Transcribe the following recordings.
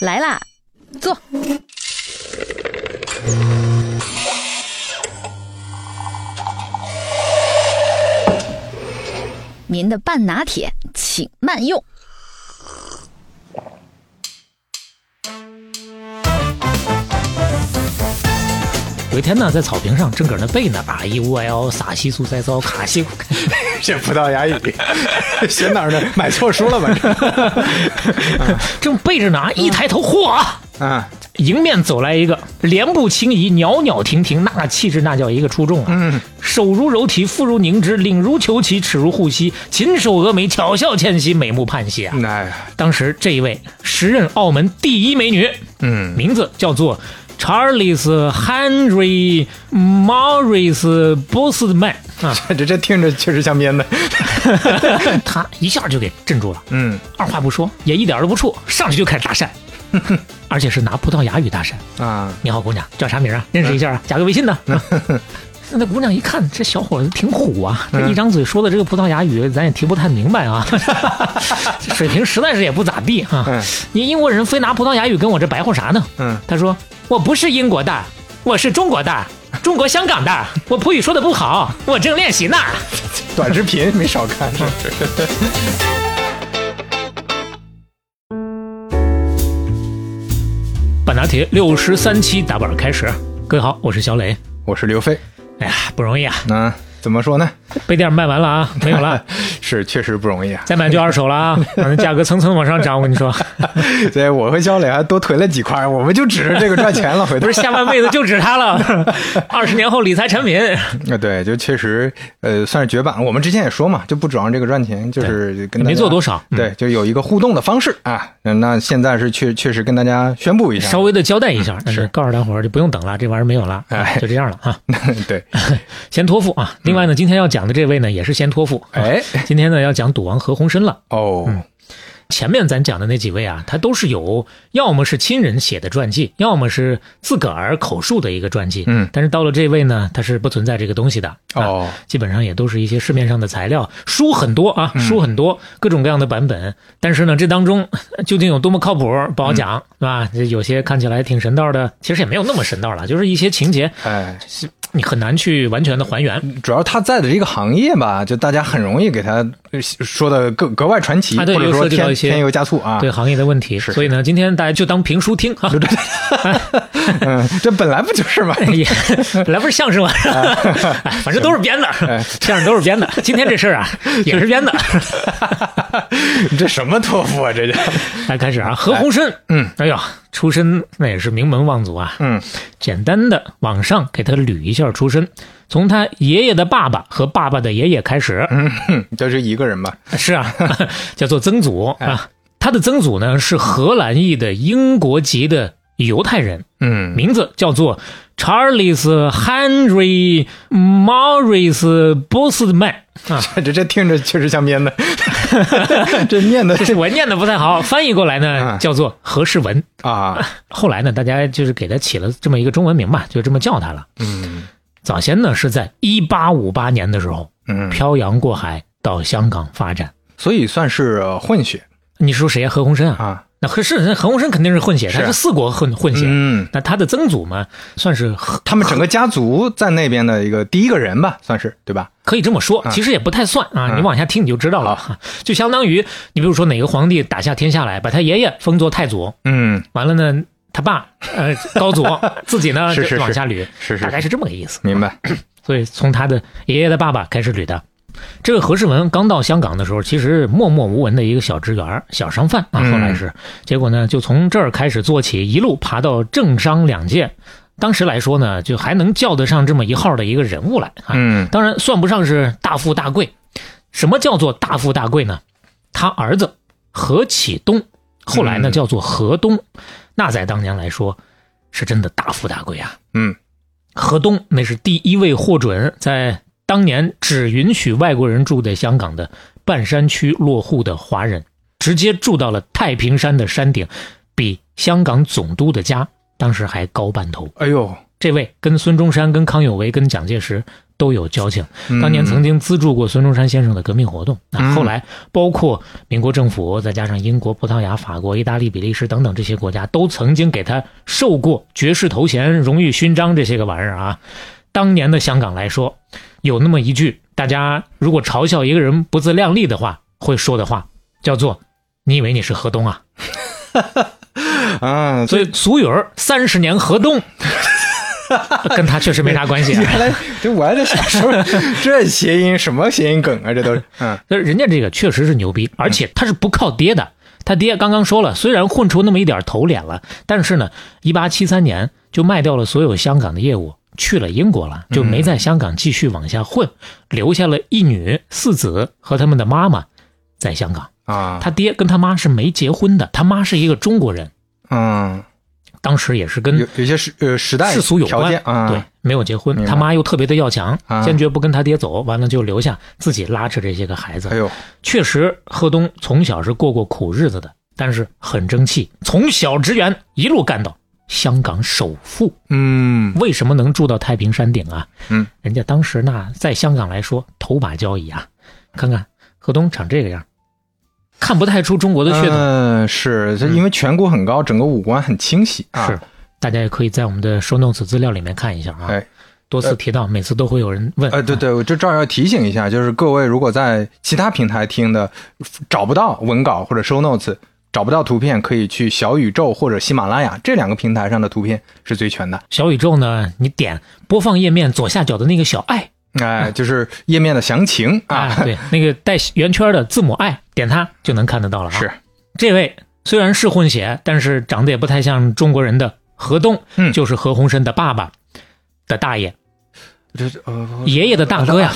来啦，坐。您的半拿铁，请慢用。有一天呢，在草坪上正搁那背呢，啊，一乌 L 撒西素塞骚卡西，这葡萄牙语写哪儿呢？买错书了吧？啊正背着呢，一抬头，嚯！这 啊，迎面走来一个莲步轻移、袅袅婷婷，那气质那叫一个出众啊！嗯，手如柔荑，腹如凝脂，领如虬蛴，齿如护膝，琴手峨眉，巧笑倩兮，美目盼兮啊！哎呀，当时这一位时任澳门第一美女，嗯，名字叫做查尔斯·亨瑞·莫瑞斯·波斯曼 啊，这这听着确实像编的。他一下就给镇住了，嗯二话不说，也一点都不怵，上去就开始搭讪， 而且是拿葡萄牙语搭讪。啊，你好，姑娘，叫啥名啊？认识一下啊，加个微信呢。 那姑娘一看，这小伙子挺虎啊，这一张嘴说的这个葡萄牙语，咱也听不太明白啊，这水平实在是也不咋地啊。嗯你英国人非拿葡萄牙语跟我这白话啥呢？嗯，他说我不是英国的，我是中国的，中国香港的，我葡语说的不好，我正练习呢。短视频没少看。是不是半拿铁六十三期打板开始，各位好，我是小磊。我是刘飞，哎呀，不容易啊，那、怎么说呢？杯垫卖完了啊，没有了。 是确实不容易 啊。再买就二手了啊，反正价格层层往上涨。我跟你说，对，我和肖磊还多囤了几块，我们就指着这个赚钱 了。回头不是下半辈子就指它了。二十年后理财产品，啊，对，就确实，呃，算是绝版。我们之前也说嘛，就不指望这个赚钱，就是跟大家没做多少嗯对，就有一个互动的方式啊。那那现在是确确实跟大家宣布一下稍，微的交代一下，但是嗯是告诉大伙儿就不用等了，这玩意儿没有了，哎就这样了啊。 对，先托付啊。另外呢，今天要讲的这位呢，也是先托付。哎，今天呢要讲赌王何鸿燊了。哦，前面咱讲的那几位啊，他都是有要么是亲人写的传记，要么是自个儿口述的一个传记。嗯但是到了这位呢，他是不存在这个东西的。啊哦，基本上也都是一些市面上的材料，书很多啊，嗯书很多，各种各样的版本。但是呢，这当中呃究竟有多么靠谱，不好讲，嗯是吧？这有些看起来挺神道的，其实也没有那么神道了，就是一些情节哎，你很难去完全的还原。主要他在的这个行业吧，就大家很容易给他呃说的格格外传奇，啊或对者又涉说及到添一些添油加醋啊。对行业的问题，是所以呢，今天大家就当评书听啊， 嗯，这本来不就是嘛？哎也本来不是相 声吗？啊 哎反正都是编的，哎相声都是编的。今天这事儿 啊，也是编的。这什么托付啊？这就 来开始啊，何鸿燊，嗯，哎呦，出身那也是名门望族啊，嗯，简单的往上给他捋一下出身，从他爷爷的爸爸和爸爸的爷爷开始，嗯，就是一个人吧。 是啊， 叫做曾祖哎啊，他的曾祖呢是荷兰裔的英国籍的犹太人，嗯， 名字叫做 Charles Henry Morris Bosman 啊。这这听着确实像编的， 这念的这 是我念的不太好，翻译过来呢啊叫做何世文。啊，后来呢，大家就是给他起了这么一个中文名吧，就这么叫他了。嗯早先呢是在一八五八年的时候嗯，漂洋过海到香港发展。所以算是呃混血你说谁啊？何鸿燊啊？啊。那何是那何鸿燊肯定是混血，是他是四国混混血。嗯，那他的曾祖嘛，算是和他们整个家族在那边的一个第一个人吧，算是对吧？可以这么说，嗯其实也不太算啊。嗯你往下听你就知道了，就相当于你比如说哪个皇帝打下天下来，把他爷爷封作太祖，嗯，完了呢，他爸呃高 祖自己呢是是就是往下捋，是大是概是，是这么个意思。明白。所以从他的爷爷的爸爸开始捋的。这个何世文刚到香港的时候，其实默默无闻的一个小职员儿、小商贩啊，嗯后来是，结果呢，就从这儿开始做起，一路爬到政商两界。当时来说呢，就还能叫得上这么一号的一个人物来啊。嗯当然，算不上是大富大贵。什么叫做大富大贵呢？他儿子何启东，后来呢嗯叫做何东，那在当年来说，是真的大富大贵啊。嗯河东那是第一位获准在当年只允许外国人住在香港的半山区落户的华人，直接住到了太平山的山顶，比香港总督的家当时还高半头。哎呦，这位跟孙中山、跟康有为、跟蒋介石都有交情。嗯当年曾经资助过孙中山先生的革命活动，那嗯后来包括民国政府，再加上英国、葡萄牙、法国、意大利、比利时等等这些国家，都曾经给他授过爵士头衔、荣誉勋章这些个玩意儿啊。当年的香港来说，有那么一句大家如果嘲笑一个人不自量力的话，会说的话，叫做“你以为你是河东啊啊”，，所以俗语儿“三十年河东”， 跟他确实没啥关系、啊。原来就我还在想 说这谐音什么谐音梗啊，这都是嗯所以人家这个确实是牛逼，而且他是不靠爹的。他爹刚刚说了，虽然混出那么一点头脸了，但是呢，一八七三年就卖掉了所有香港的业务，去了英国嗯了，就没在香港继续往下混，留下了一女四子和他们的妈妈在香港。啊他爹跟他妈是没结婚的，他妈是一个中国人，嗯，当时也是跟有有些时呃时代世俗有条关件啊，对，没有结婚明，白他妈又特别的要强，啊坚决不跟他爹走，完了就留下自己拉扯这些个孩子哎。呦，确实，贺东从小是过过苦日子的，但是很争气，从小职员一路干到香港首富。嗯为什么能住到太平山顶啊？嗯，人家当时那在香港来说头把交椅啊，看看贺东长这个样，看不太出中国的血统。嗯是，这因为颧骨很高，整个五官很清晰啊，是，大家也可以在我们的 show notes 资料里面看一下啊。哎多次提到，每次都会有人问。啊呃，对对，我就这儿要提醒一下，就是各位如果在其他平台听的，找不到文稿或者 show notes，找不到图片，可以去小宇宙或者喜马拉雅这两个平台上的图片是最全的。小宇宙呢，你点播放页面左下角的那个小爱哎、嗯就是页面的详情啊，啊，对，那个带圆圈的字母爱，点它就能看得到了、啊。是，这位虽然是混血，但是长得也不太像中国人的何东，嗯就是何鸿燊的爸爸的大爷，就是呃，爷爷的大 哥呀，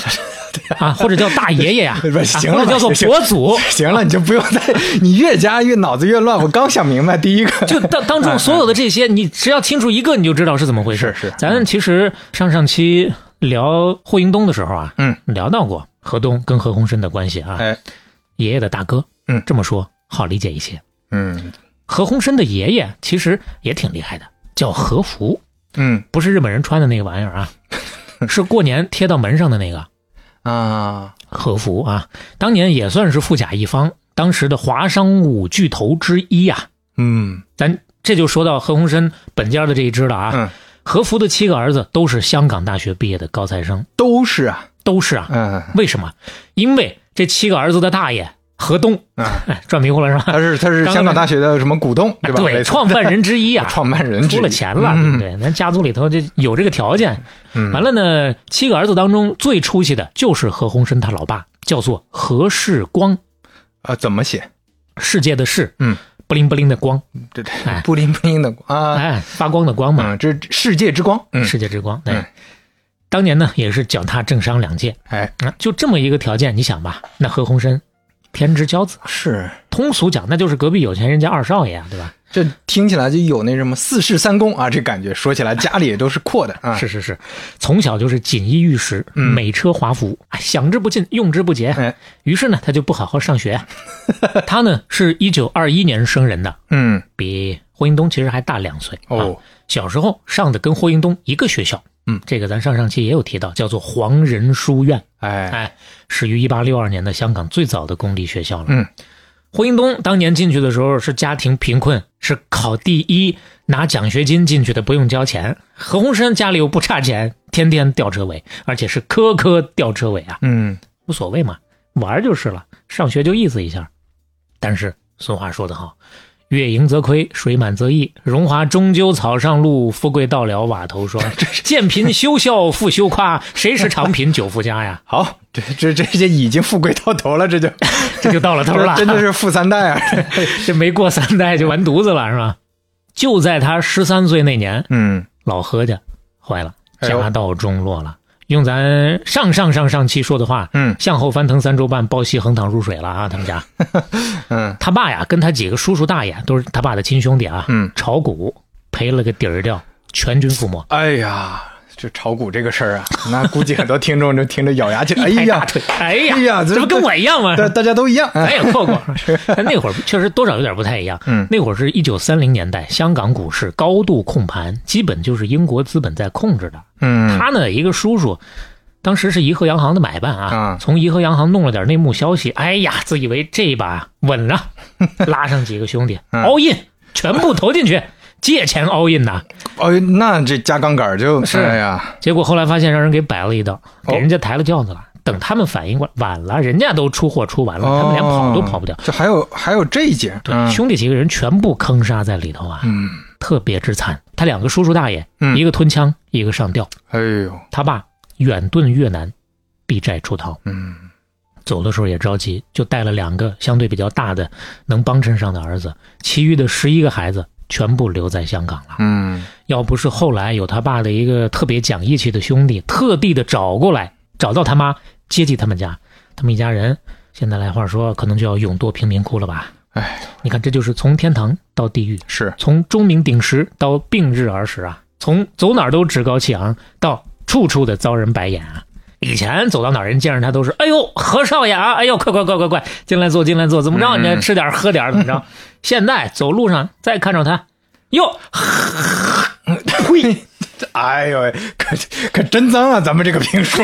啊，或者叫大爷爷呀，不是啊行或了者吧叫做行伯祖。 行了，你就不用再，你越加越脑子越乱。我刚想明白第一个， 就当当中所有的这些，你只要听出一个，你就知道是怎么回事。是是咱其实上上期聊霍英东的时候啊，嗯，聊到过何东跟何鸿燊的关系啊，哎，爷爷的大哥，嗯这么说好理解一些。嗯何鸿燊的爷爷其实也挺厉害的，叫何福，嗯不是日本人穿的那个玩意儿 啊，是过年贴到门上的那个啊，和服啊。当年也算是富甲一方，当时的华商五巨头之一啊。嗯咱这就说到何鸿燊本家的这一支了啊。嗯，何福的七个儿子都是香港大学毕业的高材生，都是啊，都是啊。嗯、为什么？因为这七个儿子的大爷何东，啊，哎， 转迷糊了是吧？他是他是香港大学的什么股东对吧？类对，似创办人之一啊。 创办人之一出了钱了，对不嗯对？咱家族里头这有这个条件。嗯完了呢，七个儿子当中最出息的就是何鸿燊他老爸，叫做何世光，啊，怎么写？世界的世，嗯，不灵不灵的光，对对哎，布灵布灵的啊，哎，发光的光嘛，嗯，这这世界之光，嗯，世界之光。对嗯，当年呢也是脚踏政商两界，哎，啊，就这么一个条件，你想吧，那何鸿燊天之骄子，啊是通俗讲那就是隔壁有钱人家二少爷啊，对吧？这听起来就有那什么四世三公啊，这感觉，说起来家里也都是阔的啊，是是是，从小就是锦衣玉食，嗯美车华服，啊享之不尽，用之不竭。哎，于是呢，他就不好好上 学。他呢是一九二一年生人的，嗯，比霍英东其实还大两岁。啊哦，小时候上的跟霍英东一个学校。嗯，这个咱上上期也有提到，叫做黄仁书院。哎，哎，始于一八六二年的香港最早的公立学校了。嗯，霍英东当年进去的时候是家庭贫困，是考第一拿奖学金进去的，不用交钱。何鸿燊家里又不差钱，天天吊车尾，而且是颗颗吊车尾啊。嗯，无所谓嘛，玩儿就是了，上学就意思一下。但是俗话说得好，月盈则亏，水满则溢，荣华终究草上露，富贵到了瓦头 霜。贱贫休笑富羞夸，谁是长贫久富家呀？好，这这这些已经富贵到头了，这就这就到了头了， 真的是富三代 啊，这没过三代就完犊子了，是吧？就在他十三岁那年，嗯，老何家坏了，哎呦家道中落了。用咱上上上上期说的话，嗯向后翻腾三周半，抱膝横躺入水了啊！他们家， 嗯，他爸呀，跟他几个叔叔大爷都是他爸的亲兄弟啊，嗯炒股赔了个底儿掉，全军覆没。哎呀，这炒股这个事儿啊，那估计很多听众就听着咬 牙切，哎拍大呀，腿，哎呀，哎呀这这不跟我一样吗？ 大大家都一样，咱哎，也错过，但那会儿确实多少有点不太一样。嗯 那会儿是一九三零年代，香港股市高度控盘，基本就是英国资本在控制的。嗯他呢，一个叔叔当时是颐和洋行的买办啊啊，从颐和洋行弄了点内幕消息，哎呀，自以为这把稳 了，拉上几个兄弟嗯 all in，全部投进去， 借钱 all in 呐。哦，那这加杠杆儿就是是哎呀，结果后来发现让人给摆了一道，哦给人家抬了轿子了。等他们反应过来，晚了，人家都出货出完了，哦他们连跑都跑不掉。这还有还有这一节，对，嗯兄弟几个人全部坑杀在里头啊，嗯，特别之惨。他两个叔叔大爷，嗯一个吞枪，一个上吊。哎呦，他爸远遁越南，避债出逃，嗯走的时候也着急，就带了两个相对比较大的能帮衬上的儿子，其余的十一个孩子全部留在香港了。嗯，要不是后来有他爸的一个特别讲义气的兄弟，特地的找过来，找到他妈接济他们家，他们一家人现在来话说，可能就要勇堕贫民窟了吧？哎，你看，这就是从天堂到地狱，是从钟鸣鼎食到病日而食啊，从走哪儿都趾高气昂啊到处处的遭人白眼啊。以前走到哪儿，人见着他都是，哎呦，何少爷啊，哎呦，快快快快快，进来坐，进来坐，怎么着？嗯你这吃点儿喝点儿怎么着？现在走路上再看着他，哟，呸！ 哎呦喂，可可真脏啊！咱们这个 评述，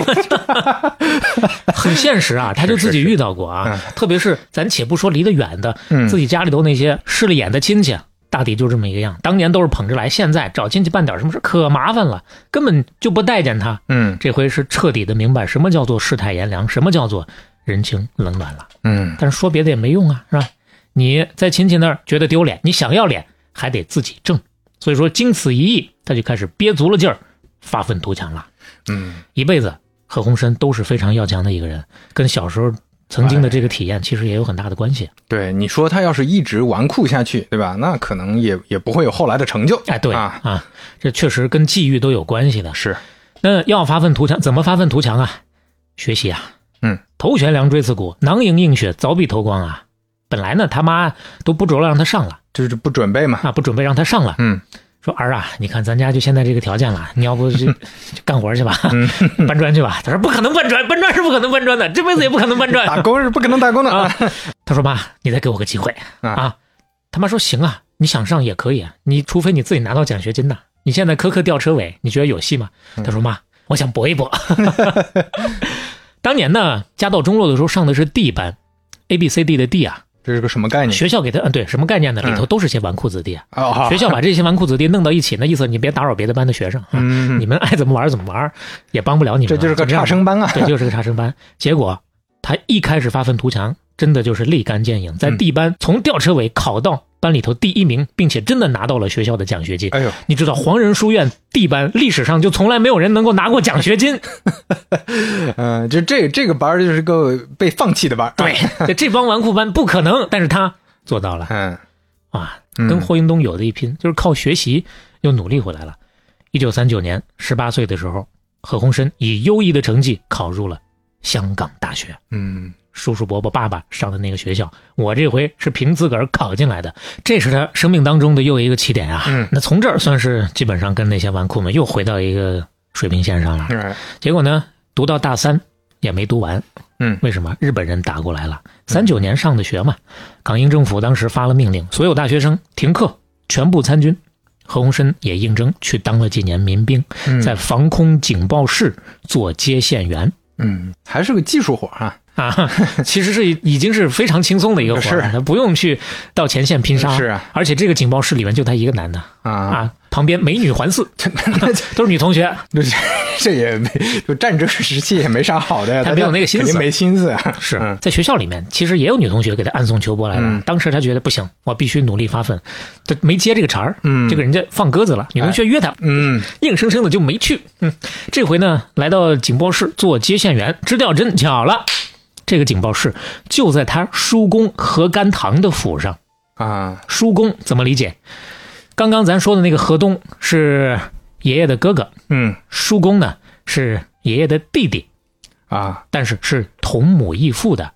很现实啊，他就自己遇到过啊，特别是咱且不说离得远的，嗯自己家里头那些势利眼的亲戚，大抵就这么一个样。当年都是捧着来，现在找亲戚办点什么事可麻烦了，根本就不待见他。嗯这回是彻底的明白什么叫做世态炎凉，什么叫做人情冷暖了。嗯，但是说别的也没用啊，是吧？你在亲戚那儿觉得丢脸，你想要脸还得自己挣。所以说，经此一役，他就开始憋足了劲儿，发愤图强了。嗯，一辈子何鸿燊都是非常要强的一个人，跟小时候曾经的这个体验其实也有很大的关系。对，你说他要是一直纨绔下去，对吧？那可能也也不会有后来的成就。哎，对啊，这确实跟际遇都有关系的。是，那要发愤图强，怎么发愤图强啊？学习啊，嗯，头悬梁锥刺股，囊萤映雪，凿壁偷光啊。本来呢，他妈都不着了让他上了，就是不准备嘛。啊，不准备让他上了，嗯说儿啊，你看咱家就现在这个条件了， 你要不 就就干活去吧，嗯搬砖去吧。他说不可能搬砖，搬砖是不可能搬砖的，这辈子也不可能搬砖。打工是不可能打工的啊！他说妈，你再给我个机会啊啊！他妈说行啊，你想上也可以，啊你除非你自己拿到奖学金呐。你现在科科吊车尾，你觉得有戏吗？嗯他说妈，我想搏一 搏。当年呢，家道中落的时候上的是 D 班，A B C D 的 D 啊，这是个什么概念？学校给他嗯对什么概念呢？里头都是些纨绔子弟啊。哦，好学校把这些纨绔子弟弄到一起，那意思你别打扰别的班的学生，啊嗯，你们爱怎么玩怎么玩，也帮不了你们这啊。就是个怎么样差生班啊。 对，就是个差生班。结果他一开始发愤图强，真的就是立竿见影，在嗯 D 班从吊车尾考到班里头第一名，并且真的拿到了学校的奖学金。哎呦，你知道黄仁书院 D 班历史上就从来没有人能够拿过奖学 金，嗯，就这这个班儿就是个被放弃的班儿。对，这这帮纨绔班不可能，但是他做到了嗯，啊，嗯跟霍英东有的一拼，就是靠学习又努力回来了。一九三九年，十八岁的时候，何鸿燊以优异的成绩考入了香港大学。嗯叔叔伯伯爸爸上的那个学校，我这回是凭自个儿考进来的，这是他生命当中的又一个起点啊。嗯那从这儿算是基本上跟那些纨绔们又回到一个水平线上了。嗯结果呢，读到大三也没读完，嗯为什么？日本人打过来了，三九年上的学嘛，港英政府当时发了命令，所有大学生停课，全部参军。何鸿燊也应征去当了几年民兵，嗯在防空警报室做接线员。嗯，还是个技术活儿啊。啊， 其实是已经是非常轻松的一个活儿了，是他不用去到前线拼杀。是啊，而且这个警报室里面就他一个男的 啊，啊，旁边美女环视，都是女同学。这这也没，就战争时期也没啥好的呀，他他没有那个心思肯定没心思啊。是嗯在学校里面，其实也有女同学给他暗送秋波来了嗯。当时他觉得不行，我必须努力发奋，他没接这个茬儿。嗯这个人家放鸽子了，女同学约他， 嗯硬生生的就没去。嗯，这回呢，来到警报室做接线员，知掉真巧了，这个警报室就在他叔公何甘棠的府上。啊，叔公怎么理解？刚刚咱说的那个河东是爷爷的哥哥，嗯叔公呢是爷爷的弟弟，啊，但是是同母异父的。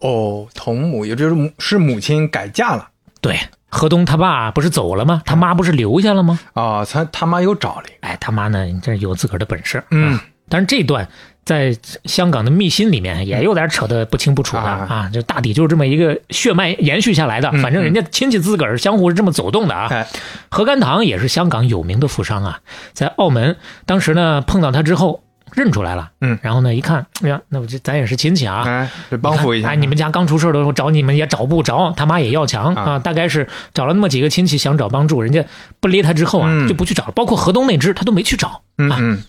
哦，同母也就是母是母亲改嫁了对，河东他爸不是走了吗？他妈不是留下了吗？啊，他他妈又找了一个，嗯哎，他妈呢，这有自个儿的本事。嗯啊，但是这段在香港的密信里面也有点扯得不清不楚的啊啊，嗯就大抵就是这么一个血脉延续下来的。反正人家亲戚自个儿相互是这么走动的啊。哎，何甘棠也是香港有名的富商啊，在澳门当时呢碰到他之后，认出来了，嗯然后呢一看，哎呀，那我这咱也是亲戚啊，哎，得帮扶一下。哎，你们家刚出事儿的时候找你们也找不着，他妈也要强啊啊！大概是找了那么几个亲戚想找帮助，人家不理他之后啊嗯，就不去找了。包括河东那支，他都没去找。嗯嗯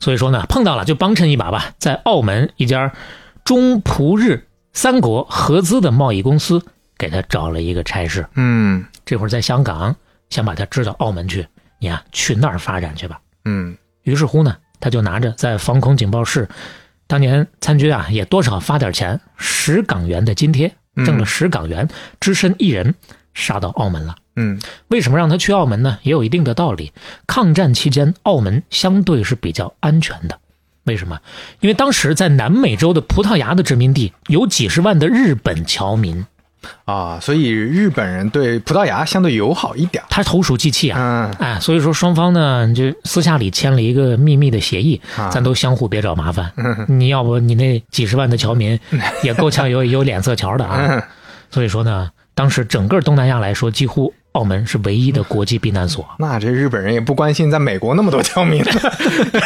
所以说呢，碰到了就帮衬一把吧。在澳门一家中葡日三国合资的贸易公司，给他找了一个差事。嗯这会儿在香港，想把他支到澳门去，你啊去那儿发展去吧。嗯于是乎呢，他就拿着在防空警报室，当年参军啊，也多少发点钱，十港元的津贴，嗯挣了十港元，只身一人杀到澳门了。嗯为什么让他去澳门呢？也有一定的道理。抗战期间，澳门相对是比较安全的。为什么？因为当时在南美洲的葡萄牙的殖民地有几十万的日本侨民，啊，所以日本人对葡萄牙相对友好一点儿。他是投鼠忌器啊。嗯哎，所以说双方呢就私下里签了一个秘密的协议，啊嗯咱都相互别找麻烦。你要不你那几十万的侨 民也够呛有有脸色瞧的嗯啊。所以说呢，当时整个东南亚来说，几乎澳门是唯一的国际避 难所。那这日本人也不关心在美国那么多侨民了，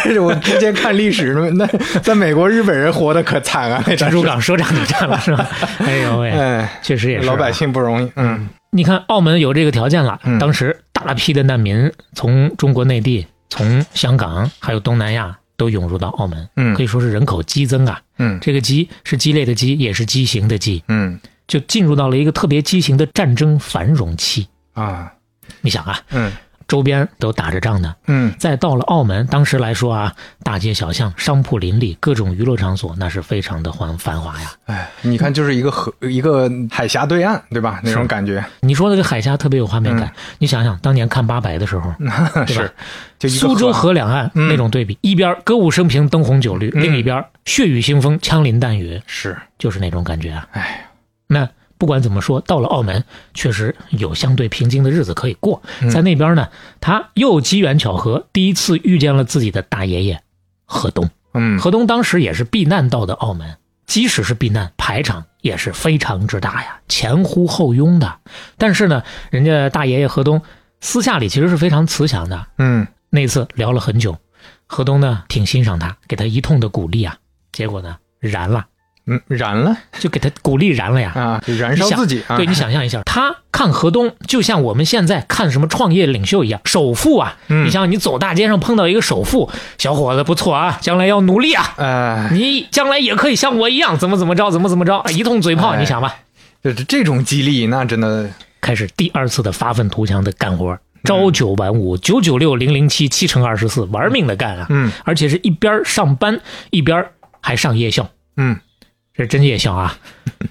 这是我之前看历史，那在美国日本人活得可惨啊，那珍真珠是，港说涨就涨了 是吧？哎呦喂，哎，确实也是啊老百。姓不容易，嗯你看澳门有这个条件了嗯，当时大批的难民从中国内地、从香港还有东南亚都涌入到澳门，嗯可以说是人口激增啊。嗯这个鸡是鸡肋的鸡，也是畸形的鸡，嗯就进入到了一个特别畸形的战争繁荣期。啊，你想啊，嗯周边都打着仗呢，嗯再到了澳门，当时来说啊，大街小巷、商铺林立，各种娱乐场所那是非常的繁繁华呀。哎，你看，就是一个河，一个海峡对岸，对吧？那种感觉你说的这海峡特别有画面感，你想想当年看八百的时候，对吧嗯是，就一个苏州河河两岸嗯那种对比，一边歌舞升平、灯红酒绿，嗯另一边血雨腥风、枪林弹雨，是，就是那种感觉啊。哎，那不管怎么说，到了澳门，确实有相对平静的日子可以过。嗯在那边呢，他又机缘巧合，第一次遇见了自己的大爷爷河东。嗯河东当时也是避难到的澳门，即使是避难，排场也是非常之大呀，前呼后拥的。但是呢，人家大爷爷河东私下里其实是非常慈祥的。嗯那次聊了很久，河东呢挺欣赏他，给他一通的鼓励啊，结果呢燃了，嗯，燃了就给他鼓励燃了呀。啊，就燃你烧想自己啊，对你想象一下，他看河东就像我们现在看什么创业领袖一样，首富啊，嗯你想你走大街上碰到一个首富，小伙子不错啊，将来要努力啊，哎，你将来也可以像我一样，怎么怎么着，怎么怎么着，一通嘴炮，哎你想吧，就是这种激励，那真的，开始第二次的发愤图强的干活，朝九晚五，九九六零零七七乘二十四，玩命的干啊，嗯而且是一边上班一边还上夜校，嗯这是真夜校啊，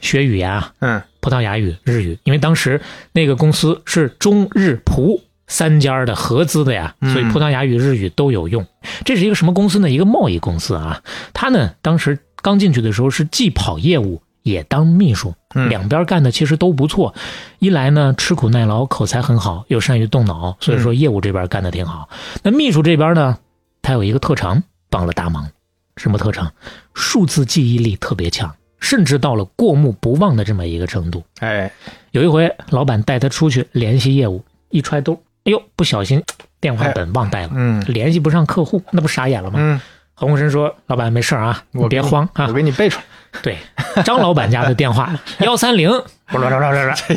学语言啊，嗯葡萄牙语、日语，因为当时那个公司是中日葡三家儿的合资的呀，嗯所以葡萄牙语、日语都有用。这是一个什么公司呢？一个贸易公司啊。他呢，当时刚进去的时候是既跑业务也当秘书，嗯两边干的其实都不错。一来呢，吃苦耐劳，口才很好，又善于动脑，所以说业务这边干的挺好。那秘书这边呢，他有一个特长，帮了大忙。什么特长？数字记忆力特别强，甚至到了过目不忘的这么一个程度。哎，有一回，老板带他出去联系业务，一揣兜，哎呦，不小心电话本忘带了，嗯联系不上客户，那不傻眼了吗？嗯，何鸿燊说：“老板，没事儿啊，我你别慌啊我。给你背出来，”对，张老板家的电 话幺三零，不不不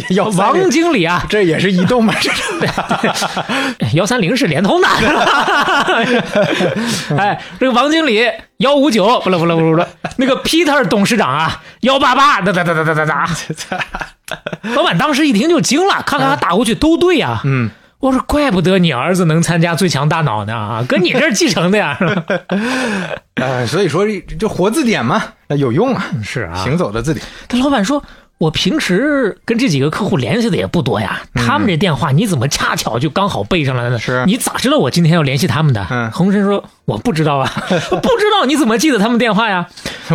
不要不，王啊经理啊，这也是移动吗？这是 幺三零是联 通的，哎，这个王经理幺五九，不了不了不了不了，那个 Peter 董事长啊，幺八八，哒哒哒哒哒哒哒。 老板当时一听就惊了，咔咔咔打过去都对呀、嗯，我说怪不得你儿子能参加最强大脑呢啊，跟你这儿继承的 呀，是吧？哎，所以说就活字典嘛，那有用啊，是啊行走的字典，这老板说。我平时跟这几个客户联系的也不多呀，他们这电话你怎么恰巧就刚好背上来呢？嗯是你咋知道我今天要联系他们的？嗯洪生说我不知道啊， 不知道你怎么记得他们电话呀？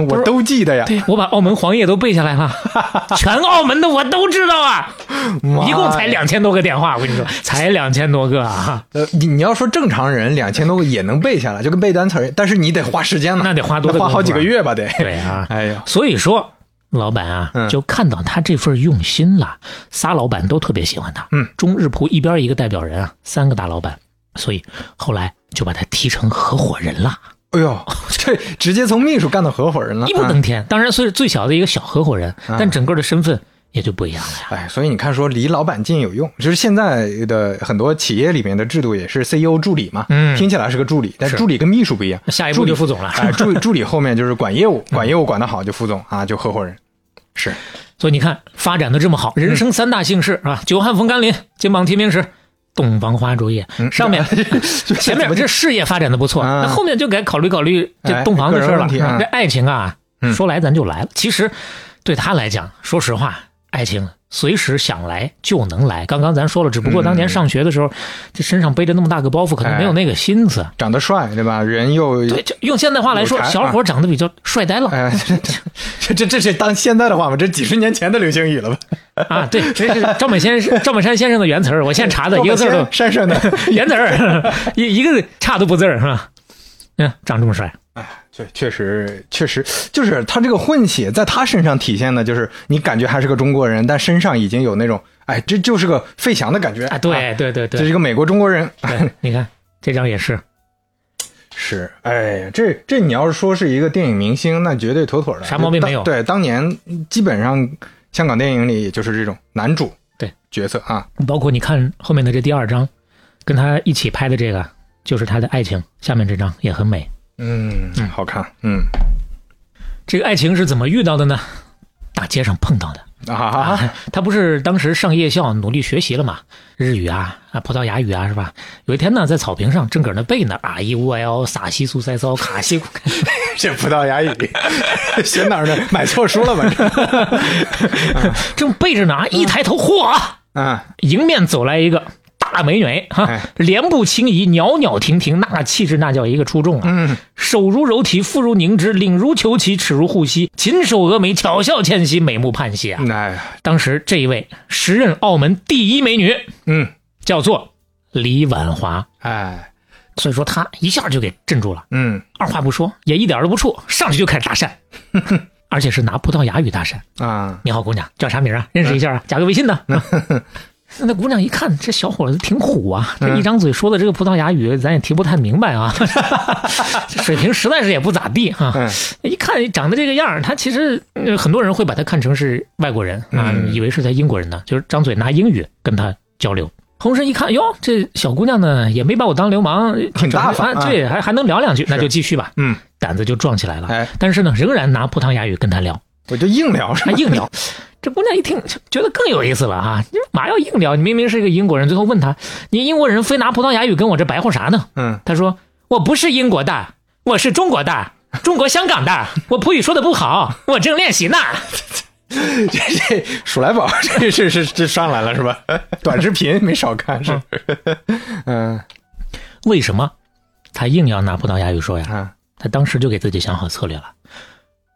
我都记得呀，对我把澳门黄页都背下来了， 全澳门的我都知道啊，妈呀一共才。两千多个电话，我跟你说，才两千多个啊，呃，你你要说正常人两千多个也能背下来，就跟背单词儿一样，但是你得花时间呢，那得花多大花功好夫几个啊月 吧，得。对啊，哎呀，所以说，老板啊，嗯就看到他这份用心了，仨老板都特别喜欢他。嗯，中日葡一边一个代表人啊，三个大老板，所以后来就把他提成合伙人了。哎呦，这直接从秘书干到合伙人了，一步啊登天。当然，虽是最小的一个小合伙人，但整个的身份也就不一样了呀。哎，所以你看，说离老板近有用，就是现在的很多企业里面的制度也是 CEO 助理嘛，嗯听起来是个助理，但是助理跟秘书不一样，下一助步理就副总了，嗯哎， 助助理后面就是管业务，管业务管得好就副总啊，就合伙人， 是所以你看，发展的这么好，嗯人生三大幸事、啊，久旱逢甘霖，金榜题名时，洞房花烛夜。嗯上 面前面这事业发展的不错，啊那后面就该考虑考虑哎这洞房的事个儿人了。问题啊这爱情啊，嗯说来咱就来了。其实对他来讲，说实话，爱情。随时想来就能来。刚刚咱说了，只不过当年嗯上学的时候，这身上背着那么大个包袱，可能没哎有那个心思。长得帅对吧？人又对，就用现代话来说有，啊才小伙长得比较帅呆了。哎， 这这这这是当现在的话吗？这几十年前的流行语了吧？啊，对，这是赵本 先生赵本山先生的原词儿，我现在查的一个字儿都山上的， 原字儿， 一一个差都不字儿是吧？嗯，长这么帅，对，确实确实就是他这个混血在他身上体现的，就是你感觉还是个中国人，但身上已经有那种哎，这就是个费翔的感觉啊，对对对哎这是对一个美国中国人，对，你看这张也是，是，哎，这这你要是说是一个电影明星，那绝对妥妥的，啥毛病没有当对，当年基本上香港电影里也就是这种男主对角色啊，包括你看后面的这第二张，跟他一起拍的这个就是他的爱情，下面这张也很美。嗯，好看，嗯这个爱情是怎么遇到的呢？大街上碰到的。啊，他不是当时上夜校努力学习了嘛，日语啊啊葡萄牙语啊是吧？有一天呢，在草坪上正搁那背呢，啊一乌 L 撒西苏塞骚卡西，这葡萄牙语 写哪儿呢？买错书了吧？这正背着呢，啊一抬头，嚯啊，啊，迎面走来一个。大美女哈哎，莲步轻移，袅袅婷婷，那气质那叫一个出众啊！嗯，手如柔荑，腹如凝脂，领如虬蛴，齿如护膝，琴手峨眉，巧笑倩兮，美目盼兮啊！哎呀，当时这一位时任澳门第一美女嗯，叫做李婉华，哎，所以说他一下就给镇住了，嗯二话不说，也一点都不怵，上去就开始搭讪， 而且是拿葡萄牙语搭讪。 啊，你好，姑娘，叫啥名啊？认识一下啊，加个微信呢。那姑娘一看，这小伙子挺虎啊，这一张嘴说的这个葡萄牙语，咱也听不太明白啊，这水平实在是也不咋地哈、嗯一看长得这个样儿，他其实、呃很多人会把他看成是外国人啊，嗯以为是他英国人呢，就是张嘴拿英语跟他交流。洪生一看，哟，这小姑娘呢也没把我当流氓，挺大反方啊对，还还能聊两句，那就继续吧，嗯，胆子就壮起来了。哎，但是呢，仍然拿葡萄牙语跟他聊。我就硬聊是还 吧？硬聊。 这姑娘一听觉得更有意思了哈、你马要硬聊，你明明是一个英国人，最后问他，你英国人非拿葡萄牙语跟我这白话啥呢？嗯，他说我不是英国的，我是中国的，中国香港的， 我葡语说的不好，我正练习呢。这这鼠来宝，这是是这上来了是吧？ 短视频没少看是， 嗯为什么他硬要拿葡萄牙语说呀？啊，他当时就给自己想好策略了。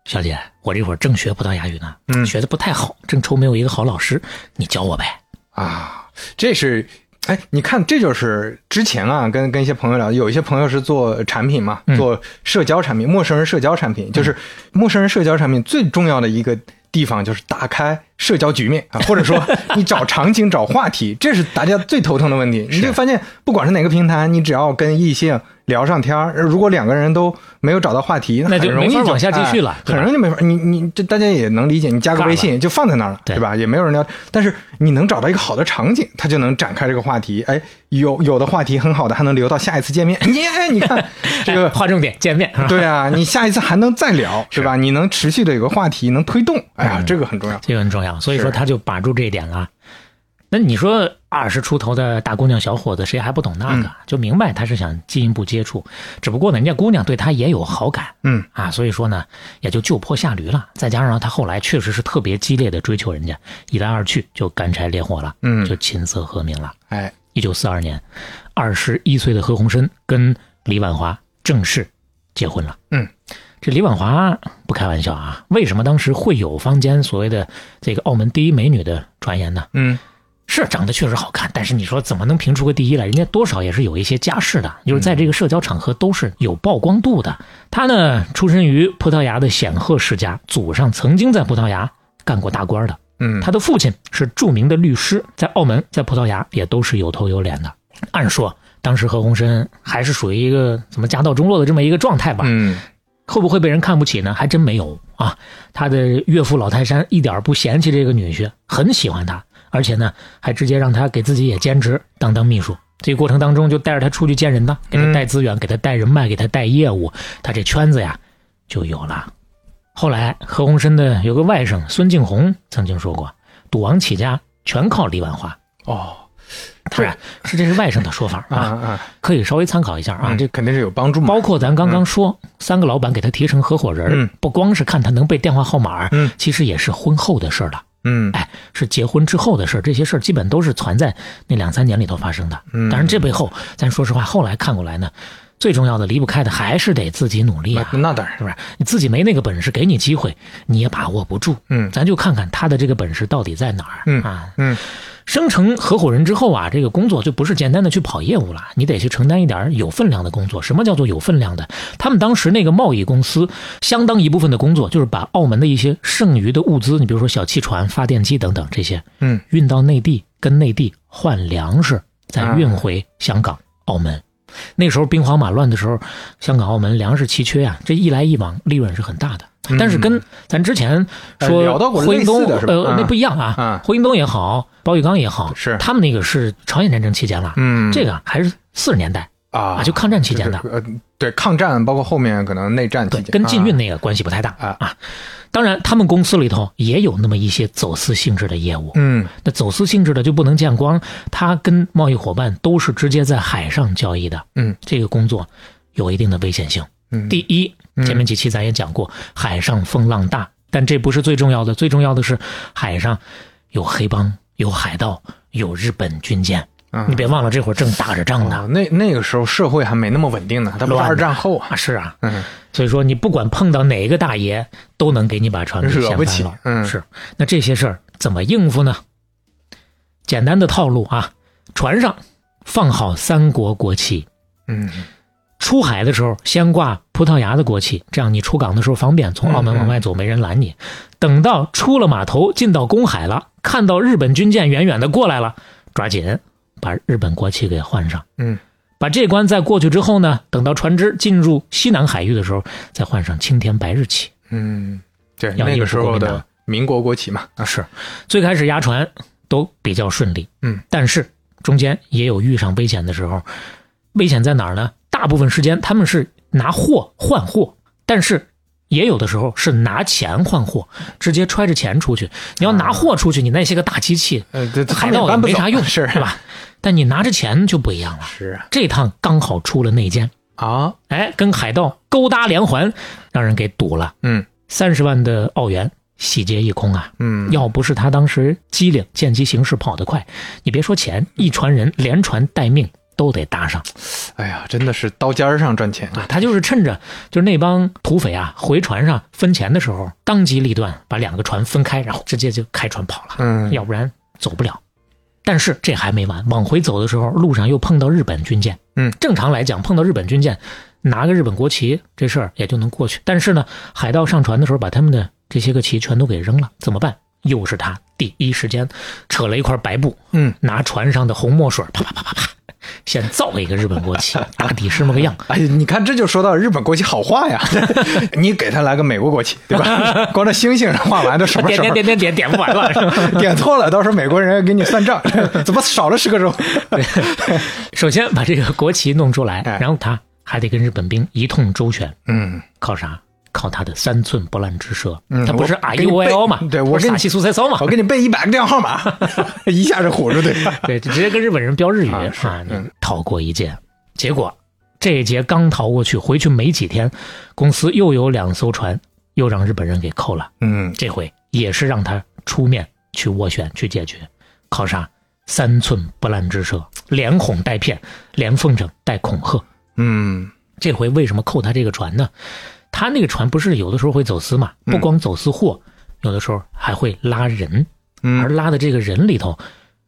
小姐，我这会儿正学葡萄牙语呢，嗯学的不太好，正愁没有一个好老师，你教我呗。啊，这是。哎，你看，这就是之前啊，跟跟一些朋友聊，有一些朋友是做产品嘛，嗯做社交产品，陌生人社交产品，就是陌生人社交产品最重要的一个地方就是打开社交局面啊，或者说你找场景、找话题，这是大家最头疼的问题。你就发现，不管是哪个平台，你只要跟异性聊上天儿，如果两个人都没有找到话题，那就很容易没法往下继续了哎对吧很容易就没法。你你这大家也能理解，你加个尬了微信。就放在那儿了，对对吧？也没有人聊，但是你能找到一个好的场景，他就能展开这个话题。哎，有有的话题很好的，还能留到下一次见面。 你哎，你看这哎 个，划重点，见面。啊。对啊，你下一次还能再聊，对吧？你能持续的有个话题，能推动。嗯哎呀，这个很重要。这个很重要，所以是说他就把住这一点了。那你说二十出头的大姑娘小伙子，谁还不懂嗯那个？就明白他是想进一步接触，只不过呢，人家姑娘对他也有好感嗯啊，所以说呢，也就就坡下驴了。再加上他后来确实是特别激烈的追求人家，一来二去就干柴烈火了，嗯就琴瑟和鸣了。哎，一九四二年，二十一岁的何鸿燊跟李婉华正式结婚了。嗯，这李婉华不开玩笑啊，为什么当时会有坊间所谓的这个澳门第一美女的传言呢？嗯是啊长得确实好看，但是你说怎么能评出个第一来？人家多少也是有一些家世的，就是在这个社交场合都是有曝光度的。她呢，出身于葡萄牙的显赫世家，祖上曾经在葡萄牙干过大官的。嗯，他的父亲是著名的律师，在澳门、在葡萄牙也都是有头有脸的。按说当时何鸿燊还是属于一个怎么家道中落的这么一个状态吧。嗯，会不会被人看不起呢？还真没有啊。他的岳父老泰山一点儿不嫌弃这个女婿，很喜欢他，而且呢，还直接让他给自己也兼职当当秘书。这个过程当中，就带着他出去见人呐，给他带资源，给他带人脉，给他带业务，他这圈子呀就有了。后来，何鸿燊的有个外甥孙敬宏曾经说过：“赌王起家全靠李婉华。哦，”当然是这是外甥的说法 啊啊，啊可以稍微参考一下啊。嗯这肯定是有帮助嘛。包括咱刚刚说，三个老板给他提成合伙人儿，嗯不光是看他能背电话号码儿，嗯其实也是婚后的事儿了，嗯哎，是结婚之后的事儿，这些事儿基本都是攒在那两三年里头发生的。嗯，当然，这背后，咱说实话，后来看过来呢，最重要的离不开的还是得自己努力啊那，嗯那当然，是不是？你自己没那个本事，给你机会你也把握不住。嗯咱就看看他的这个本事到底在哪儿、嗯啊？嗯，升成合伙人之后啊，这个工作就不是简单的去跑业务了，你得去承担一点儿有分量的工作。什么叫做有分量的？他们当时那个贸易公司，相当一部分的工作就是把澳门的一些剩余的物资，你比如说小汽船、发电机等等这些，嗯，运到内地，跟内地换粮食，再运回香港、澳门。那时候兵荒马乱的时候，香港、澳门粮食奇缺啊，这一来一往，利润是很大的。但是跟咱之前说嗯呃聊到过回类英似东的是吧呃啊那不一样啊啊，回英东也好，包玉刚也好，是他们那个是朝鲜战争期间了，嗯，这个还是四十年代啊啊，就抗战期间的，呃，对，抗战包括后面可能内战期对，间，跟禁运啊那个关系不太大啊啊。当然，他们公司里头也有那么一些走私性质的业务，嗯那走私性质的就不能见光，它跟贸易伙伴都是直接在海上交易的，嗯这个工作有一定的危险性。嗯，第一，嗯前面几期咱也讲过，海上风浪大，但这不是最重要的，最重要的是海上有黑帮、有海盗、有日本军舰。啊你别忘了，这会儿正打着仗呢哦那那个时候社会还没那么稳定呢，它不是乱的二战后啊，啊！是啊，嗯所以说你不管碰到哪个大爷，都能给你把船给掀惹不翻起了。嗯是。那这些事儿怎么应付呢？简单的套路啊，船上放好三国国旗，嗯出海的时候先挂葡萄牙的国旗，这样你出港的时候方便，从澳门往外走没人拦你。等到出了码头，进到公海了，看到日本军舰远远的过来了，抓紧把日本国旗给换上。嗯，把这关再过去之后呢，等到船只进入西南海域的时候，再换上青天白日旗。嗯，对，要那应个付时国候民党的民国国旗嘛，啊是，最开始压船都比较顺利，嗯，但是中间也有遇上危险的时候。危险在哪儿呢？大部分时间他们是拿货换货，但是也有的时候是拿钱换货，直接揣着钱出去。你要拿货出去，你那些个大机器，呃，这海盗也没啥用， 啊是啊是？吧？但你拿着钱就不一样了。是这趟刚好出了内奸，啊，哎，跟海盗勾搭连环，让人给堵了，嗯三十万的澳元洗劫一空啊！嗯，要不是他当时机灵，见机行事，跑得快，你别说钱，一船人连船带命都得搭上哎呀，真的是刀尖儿上赚钱啊！他就是趁着就是那帮土匪啊回船上分钱的时候，当机立断把两个船分开，然后直接就开船跑了，嗯，要不然走不了。但是这还没完，往回走的时候，路上又碰到日本军舰。嗯，正常来讲，碰到日本军舰，拿个日本国旗这事儿也就能过去。但是呢，海盗上船的时候，把他们的这些个旗全都给扔了，怎么办？又是他第一时间扯了一块白布，嗯，拿船上的红墨水，啪啪啪啪啪，先造了一个日本国 旗，大抵是那么个样。哎呀，你看这就说到日本国旗好画呀， 你给他来个美国国旗，对吧？光这星星画完，这什么点时点候点点点点不完了，是 吧？点错了，到时候美国人给你算账，怎么少了十 个州？首先把这个国旗弄出来，哎然后他还得跟日本兵一通周旋，嗯，靠啥？靠他的三寸不烂之舌，嗯他不是我 R 给 U 你 Y 背 O 嘛？对我不是给你撒气素菜骚嘛我？给你背一百个电话号码， 一下就唬住对吧？对，直接跟日本人飙日语啊啊是嗯你逃过一劫。结果这一劫刚逃过去，回去没几天，公司又有两艘船又让日本人给扣了。嗯这回也是让他出面去斡旋去解决，靠啥？三寸不烂之舌，连哄带骗，连奉承带恐吓。嗯这回为什么扣他这个船呢？他那个船不是有的时候会走私嘛，嗯不光走私货，有的时候还会拉人，而嗯拉的这个人里头，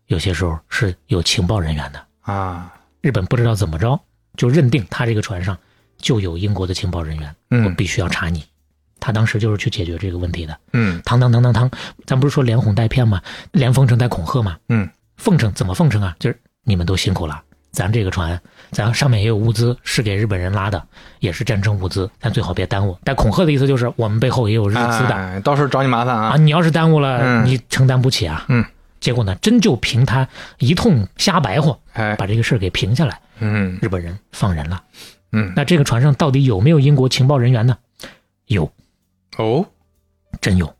有些时候是有情报人员的。啊，日本不知道怎么着，就认定他这个船上就有英国的情报人员，我嗯必须要查你。他当时就是去解决这个问题的。嗯堂堂堂堂堂，咱不是说连哄带骗吗？连奉承带恐吓吗？嗯，奉承怎么奉承啊？就是你们都辛苦了，咱这个船，咱上面也有物资，是给日本人拉的，也是战争物资，咱最好别耽误。但恐吓的意思就是，我们背后也有日资的、哎，到时候找你麻烦啊，啊！你要是耽误了，嗯你承担不起啊。嗯，结果呢，真就凭他一通瞎白话，哎，把这个事儿给平下来，嗯日本人放人了。嗯，那这个船上到底有没有英国情报人员呢？有，哦真有，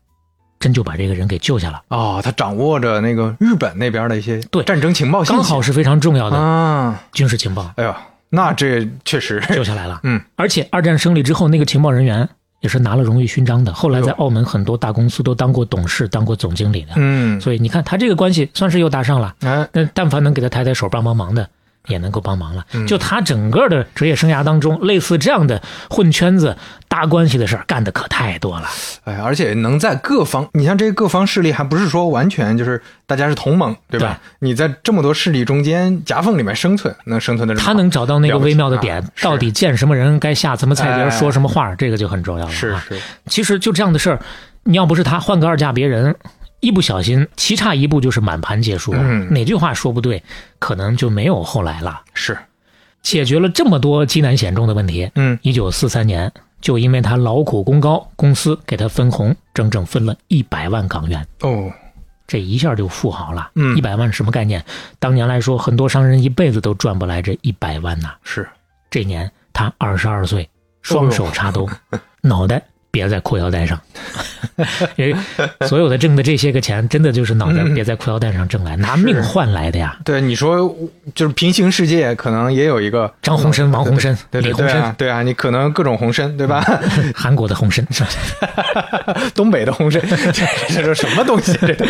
真就把这个人给救下了。哦，他掌握着那个日本那边的一些对战争情报信息，刚好是非常重要的啊，军事情报哎呦，那这确实，救下来了。嗯，而且二战胜利之后，那个情报人员也是拿了荣誉勋章的，后来在澳门很多大公司都当过董事、当过总经理的。嗯，所以你看他这个关系算是又搭上了。哎，那但凡能给他抬抬手、帮帮忙的，也能够帮忙了嗯。就他整个的职业生涯当中，类似这样的混圈子、搭关系的事儿干的可太多了。哎，而且能在各方，你像这各方势力，还不是说完全就是大家是同盟，对吧？你在这么多势力中间夹缝里面生存，能生存的他能找到那个微妙的了点不，起啊到底见什么人该下什么菜碟哎儿，说什么话儿，这个就很重要了。是啊，是，其实就这样的事儿，你要不是他换个二嫁别人，一不小心棋差一步就是满盘皆输了嗯，哪句话说不对，可能就没有后来了。是，解决了这么多艰难险中的问题，嗯，一九四三年就因为他劳苦功高，公司给他分红，整整分了一百万港元。哦，这一下就富豪了，嗯一百万什么概念？当年来说，很多商人一辈子都赚不来这一百万呐、是，这年他二十二哦岁，双手插 兜，脑袋别在裤腰带上。 因为所有的挣的这些个钱，真的就是脑袋嗯别在裤腰带上挣来，拿命换来的呀。对，你说就是平行世界，可能也有一个张洪生、王洪生、对李对洪对生，啊，对啊，你可能各种红参，对吧？ 韩国的洪生，是吧东北的红参，这这是什么东西？这都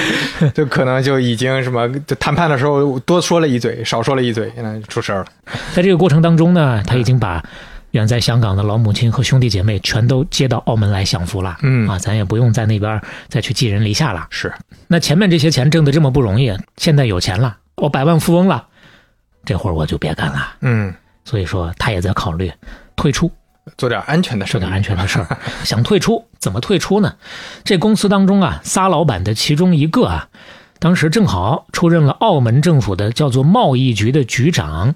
就可能就已经什么，就谈判的时候多说了一嘴，少说了一嘴，那就出事儿了。在这个过程当中呢，他已经把嗯远在香港的老母亲和兄弟姐妹全都接到澳门来享福了。嗯啊，咱也不用在那边再去寄人篱下了。是，那前面这些钱挣的这么不容易，现在有钱了，我百万富翁了，这会儿我就别干了。嗯，所以说，他也在考虑退出，做点安全的事这儿，点安全的事儿。想退出，怎么退出呢？这公司当中啊，仨老板的其中一个啊，当时正好出任了澳门政府的叫做贸易局的局长，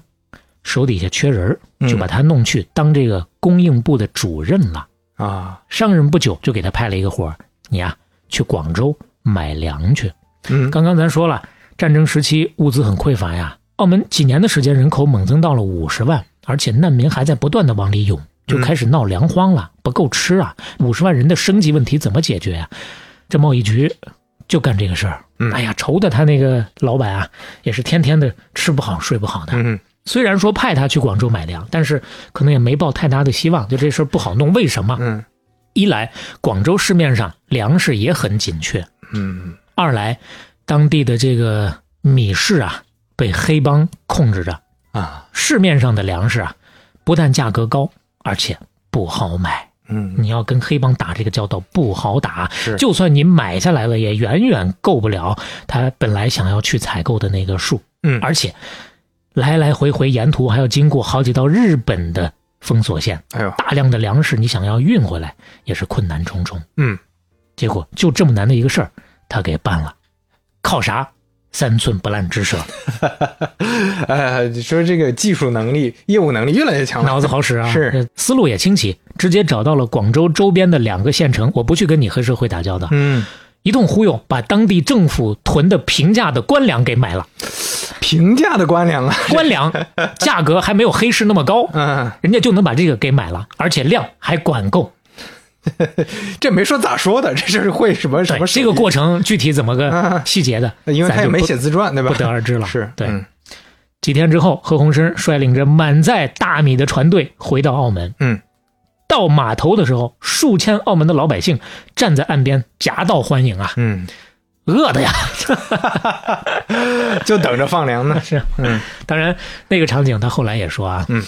手底下缺人儿，嗯就把他弄去当这个供应部的主任了。啊，上任不久，就给他派了一个活儿，你呀、去广州买粮去。嗯，刚刚咱说了，战争时期物资很匮乏呀，澳门几年的时间人口猛增到了五十万，而且难民还在不断的往里涌，就开始闹粮荒了，不够吃啊，五十万人的生计问题怎么解决呀、这贸易局就干这个事儿嗯，哎呀，愁的他那个老板啊，也是天天的吃不好睡不好的。嗯，虽然说派他去广州买粮，但是可能也没抱太大的希望，就这事儿不好弄。为什么？嗯，一来广州市面上粮食也很紧缺，嗯，二来，当地的这个米市啊，被黑帮控制着，啊，市面上的粮食啊，不但价格高，而且不好买。嗯，你要跟黑帮打这个交道不好打，啊是就算你买下来了，也远远够不了他本来想要去采购的那个数。嗯而且来来回回沿途还要经过好几道日本的封锁线，哎呦，大量的粮食你想要运回来也是困难重重。嗯，结果就这么难的一个事儿，他给办了，靠啥？三寸不烂 之舌，哎，你说这个技术能力、业务能力越来越强了，脑子好使啊！是呃，思路也清奇，直接找到了广州周边的两个县城，我不去跟你黑社会打交道，嗯，一通忽悠，把当地政府囤的平价的官粮给买 了。平价的官粮啊，官粮价格还没有黑市那么高，嗯，人家就能把这个给买了，而且量还管够。这没说咋说的，这是会什么什对么，这个过程具体怎么个啊细节的，因为他咱也就没不写自传，对吧？不得而知了。是，对。嗯几天之后，何鸿燊率领着满载大米的船队回到澳门。嗯，到码头的时候，数千澳门的老百姓站在岸边夹道欢迎啊，嗯，饿的呀！。嗯就等着放粮呢 是，啊嗯，当然那个场景他后来也说啊，嗯，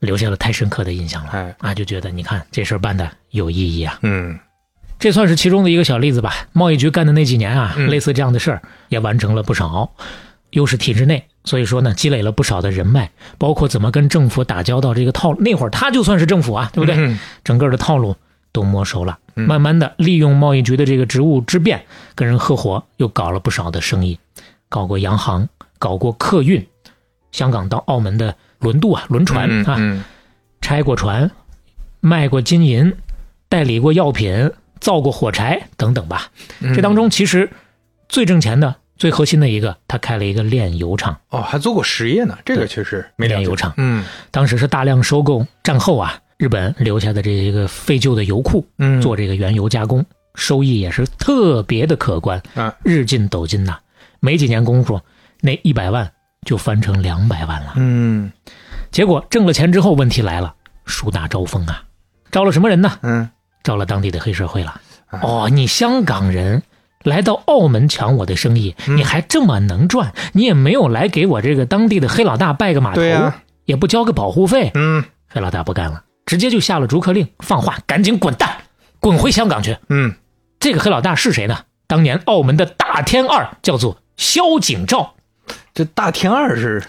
留下了太深刻的印象了哎，啊，就觉得你看这事儿办的有意义啊，嗯，这算是其中的一个小例子吧。贸易局干的那几年啊，嗯类似这样的事儿也完成了不少，又是体制内，所以说呢，积累了不少的人脉，包括怎么跟政府打交道这个套路。那会儿他就算是政府啊，对不对？嗯整个的套路都摸熟了，嗯慢慢的利用贸易局的这个职务之便，跟人合伙又搞了不少的生意，搞过洋行，搞过客运，香港到澳门的轮渡啊、轮船嗯啊，嗯拆过船，卖过金银，代理过药品，造过火柴等等吧。嗯这当中其实最挣钱的、最核心的一个，他开了一个炼油厂，哦，还做过实业呢，这个对确实没了炼解油。厂嗯当时是大量收购战后啊日本留下的这一个废旧的油库，嗯，做这个原油加工，收益也是特别的可观啊，日进斗金呐、没几年功夫，那一百万就翻成两百万了。嗯结果挣了钱之后，问题来了，树大招风啊，招了什么人呢？嗯招了当地的黑社会了啊。哦，你香港人来到澳门抢我的生意，嗯你还这么能赚，你也没有来给我这个当地的黑老大拜个码头对啊呀，也不交个保护费，嗯黑老大不干了，直接就下了逐客令，放话赶紧滚蛋，滚回香港去。嗯这个黑老大是谁呢？当年澳门的大天二叫做萧景照，这大天二是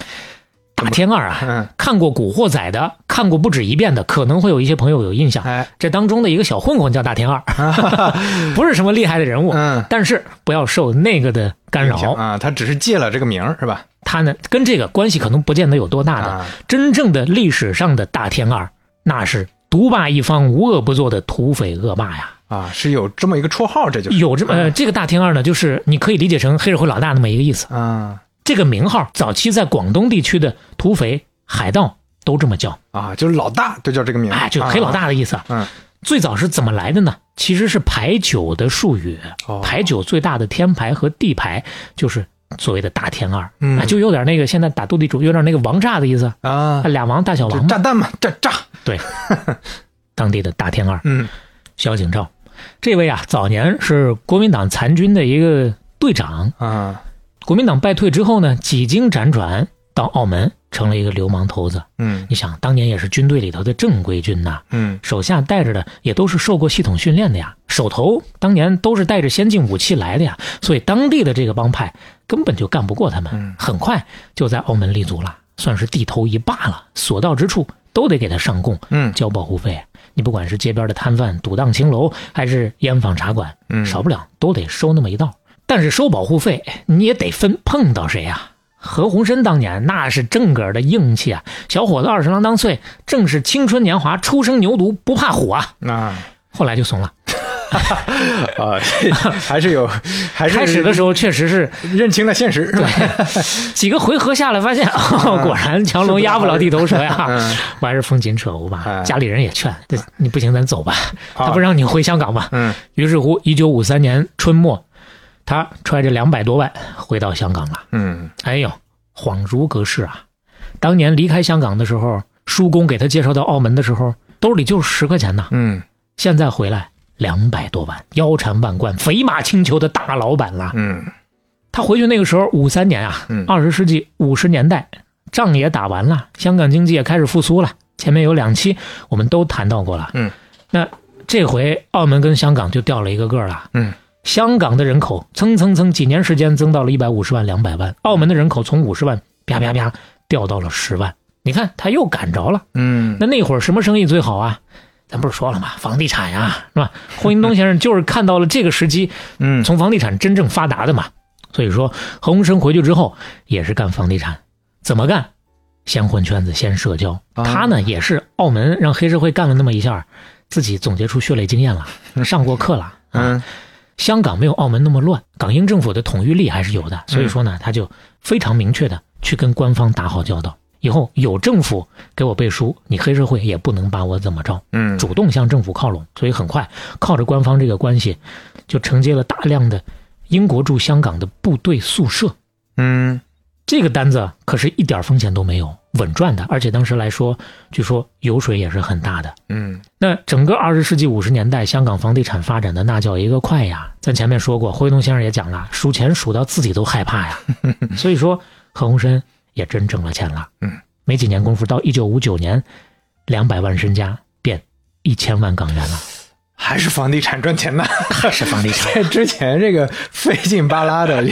大天二啊，嗯看过《古惑仔》的，看过不止一遍的，可能会有一些朋友有印象。哎这当中的一个小混混叫大天 二，不是什么厉害的人物，嗯但是不要受那个的干扰。行啊，他只是借了这个名儿是吧？他呢，跟这个关系可能不见得有多大的。啊真正的历史上的大天二，那是独霸一方、无恶不作的土匪恶霸呀。啊，是有这么一个绰号，这就是有这么呃，这个大天二呢，就是你可以理解成黑社会老大那么一个意思。啊这个名号早期在广东地区的土匪、海盗都这么叫，啊，就是老大都叫这个名儿，哎，就是黑老啊。大的意思啊。嗯，最早是怎么来的呢？其实是牌九的术语哦，牌九最大的天牌和地牌就是所谓的大天二，嗯啊，就有点那个现在打斗地主有点那个王炸的意思，啊啊，，俩王大小就王嘛炸，弹嘛，炸炸，当地的大天二嗯萧景照，这位啊早年是国民党残军的一个队长，啊，国民党败退之后呢，几经辗转到澳门成了一个流氓头子。嗯你想，当年也是军队里头的正规军呐、嗯手下带着的也都是受过系统训练的呀，手头当年都是带着先进武器来的呀，所以当地的这个帮派根本就干不过他嗯们，很快就在澳门立足了，算是地头一霸了，所到之处都得给他上供，嗯交保护费。你不管是街边的摊贩、赌档青楼，还是烟坊茶馆，嗯，少不了都得收那么一道。但是收保护费你也得分碰到谁啊？何鸿燊当年那是正个儿的硬气啊，小伙子二十郎当岁，正是青春年华，初生牛犊不怕虎啊。啊后来就怂了，啊，还是有，还是开始的时候确实是认清了现实，是吧？几个回合下来，发现、哦、 果然强龙压不了地头蛇呀、嗯我还是风紧扯无吧嗯。家里人也劝，这你不行，咱走吧，啊他不让你回香港吧。嗯于是乎，一九五三年春末，他揣着两百多万回到香港了。嗯哎呦，恍如隔世啊！当年离开香港的时候，叔公给他介绍到澳门的时候，兜里就十块钱呐。嗯现在回来两百多万，腰缠万贯，肥马轻裘的大老板了。嗯他回去那个时候，五三年啊嗯，二十世纪五十年代，仗也打完了，香港经济也开始复苏了。前面有两期我们都谈到过了。嗯，那这回澳门跟香港就掉了一个个儿了。嗯香港的人口蹭蹭蹭，几年时间增到了一百五十万、两百万；澳门的人口从五十万啪啪啪掉到了十万。你看，他又赶着了。嗯那那会儿什么生意最好啊？咱不是说了吗？房地产呀、是吧？霍英东先生就是看到了这个时机，嗯，从房地产真正发达的嘛。所以说，何鸿燊回去之后也是干房地产，怎么干？先混圈子，先社交。啊他呢也是澳门让黑社会干了那么一下，自己总结出血泪经 验了，上过课了。嗯香港没有澳门那么乱，港英政府的统御力还是有嗯的，所以说呢，他就非常明确的去跟官方打好交道。以后有政府给我背书，你黑社会也不能把我怎么着，嗯主动向政府靠拢。所以很快，靠着官方这个关系，就承接了大量的英国驻香港的部队宿舍。嗯这个单子可是一点风险都没有，稳赚的。而且当时来说，据说油水也是很大的。嗯那整个二十世纪五十年代，香港房地产发展的那叫一个快呀！咱前面说过，辉东先生也讲了，数钱数到自己都害怕 呀。所以说，何鸿燊也真挣了钱了。嗯，没几年功夫，到一九五九年，两百万身家变一千万港元了。还是房地产赚钱呢，是房地产，在之前这个费劲巴拉的也，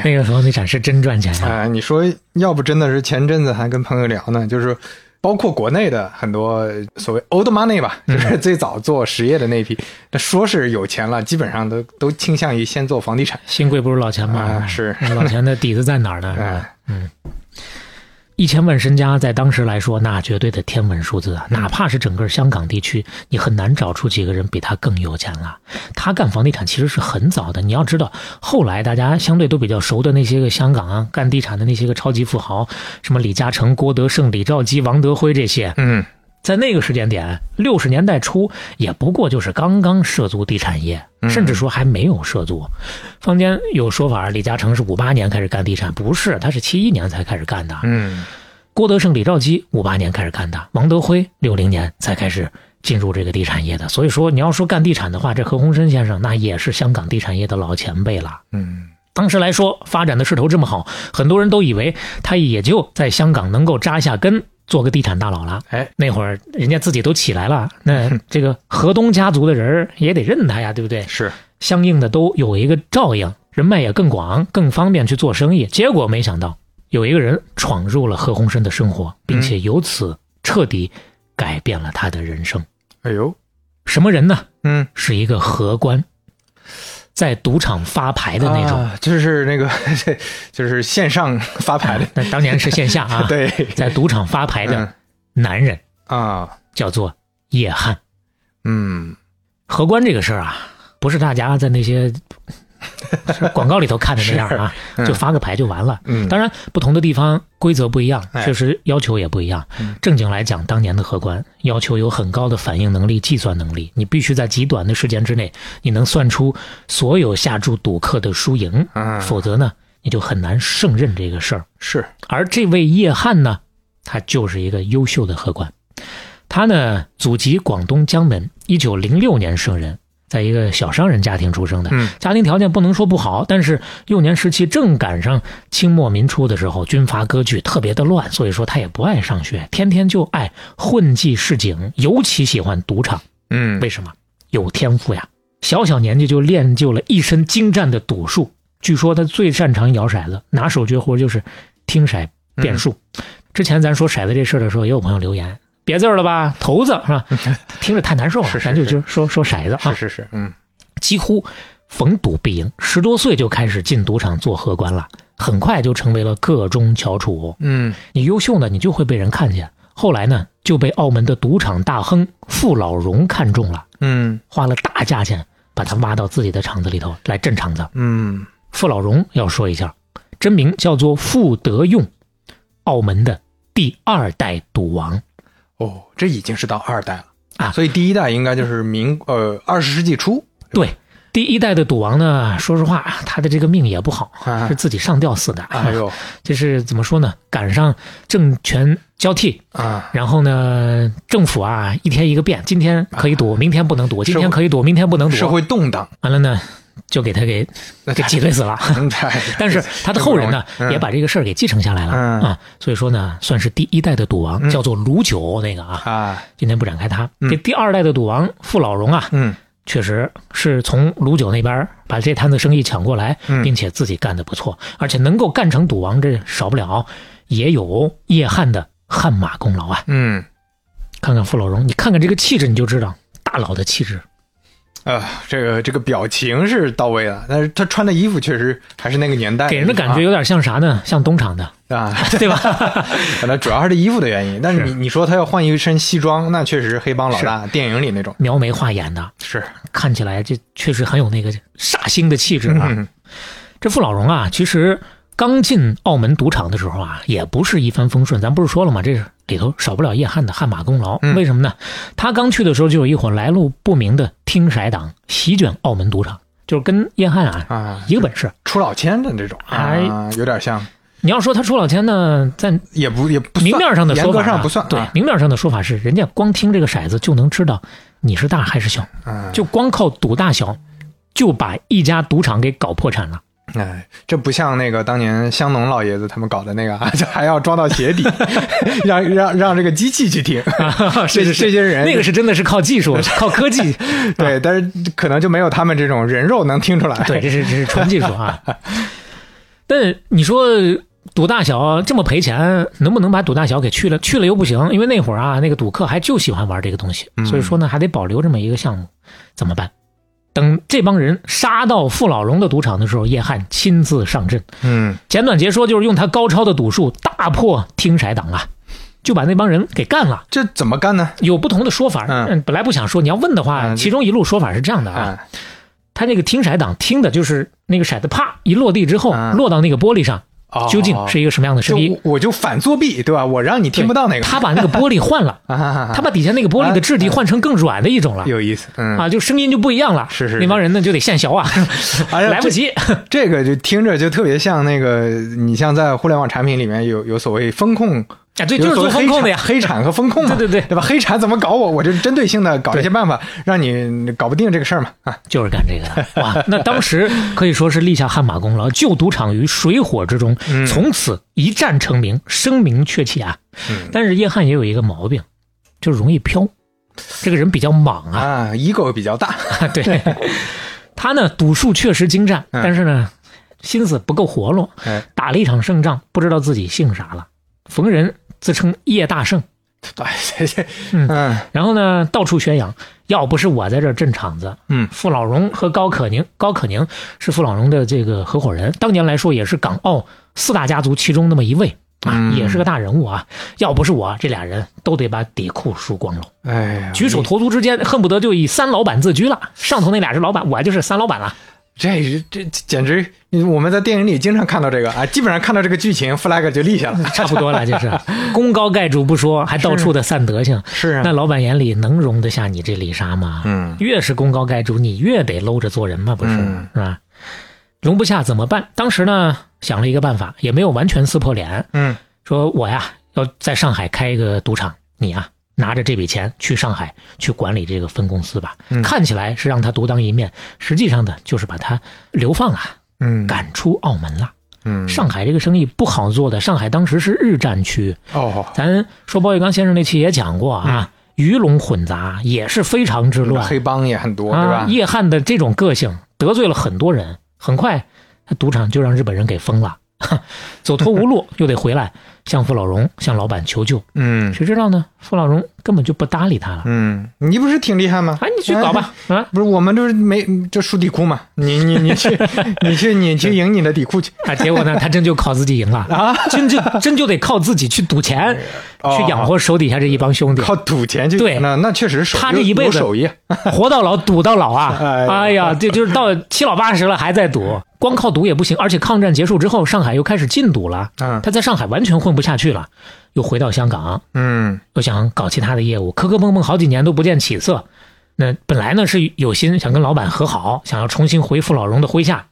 那个房地产是真赚钱啊！啊、你说要不真的是前阵子还跟朋友聊呢，就是包括国内的很多所谓 old money 吧，就是嗯最早做实业的那一批，那说是有钱了，基本上都都倾向于先做房地产。 新贵不如老钱嘛，啊是哎老钱的底子在哪儿呢？是吧哎，嗯，一千万身家在当时来说，那绝对的天文数字啊！嗯哪怕是整个香港地区，你很难找出几个人比他更有钱了。他干房地产其实是很早的，你要知道，后来大家相对都比较熟的那些个香港啊干地产的那些个超级富豪，什么李嘉诚、郭德胜、李兆基、王德辉这些，嗯，在那个时间点，六十年代初也不过就是刚刚涉足地产业，甚至说还没有涉足。坊间有说法，李嘉诚是五八年开始干地产，不是，他是七一年才开始干的。嗯，郭德胜、李兆基五八年开始干的，王德辉六零年才开始进入这个地产业的。所以说，你要说干地产的话，这何鸿燊先生那也是香港地产业的老前辈了。嗯，当时来说，发展的势头这么好，很多人都以为他也就在香港能够扎下根，做个地产大佬了。哎，那会儿人家自己都起来 了，那这个河东家族的人儿也得认他呀，对不对？是，相应的都有一个照应，人脉也更广，更方便去做生意。结果没想到有一个人闯入了何鸿燊的生嗯活，并且由此彻底改变了他的人生。哎呦，什么人呢？嗯，是一个荷官，在赌场发牌的那种。啊就是那个，就是线上发牌的，那当年是线下嗯 啊，对，在赌场发牌的嗯男人啊，叫做叶汉。嗯，荷官这个事儿啊，不是大家在那 些是广告里头看的那样啊，嗯就发个牌就完了。嗯当然，不同的地方规则不一样，哎嗯确实要求也不一样。正经来讲，当年的荷官要求有很高的反应能力、计算能力，你必须在极短的时间之内，你能算出所有下注赌客的输赢，啊，否则呢，你就很难胜任这个事儿。是，而这位叶汉呢，他就是一个优秀的荷官。他呢，祖籍广东江门，一九零六年生人，在一个小商人家庭出生的。嗯家庭条件不能说不好，但是幼年时期正赶上清末民初的时候，军阀割据特别的乱，所以说他也不爱上学，天天就爱混迹市井，尤其喜欢赌场。嗯为，什么？有天赋呀！小小年纪就练就了一身精湛的赌术。据说他最擅长摇骰子，拿手绝活就是听骰变数。嗯之前咱说骰子这事儿的时候，也有朋友留言：“别字儿了吧，头子 是吧？”听着太难受了，啊是是咱就是就说说骰子啊。是是是，嗯，几乎逢赌必赢，十多岁就开始进赌场做荷官了，很快就成为了个中翘楚。嗯，你优秀呢，你就会被人看见。后来呢，就被澳门的赌场大亨傅老荣看中了。嗯，花了大价钱把他挖到自己的厂子里头来镇厂子。嗯，傅老荣要说一下，真名叫做傅德用，澳门的第二代赌王。哦，这已经是到二代了啊所以第一代应该就是民呃二十世纪 初，对，第一代的赌王呢，说实话，他的这个命也不好，啊是自己上吊死的。哎呦这是怎么说呢？赶上政权交替，啊，然后呢，政府啊一天一个变，今天可以赌，明天不能赌；今天可以赌，明天不能社赌。会动荡，完了呢，就给他给那 给太挤兑死了。嗯太，但是他的后人呢，嗯也把这个事儿给继承下来了嗯啊，所以说呢，算是第一代的赌王，叫做卢九那个啊，啊，今天不展开他。嗯这第二代的赌王傅老荣啊，嗯确实是从卢九那边把这摊子生意抢过来，嗯并且自己干得不错，而且能够干成赌王，这少不了也有叶汉的汗马功劳啊。嗯看看傅老荣，你看看这个气质，你就知道大佬的气质。啊，这个这个表情是到位了，但是他穿的衣服确实还是那个年代，给人的感觉有点像啥呢？像东厂的，啊， 对吧？ 可能主要还是衣服的原因。但是你是你说他要换一身西装，那确实黑帮老大电影里那种描眉画眼的，是，看起来这确实很有那个煞星的气质啊。嗯这傅老荣啊，其实刚进澳门赌场的时候啊，也不是一帆风顺。咱不是说了吗？这里头少不了叶汉的汗马功劳。嗯为什么呢？他刚去的时候就有一伙来路不明的听骰党席卷澳门赌场，就是跟叶汉啊啊，一个本事。出老千的这种，哎啊，有点像，你要说他出老千呢，在也不也不算明面上的说法、严格啊、上不算，对啊，明面上的说法是，人家光听这个骰子就能知道你是大还是小，啊，就光靠赌大小，就把一家赌场给搞破产了。哎，这不像那个当年香农老爷子他们搞的那个 啊，这还要装到鞋底，让让让这个机器 去听，是是这这些人那个是真的是靠技 术，靠科技。对，但是可能就没有他们这种人肉能听出来，对，这是这是纯技术啊。哎 但你说赌大小啊这么赔钱，能不能把赌大小给去了？去了又不行，因为那会嗯儿啊，那个赌客还就喜欢玩这个东西，所以说呢，还得保留这么一个项目，怎么办？等这帮人杀到傅老荣的赌场的时候，叶汉亲自上阵。嗯简短截说，就是用他高超的赌术大破听骰党啊，就把那帮人给干了。这怎么干呢？有不同的说法，嗯嗯，本来不想说，你要问的话，嗯其中一路说法是这样的啊，哎，他这个听骰党听的就是那个骰子啪一落地之后嗯落到那个玻璃上，哦啊究竟是一个什么样的就声音？我就反作弊，对吧？我让你听不到那个，啊他把那个玻璃换 了，他他把底下那个玻璃的质地换成更软的一种了。有意思，嗯，啊，就声音就不一样了。是是是那帮人呢就得现学啊， 哎呀 来不及。这个就听着就特别像那个，你像在互联网产品里面有有所谓风控，啊，对，有就是所做谓风控的呀。黑产黑产和风控 嘛，对对对对吧？黑产怎么搞我？我就是针对性的搞一对些办法，让你搞不定这个事儿嘛。啊，就是干这个的哇！ 那当时可以说是立下汗马功劳，救赌场于水火之中，嗯从此一战成名，声名鹊起啊！嗯但是叶汉也有一个毛病，就容易飘，这个人比较莽 啊。啊，ego 比较 大，对，他呢赌术确实精湛，嗯但是呢心思不够活络，哎，打了一场胜仗，不知道自己姓啥了，逢人自称叶大圣。哎，这这，嗯嗯然后呢，到处宣扬，要不是我在这儿镇场子，嗯傅老荣和高可宁，高可宁是傅老荣的这个合伙人，当年来说也是港澳四大家族其中那么一位啊，嗯也是个大人物啊。要不是我，这俩人都得把底裤输光了，哎呀，举手投足之间恨不得就以三老板自居了。上头那俩是老板，我就是三老板了。这这这简直，我们在电影里经常看到这个啊，基本上看到这个剧情 flag 就立下 了。 差不多了，就是功高盖主不说，还到处的散德性。是那，老板眼里能容得下你这丽莎吗？嗯越是功高盖主，你越得搂着做人嘛，不是、嗯是吧？容不下怎么办？当时呢想了一个办法，也没有完全撕破脸，嗯说我呀要在上海开一个赌场，你呀拿着这笔钱去上海去管理这个分公司吧。嗯看起来是让他独当一面，实际上呢就是把他流放啊，嗯，赶出澳门了。嗯上海这个生意不好做的，上海当时是日战区，哦，咱说包玉刚先生那期也讲过啊，鱼龙混杂也是非常之乱。嗯黑帮也很多，对啊吧，？叶汉的这种个性得罪了很多人，很快他赌场就让日本人给封了， 走投无路又得回来向傅老荣向老板求救。嗯谁知道呢？傅老荣根本就不搭理他了。嗯，你不是挺厉害吗？哎，你去搞 吧啊！不是，我们就是没就输底裤嘛，你你你 去你去你去赢你的底裤去啊，结果呢，他真就靠自己赢了，啊！真就真就得靠自己去赌钱，哦去养活手底下这一帮兄弟，靠赌钱去，对那那确实手他这一辈子有手艺，啊活到老赌到老啊！哎呀哎呀，这就是到七老八十了还在赌，光靠赌也不行，而且抗战结束之后，上海又开始禁赌了。嗯他在上海完全混不下去了，又回到香港，嗯又想搞其他的业务，磕磕碰碰好几年都不见起色。那本来呢是有心想跟老板和好，想要重新回傅老荣的麾下，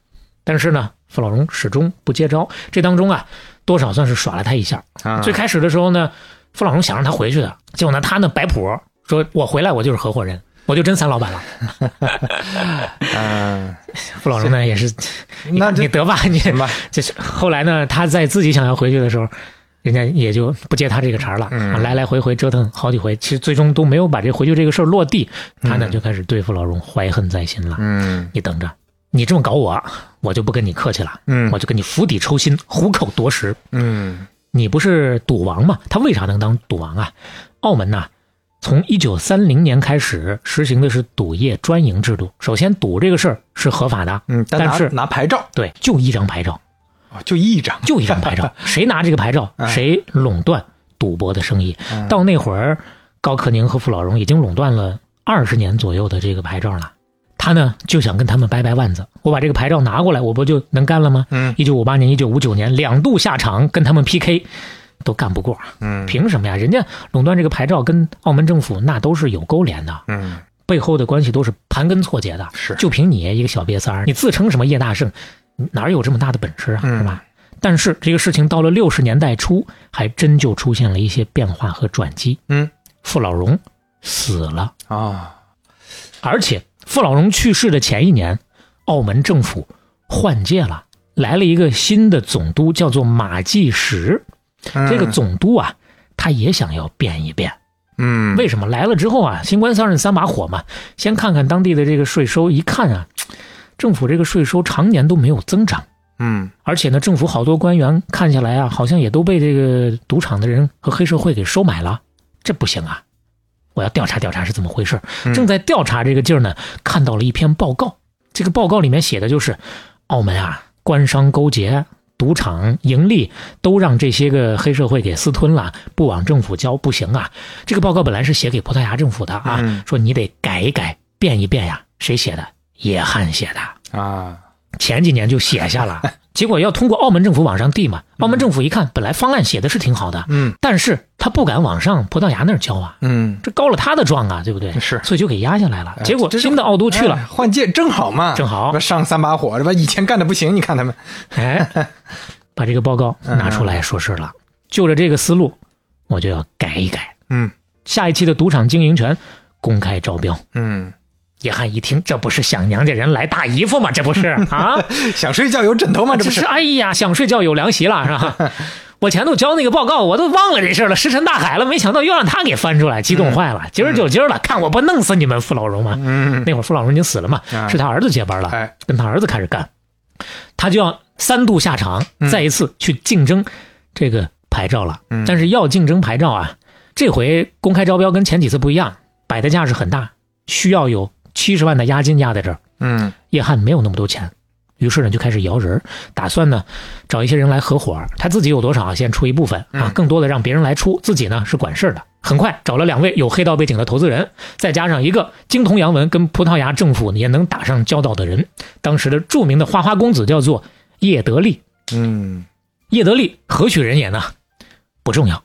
但是呢，傅老荣始终不接招。这当中啊，多少算是耍了他一下。啊，最开始的时候呢，傅老荣想让他回去的，结果呢，他呢摆谱说：“我回来我就是合伙人，我就真三老板了。嗯，”傅老荣呢也是，那 你这得吧，你行吧，这是后来呢，他在自己想要回去的时候，人家也就不接他这个茬儿了，嗯啊来来回回折腾好几回，其实最终都没有把这回去这个事儿落地，他呢嗯就开始对付老荣怀恨在心了。嗯你等着，你这么搞我，我就不跟你客气了，嗯我就跟你釜底抽薪，虎口夺食。嗯你不是赌王吗？他为啥能当赌王啊？澳门呐、从一九三零年开始实行的是赌业专营制度。首先，赌这个事儿是合法的，嗯，但拿是拿牌照对，就一张牌照。哦就一张，就一 张牌照，谁拿这个牌嗯照，谁垄断赌博的生意。到那会儿，高克宁和傅老荣已经垄断了二十年左右的这个牌照了。他呢就想跟他们掰掰腕子，我把这个牌照拿过来，我不就能干了吗？嗯一九五八年、一九五九年两度下场跟他们 PK，都干不过，嗯凭什么呀？人家垄断这个牌照跟澳门政府那都是有勾连的。嗯背后的关系都是盘根错节的。是就凭你一个小瘪三儿，你自称什么叶大圣，你哪有这么大的本事啊？嗯是吧？但是这个事情到了六十年代初，还真就出现了一些变化和转机。嗯傅老荣死了，啊而且傅老荣去世的前一年，澳门政府换届了，来了一个新的总督，叫做马继实。这个嗯总督啊，他也想要变一变。嗯为什么来了之后啊，新官上任三把火嘛，先看看当地的这个税收，一看啊，政府这个税收常年都没有增长，嗯而且呢，政府好多官员看下来啊，好像也都被这个赌场的人和黑社会给收买了，这不行啊。我要调查调查是怎么回事儿。正在调查这个劲儿呢，看到了一篇报告，这个报告里面写的就是澳门啊，官商勾结。赌场盈利都让这些个黑社会给私吞了，不往政府交不行啊！这个报告本来是写给葡萄牙政府的啊，嗯说你得改一改，变一变呀。谁写的？野汉写的。啊，前几年就写下 了，结果要通过澳门政府往上递嘛。澳门政府一看，本来方案写的是挺好的，嗯但是他不敢往上葡萄牙那儿交啊，嗯，这高了他的状啊，对不对？是所以就给压下来了。哎结果这就新的澳都去哎了，换届正好嘛，正好不上三把火是吧？以前干的不行，你看他们， 哎，把这个报告拿出来说事儿了。就着这个思路，我就要改一改。嗯下一期的赌场经营权公开招标。嗯，野汉一听，这不是想娘家人来大姨夫吗？这不是啊？想睡觉有枕头吗？这只不是是哎呀，想睡觉有凉席了，是 吧？我前头交那个报告，我都忘了这事儿了，石沉大海了。没想到又让他给翻出来，激动坏了。今儿就今儿了，看我不弄死你们傅老荣吗？嗯，那会儿傅老荣已经死了嘛，啊是他儿子接班了，哎跟他儿子开始干，他就要三度下场，再一次去竞争这个牌照了。嗯但是要竞争牌照啊，这回公开招标跟前几次不一样，摆的架势很大，需要有七十万的押金压在这儿。嗯叶汉没有那么多钱，于是呢就开始摇人儿，打算呢找一些人来合伙儿，他自己有多少先出一部分啊嗯，更多的让别人来出，自己呢是管事儿的。很快找了两位有黑道背景的投资人，再加上一个精通洋文、跟葡萄牙政府也能打上交道的人，当时的著名的花花公子叫做叶德利。嗯， 叶德利何许人也呢？不重要，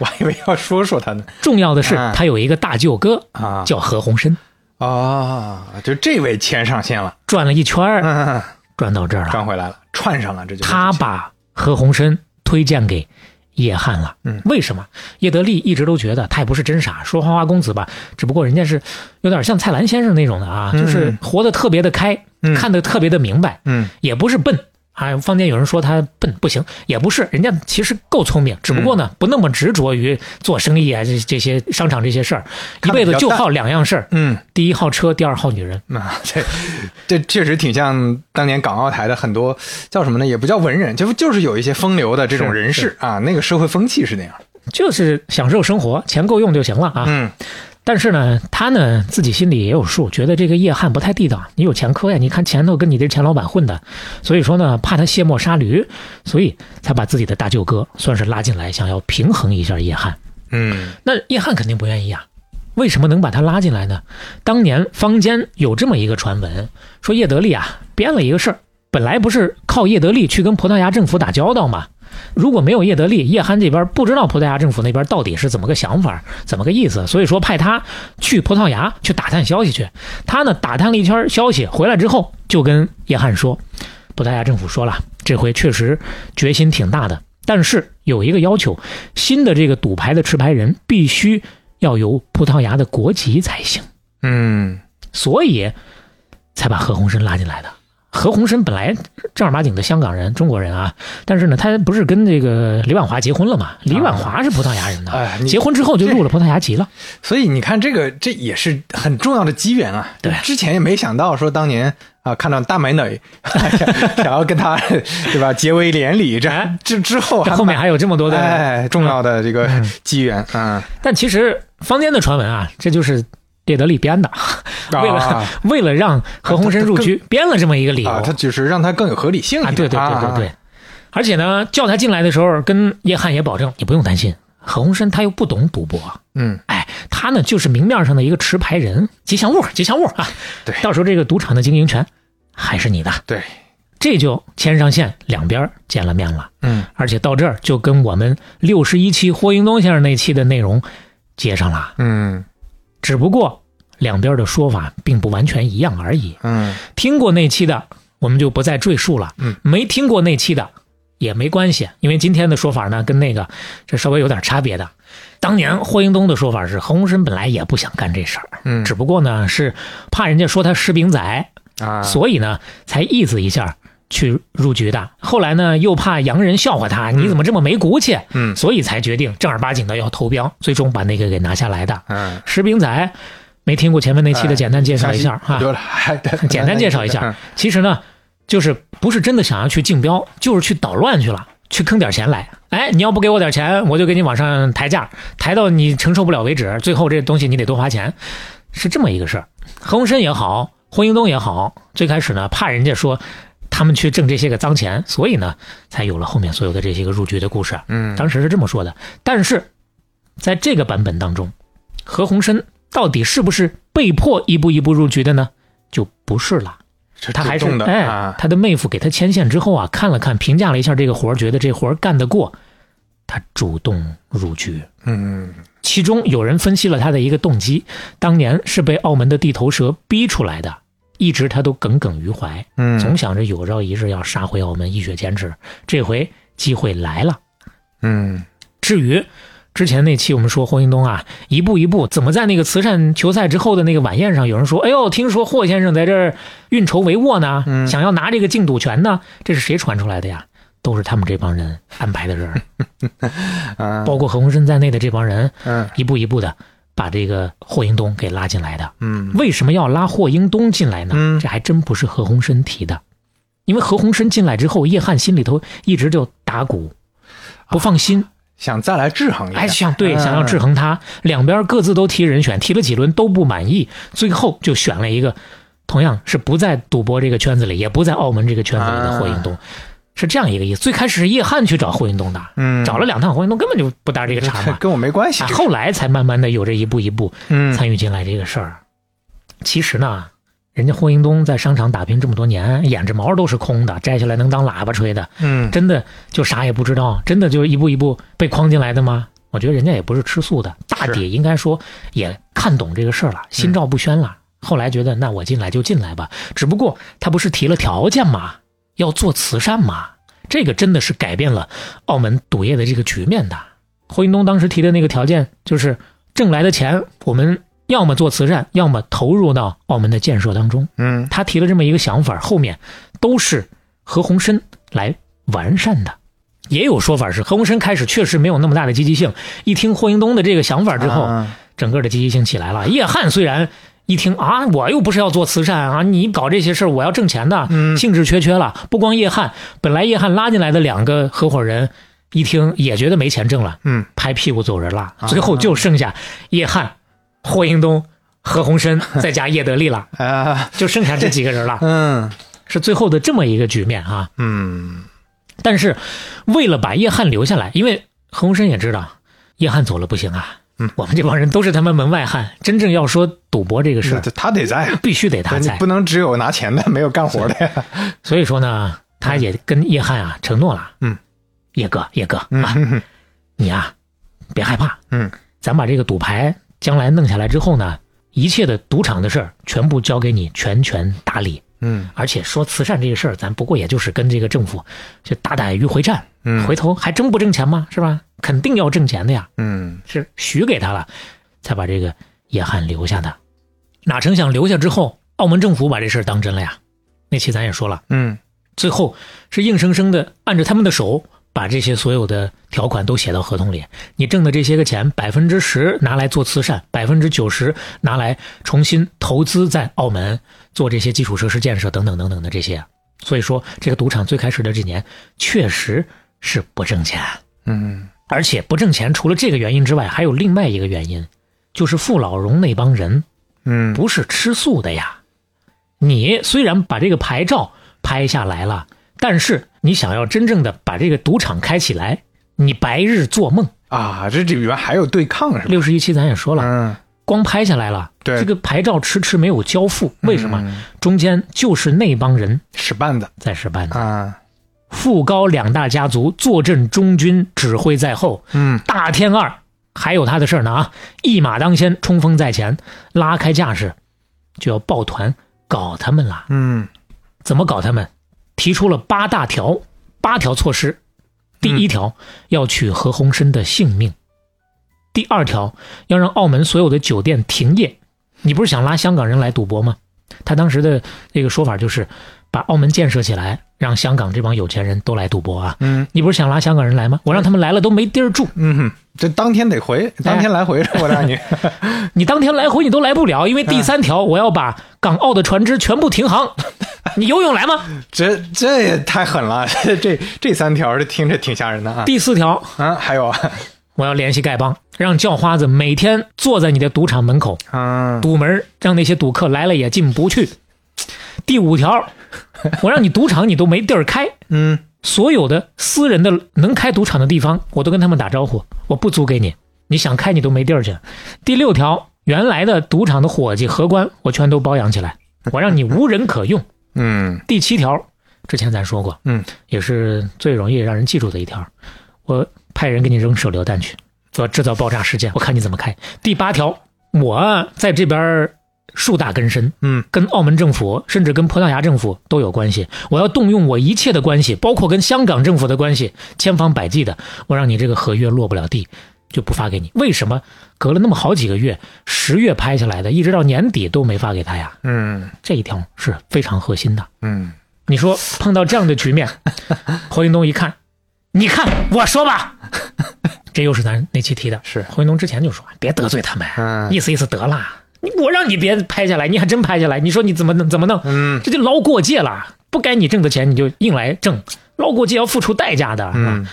我还以为要说说他呢重要的是啊他有一个大舅哥啊叫何鸿燊，啊，就这位牵上线了，转了一圈儿，嗯，转到这儿了。 转回来了，串上了，这就他把何鸿燊推荐给叶汉了。嗯为什么？叶德利一直都觉得他也不是真傻，说花花公子吧，只不过人家是有点像蔡澜先生那种的啊，嗯就是活得特别的开，嗯看得特别的明白，嗯也不是笨。啊，坊间有人说他笨不行，也不是，人家其实够聪明，只不过呢、嗯不那么执着于做生意啊，这这些商场这些事儿，一看得辈子比较就淡好两样事儿，嗯，第一好车，第二好女人。啊，这这确实挺像当年港澳台的很多叫什么呢？也不叫文人，就就是有一些风流的这种是人士是啊啊，那个社会风气是那样。就是享受生活，钱够用就行了啊。嗯但是呢，他呢自己心里也有数，觉得这个叶汉不太地道。你有前科呀，你看前头跟你这钱老板混的，所以说呢，怕他卸磨杀驴，所以才把自己的大舅哥算是拉进来，想要平衡一下叶汉。嗯那叶汉肯定不愿意啊。为什么能把他拉进来呢？当年坊间有这么一个传闻，说叶德利啊编了一个事儿，本来不是靠叶德利去跟葡萄牙政府打交道吗？如果没有叶德利，叶汉这边不知道葡萄牙政府那边到底是怎么个想法，怎么个意思，所以说派他去葡萄牙去打探消息去。他呢打探了一圈消息，回来之后就跟叶汉说，葡萄牙政府说了，这回确实决心挺大的，但是有一个要求，新的这个赌牌的持牌人必须要有葡萄牙的国籍才行，嗯所以才把何鸿燊拉进来的。何鸿燊本来正儿八经的香港人、中国人啊，但是呢，他不是跟这个李婉华结婚了嘛？李婉华是葡萄牙人哎的，你啊结婚之后就入了葡萄牙籍 了。所以你看，这个这也是很重要的机缘啊。对之前也没想到说当年啊，看到大美女， 想想要跟她对吧结为连理，这哎这之后这还后面嗯还有这么多的，啊哎重要的这个机缘啊，但其实坊间的传闻啊，这就是列德利编的，啊为了为了让何鸿燊 入局，编了这么一个理由啊，他就是让它更有合理性 一啊，点。对对对对啊对，，而且呢，叫他进来的时候，跟叶汉也保证，你不用担心，何鸿燊他又不懂赌博，嗯哎，他呢就是明面上的一个持牌人，吉祥物，吉祥物啊，对到时候这个赌场的经营权还是你的，对，这就牵上线，两边见了面了，嗯而且到这儿就跟我们六十一期霍英东先生那期的内容接上了，嗯只不过两边的说法并不完全一样而已。嗯听过那期的，我们就不再赘述了。嗯，没听过那期的也没关系，因为今天的说法呢，跟那个这稍微有点差别的。当年霍英东的说法是，何鸿燊本来也不想干这事儿，嗯，只不过呢是怕人家说他石饼仔，啊，所以呢才意思一下去入局的。后来呢又怕洋人笑话他，你怎么这么没骨气？嗯所以才决定正儿八经的要投标，最终把那个给拿下来的。嗯，石饼仔没听过前面那期的，哎简单介绍一下哈。对了，还得简单介绍一下，其实呢，就是不是真的想要去竞标，就是去捣乱去了。去坑点钱来。哎，你要不给我点钱，我就给你往上抬价，抬到你承受不了为止。最后这东西你得多花钱，是这么一个事儿。何鸿燊也好，霍英东也好，最开始呢怕人家说他们去挣这些个脏钱，所以呢才有了后面所有的这些个入局的故事。 啊嗯当时是这么说的。但是在这个版本当中，何鸿燊到底是不是被迫一步一步入局的呢？就不是了。他还是主动的哎啊，，他的妹夫给他牵线之后啊，看了看，评价了一下这个活儿，觉得这活儿干得过，他主动入局。嗯，其中有人分析了他的一个动机，当年是被澳门的地头蛇逼出来的，一直他都耿耿于怀，嗯总想着有朝一日要杀回澳门一雪前耻。这回机会来了。嗯至于之前那期我们说霍英东啊，一步一步怎么在那个慈善球赛之后的那个晚宴上，有人说：“哎呦，听说霍先生在这儿运筹帷幄呢，想要拿这个禁赌权呢。”这是谁传出来的呀？都是他们这帮人安排的人儿，啊包括何鸿燊在内的这帮人，嗯一步一步的把这个霍英东给拉进来的。嗯为什么要拉霍英东进来呢？嗯这还真不是何鸿燊提的，因为何鸿燊进来之后，叶汉心里头一直就打鼓，不放心。想再来制衡一哎，下，想对，嗯想要制衡他，两边各自都提人选，提了几轮都不满意，最后就选了一个同样是不在赌博这个圈子里，也不在澳门这个圈子里的霍英啊东，是这样一个意思。最开始是叶汉去找霍英东的，嗯，找了两趟，霍英东根本就不搭这个茬 ，嘛跟我没关系啊，，后来才慢慢的有这一步一步嗯参与进来这个事儿。其实呢，人家霍英东在商场打拼这么多年，眼睫毛都是空的，摘下来能当喇叭吹的，嗯真的就啥也不知道，真的就一步一步被框进来的吗？我觉得人家也不是吃素的，大抵应该说也看懂这个事儿了，心照不宣了。后来觉得那我进来就进来吧，只不过他不是提了条件嘛，要做慈善嘛，这个真的是改变了澳门赌业的这个局面的。霍英东当时提的那个条件就是挣来的钱，我们要么做慈善，要么投入到澳门的建设当中。嗯他提了这么一个想法，后面都是何鸿燊来完善的。也有说法是何鸿燊开始确实没有那么大的积极性，一听霍英东的这个想法之后，啊整个的积极性起来了。叶汉虽然一听啊，我又不是要做慈善啊，你搞这些事儿我要挣钱的，嗯兴致缺缺了。不光叶汉，本来叶汉拉进来的两个合伙人一听也觉得没钱挣了，嗯拍屁股走人了啊，最后就剩下叶汉、霍英东、何鸿燊再加叶德利 了。啊就剩下这几个人了，嗯是最后的这么一个局面啊。嗯但是为了把叶汉留下来，因为何鸿燊也知道叶汉走了不行啊，嗯我们这帮人都是他妈门外汉，真正要说赌博这个事是儿，他得在啊，必须得他你在不。能只有拿钱的，没有干活的呀，所以说呢，他也跟叶汉啊承诺了，嗯，叶哥，叶哥啊， 嗯你啊别害怕，嗯咱把这个赌牌将来弄下来之后呢，一切的赌场的事儿全部交给你全权打理。嗯而且说慈善这个事儿，咱不过也就是跟这个政府就打打迂回战，嗯回头还真不挣钱吗？是吧？肯定要挣钱的呀，嗯是许给他了，才把这个叶汉留下的。哪成想留下之后，澳门政府把这事儿当真了呀。那期咱也说了，嗯最后是硬生生的按着他们的手，把这些所有的条款都写到合同里。你挣的这些个钱，百分之十拿来做慈善，百分之九十拿来重新投资在澳门做这些基础设施建设等等等等的这些。所以说，这个赌场最开始的几年确实是不挣钱，嗯而且不挣钱，除了这个原因之外，还有另外一个原因，就是傅老荣那帮人嗯不是吃素的呀。你虽然把这个牌照拍下来了，但是你想要真正的把这个赌场开起来，你白日做梦。啊，这里边还有对抗是吧？六十一期咱也说了，嗯光拍下来了，对这个牌照迟迟没有交付，为什么嗯？中间就是那帮人使绊子在使绊子。啊，富高两大家族坐镇中军，指挥在后，嗯大天二还有他的事儿呢啊！一马当先，冲锋在前，拉开架势，就要抱团搞他们了。嗯怎么搞他们？提出了八大条，八条措施。第一条、要取何鸿燊的性命；第二条要让澳门所有的酒店停业。你不是想拉香港人来赌博吗？他当时的这个说法就是，把澳门建设起来，让香港这帮有钱人都来赌博啊！嗯你不是想拉香港人来吗？我让他们来了都没地儿住，嗯哼，这当天得回，当天来回，我让 你，你当天来回你都来不了，因为第三条我要把港澳的船只全部停航。 你游泳来吗？这这也太狠了， 这这三条这听着挺吓人的 啊第四条，啊！还有啊我要联系丐帮，让叫花子每天坐在你的赌场门口 啊，堵门儿，让那些赌客来了也进不去。第五条，我让你赌场你都没地儿开，嗯，所有的私人的能开赌场的地方，我都跟他们打招呼，我不租给你，你想开你都没地儿去。第六条，原来的赌场的伙计、荷官，我全都包养起来，我让你无人可用。嗯第七条，之前咱说过，嗯，也是最容易让人记住的一条，我派人给你扔手榴弹去，我制造爆炸事件，我看你怎么开。第八条，我在这边树大根深，嗯跟澳门政府，甚至跟葡萄牙政府都有关系。我要动用我一切的关系，包括跟香港政府的关系，千方百计的，我让你这个合约落不了地，就不发给你。为什么隔了那么好几个月，十月拍下来的，一直到年底都没发给他呀？嗯这一条是非常核心的。嗯，你说碰到这样的局面， 侯云东一看，你看我说吧，这又是咱那期提的，是侯云东之前就说别得罪他们，嗯意思意思得了，你我让你别拍下来，你还真拍下来，你说你怎么弄怎么弄？嗯这就捞过界了，不该你挣的钱你就硬来挣，捞过界要付出代价的。是吧嗯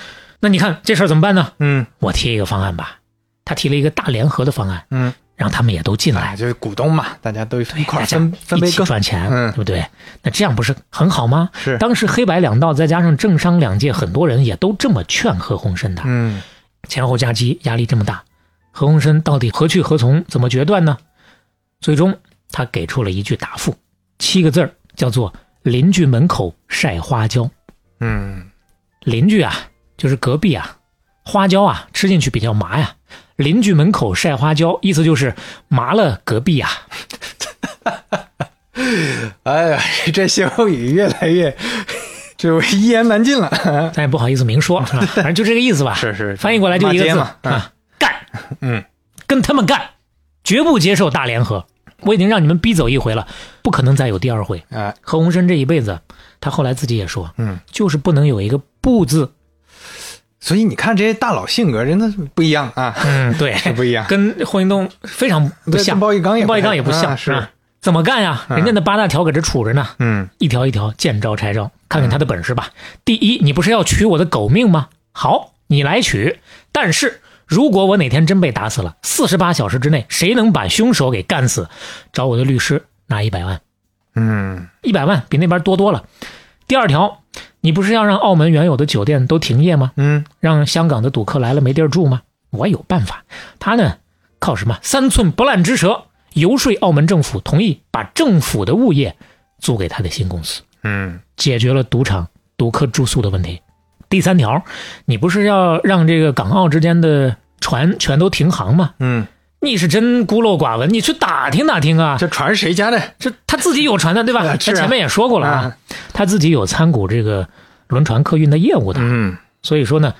那你看这事儿怎么办呢？嗯我提一个方案吧，他提了一个大联合的方案，嗯，让他们也都进来哎，，就是股东嘛，大家哎都一块大儿家分分一杯起羹，赚钱，嗯对不对？那这样不是很好吗？是当时黑白两道再加上政商两界，很多人也都这么劝何鸿燊的，嗯前后夹击，压力这么大，何鸿燊到底何去何从？怎么决断呢？最终他给出了一句答复，七个字儿，叫做“邻居门口晒花椒”。嗯邻居啊，就是隔壁啊，花椒啊，吃进去比较麻呀。邻居门口晒花椒，意思就是麻了隔壁啊。哎 呀，这歇后语越来越就一言难尽了，咱也不好意思明说，是吧？反正就这个意思吧。是 是翻译过来就一个字骂街嘛嗯啊，干，嗯，跟他们干，绝不接受大联合。我已经让你们逼走一回了，不可能再有第二回。哎何鸿燊这一辈子，他后来自己也说，嗯，就是不能有一个不字。所以你看这些大佬性格真的是不一样啊，嗯，对，是不一样， 跟霍云东非常不对像跟，包玉刚也包玉刚也不啊像，是吧，怎么干呀？嗯人家那八大条搁这杵着呢，嗯一条一条见招拆招，看看他的本事吧。第一，你不是要取我的狗命吗？好，你来取。但是如果我哪天真被打死了，四十八小时之内谁能把凶手给干死，找我的律师拿一百万，嗯一百万比那边多多了。第二条，你不是要让澳门原有的酒店都停业吗？嗯让香港的赌客来了没地儿住吗？我有办法。他呢，靠什么三寸不烂之舌游说澳门政府同意把政府的物业租给他的新公司。嗯解决了赌场赌客住宿的问题。第三条，你不是要让这个港澳之间的船全都停航吗？嗯，你是真孤陋寡闻，你去打听打听啊！这船是谁家的？这他自己有船的对吧？啊是他啊前面也说过了啊，他自己有参股这个轮船客运的业务的，嗯所以说呢，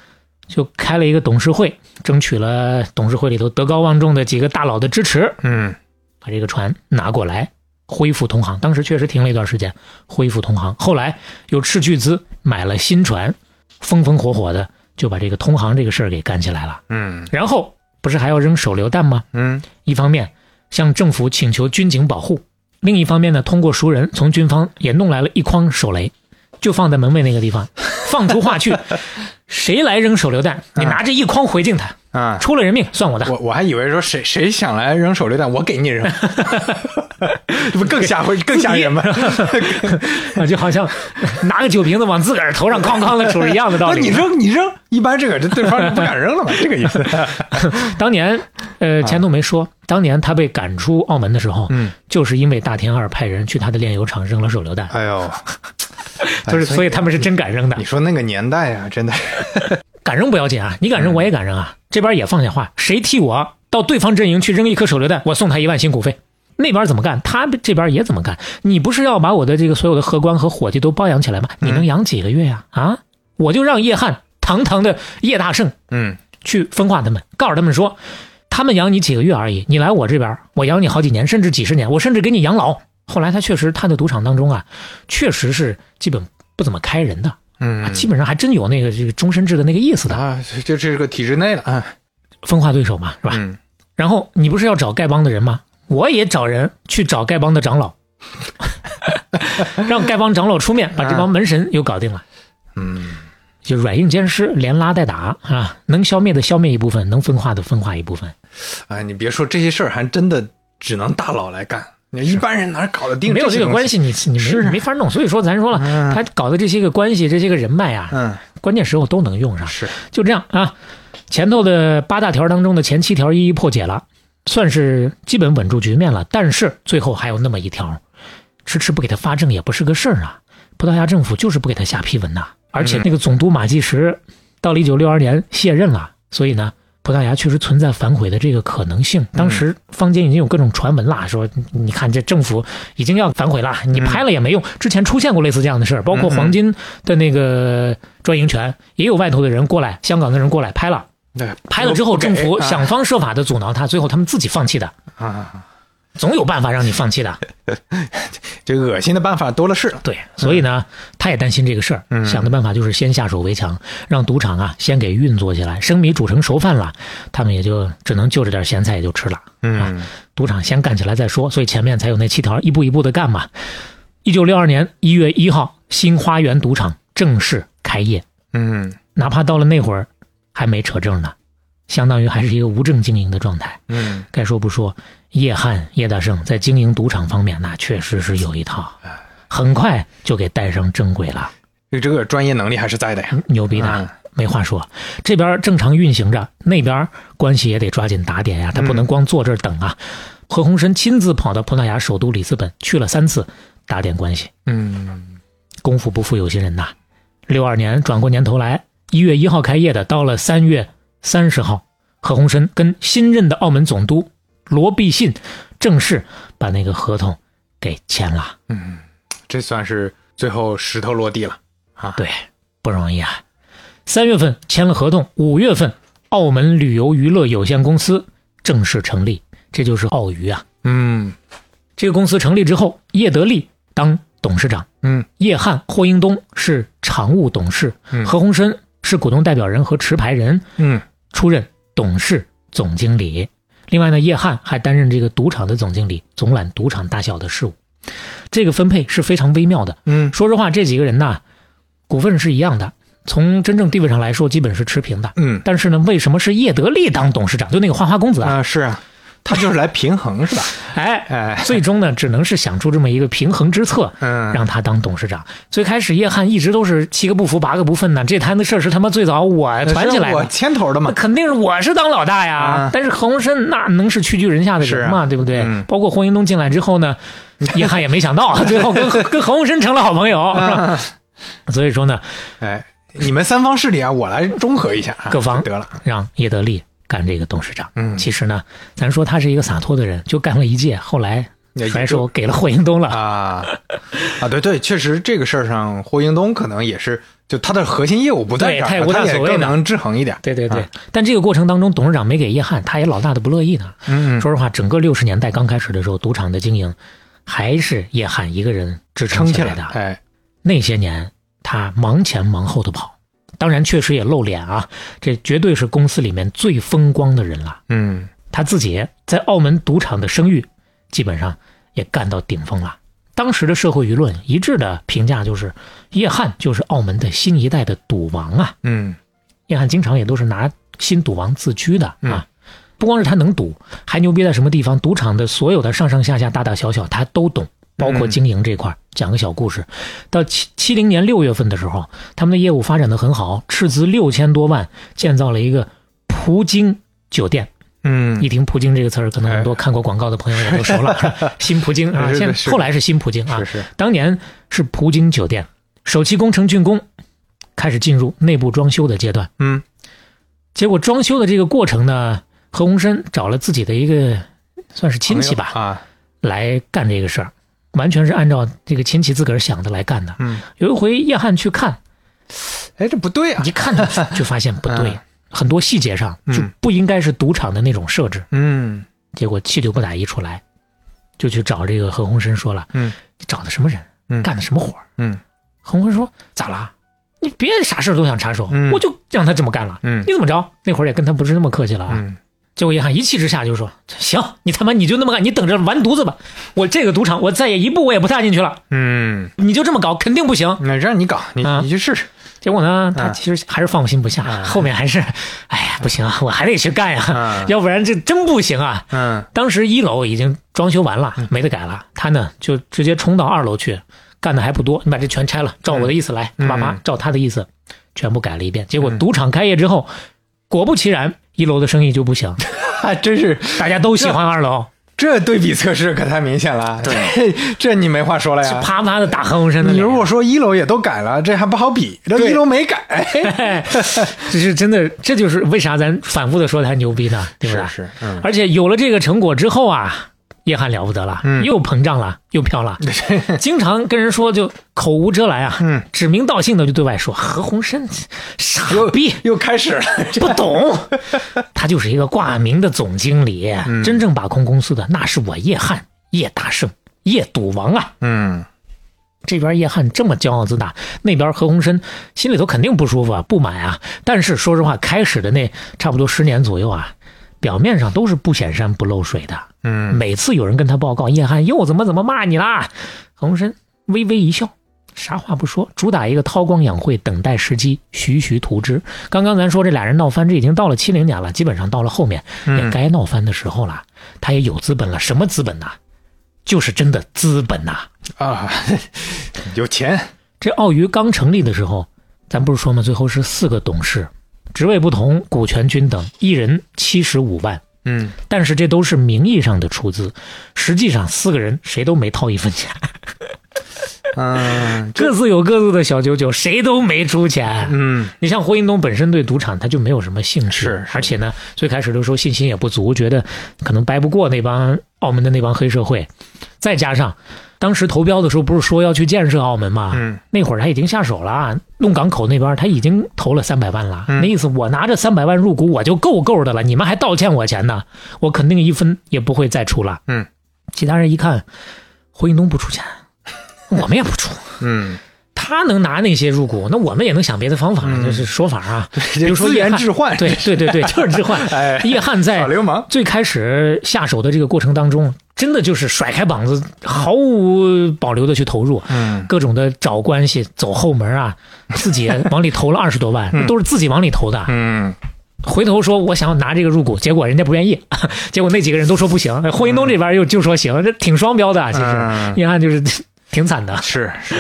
就开了一个董事会，争取了董事会里头德高望重的几个大佬的支持，嗯把这个船拿过来，恢复通航。当时确实停了一段时间，恢复通航。后来又斥巨资买了新船，风风火火的就把这个通航这个事儿给干起来了。嗯然后不是还要扔手榴弹吗？嗯一方面向政府请求军警保护，另一方面呢，通过熟人从军方也弄来了一筐手雷，就放在门卫那个地方，放出话去，谁来扔手榴弹，你拿着一筐回敬他，啊。出了人命算我的。我我还以为说谁谁想来扔手榴弹，我给 你扔，这不更吓更吓人吗？ 啊，就好像拿个酒瓶子往自个儿头上哐哐的杵是一样的道那理。啊你扔你扔，一般这个这对方不敢扔 了嘛，这个意思。当年，呃，钱东没说，当年他被赶出澳门的时候，嗯，就是因为大田二派人去他的炼油厂扔了手榴弹，哎呦， 就是所以他们是真敢扔的哎你，说那个年代啊，真的是，敢扔不要紧啊，你嗯敢扔我也敢扔啊，这边也放下话，谁替我到对方阵营去扔一颗手榴弹，我送他一万辛苦费。那边怎么干，他这边也怎么干。你不是要把我的这个所有的荷官和伙计都包养起来吗？嗯你能养几个月呀、啊？我就让叶汉堂堂的叶大圣嗯去分化他们，告诉他们说，他们养你几个月而已，你来我这边，我养你好几年，甚至几十年，我甚至给你养老。后来他确实，他的赌场当中啊，确实是基本不怎么开人的，啊嗯基本上还真有那个这个终身制的那个意思的，啊，这这是个体制内了啊，分化对手嘛，是吧？嗯然 后你不是要找丐帮的人吗？我也找人去找丐帮的长老，让丐帮长老出面把这帮门神又搞定了。嗯，就软硬兼施，连拉带打啊，能消灭的消灭一部分，能分化的分化一部分。哎，你别说这些事儿，还真的只能大佬来干，你一般人哪搞得定？没有这个关系。系，你你是啊没没法弄。所以说，咱说了，嗯他搞的这些个关系，这些个人脉啊，嗯，关键时候都能用上。是，就这样啊，前头的八大条当中的前七条一一破解了，算是基本稳住局面了。但是最后还有那么一条，迟迟不给他发证也不是个事儿啊。葡萄牙政府就是不给他下批文呐、而且那个总督马基什到了一九六二年卸任了，所以呢。葡萄牙确实存在反悔的这个可能性。当时坊间已经有各种传闻啦，说你看这政府已经要反悔啦，你拍了也没用。之前出现过类似这样的事儿，包括黄金的那个专营权，也有外头的人过来，香港的人过来拍了，对，拍了之后，不给政府啊想方设法的阻挠他，最后他们自己放弃的，啊，总有办法让你放弃的。这恶心的办法多了是了。对，所以呢，他也担心这个事儿，嗯想的办法就是先下手为强，让赌场啊先给运作起来，生米煮成熟饭了，他们也就只能就着点咸菜也就吃了。嗯赌场先干起来再说，所以前面才有那七条，一步一步的干嘛。一九六二年一月一号，新花园赌场正式开业，嗯哪怕到了那会儿还没扯证呢，相当于还是一个无证经营的状态。嗯，该说不说，叶汉、叶大圣在经营赌场方面，那确实是有一套，很快就给带上正轨了，这这个专业能力还是在的呀。牛逼嗯的。没话说，这边正常运行着，那边关系也得抓紧打点呀，他不能光坐这儿等啊。何鸿燊亲自跑到葡萄牙首都里斯本去了三次，打点关系。嗯功夫不负有心人呐。六二年转过年头来，一月一号开业的，到了三月三十号，何鸿燊跟新任的澳门总督罗必信正式把那个合同给签了。嗯，这算是最后石头落地了。对，不容易啊。三月份签了合同，五月份澳门旅游娱乐有限公司正式成立，这就是澳娱啊。嗯这个公司成立之后，叶德利当董事长，嗯叶汉、霍英东是常务董事，嗯何鸿燊是股东代表人和持牌人，嗯出任董事、总经理。另外呢，叶汉还担任这个赌场的总经理，总揽赌场大小的事务。这个分配是非常微妙的。嗯，说实话，这几个人呐，股份是一样的，从真正地位上来说，基本是持平的。嗯但是呢，为什么是叶德利当董事长？就那个花花公子啊，啊，是啊，他就是来平衡是吧？ 哎，哎，最终呢，只能是想出这么一个平衡之策，嗯，让他当董事长。最开始，叶汉一直都是七个不服八个不忿呢，这摊子事儿是他妈最早我传起来是我的。牵头的那嘛。肯定是我是当老大呀，啊但是何鸿燊那能是屈居人下的人是嘛，啊对不对？嗯包括霍英东进来之后呢，叶汉也没想到，最 后跟跟何鸿燊成了好朋嗯友，是吧？所以说呢，哎，你们三方势力啊，我来中和一下啊，各方得了。让叶德利干这个董事长。嗯其实呢，咱说他是一个洒脱的人，就干了一届，后来也就甩手给了霍英东了。啊啊，对对，确实这个事儿上，霍英东可能也是，就他的核心业务不在对这儿，他也无他大也所谓更的能制衡一点。对对对啊，但这个过程当中，董事长没给叶汉，他也老大的不乐意呢。嗯嗯，说实话，整个六十年代刚开始的时候，赌场的经营还是叶汉一个人支撑撑起起来来的。，哎，那些年他忙前忙后的跑，当然确实也露脸啊，这绝对是公司里面最风光的人了。嗯，他自己在澳门赌场的声誉，基本上也干到顶峰了。当时的社会舆论一致的评价就是，叶汉就是澳门的新一代的赌王啊。嗯叶汉经常也都是拿新赌王自居的啊。嗯不光是他能赌，还牛逼在什么地方？赌场的所有的上上下下、大大小小，他都懂，包嗯括经营这块儿。讲个小故事，到七七零年六月份的时候，他们的业务发展的很好，斥资六千多万建造了一个葡京酒店。嗯哎一听葡京这个词儿，可能很多看过广告的朋友也都熟 了，新葡京啊，是是现是后来是新葡京啊，是是，当年是葡京酒店首期工程竣工，开始进入内部装修的阶段。嗯结果装修的这个过程呢，何鸿燊找了自己的一个算是亲戚吧，啊，来干这个事儿，完全是按照这个亲戚自个儿想的来干的。嗯，有一回叶汉去看，哎，这不对啊，一看就就发现不对 嗯，很多细节上嗯就不应该是赌场的那种设置。嗯结果气就不打一处来，就去找这个何鸿燊说了：“嗯，你找的什么人？嗯干的什么活儿嗯？”何鸿燊说：“咋啦？你别啥事儿都想插手，嗯我就让他这么干了。嗯你怎么着？那会儿也跟他不是那么客气了啊。嗯结果一看，一气之下就说：“行，你他妈你就那么干，你等着完犊子吧！我这个赌场，我再也一步我也不踏进去了。嗯，你就这么搞，肯定不行。那让你搞，你啊你去试试。结果呢，他啊其实还是放心不下，啊后面还是，哎呀，不行啊，我还得去干呀、啊要不然这真不行啊。嗯当时一楼已经装修完了，没得改了，他呢就直接冲到二楼去，干的还不多，你把这全拆了，照我的意思来，嗯爸妈照他的意思，全部改了一遍。结果嗯赌场开业之后，果不其然，一楼的生意就不 行，还真是大家都喜欢二楼，这对比测试可太明显了，对这 这你没话说了就呀。啪啪的打横纹身的你脸。如果说一楼也都改了，这还不好比，这对一楼没改， 哎，这是真的，这就是为啥咱反复的说他牛逼呢，对不对？是，嗯，而且有了这个成果之后啊，叶汉了不得了，嗯又膨胀了，又飘 了，经常跟人说就口无遮拦啊，嗯指名道姓的就对外说何鸿燊傻逼。又开始了，不 懂，他就是一个挂名的总经理，真正把控公司的那是我叶汉、叶大圣、叶赌王啊！嗯这边叶汉这么骄傲自大，那边何鸿燊心里头肯定不舒服啊，不满啊。但是说实话，开始的那差不多十年左右啊，表面上都是不显山不漏水的。嗯每次有人跟他报告叶汉又怎么怎么骂你啦，何鸿燊微微一笑，啥话不说，主打一个韬光养晦，等待时机，徐徐图之。刚刚咱说这俩人闹翻，这已经到了七零年了，基本上到了后面也该闹翻的时候了。他也有资本了，什么资本呐、就是真的资本呐、啊，有钱，这奥娱刚成立的时候，咱不是说吗？最后是四个董事，职位不同，股权均等，一人七十五万。嗯，但是这都是名义上的出资，实际上四个人谁都没掏一分钱，嗯，各自有各自的小九九，谁都没出钱。嗯，你像霍英东本身对赌场他就没有什么兴趣，是是而且呢，最开始的时候信心也不足，觉得可能掰不过那帮澳门的那帮黑社会，再加上当时投标的时候不是说要去建设澳门嘛，嗯，那会儿他已经下手了，啊弄港口那边他已经投了三百万了，嗯那意思我拿着三百万入股我就够够的了，你们还倒欠我钱呢，我肯定一分也不会再出了。嗯，其他人一看，胡应东不 出钱，我们也不出，嗯，他能拿那些入股，那我们也能想别的方法，嗯就是说法啊，比比如说资叶源汉置换，对对对 对，就是置换。哎，叶汉在小流氓，最开始下手的这个过程当中，真的就是甩开膀子，毫无保留的去投入。嗯各种的找关系、走后门啊，自己往里投了二十多万，那都是自己往里投的。嗯，回头说我想要拿这个入股，结果人家不愿意， 结果那几个人都说不行。霍英东这边又就说行，这挺双标的啊，其实嗯一看就是挺惨的。是是，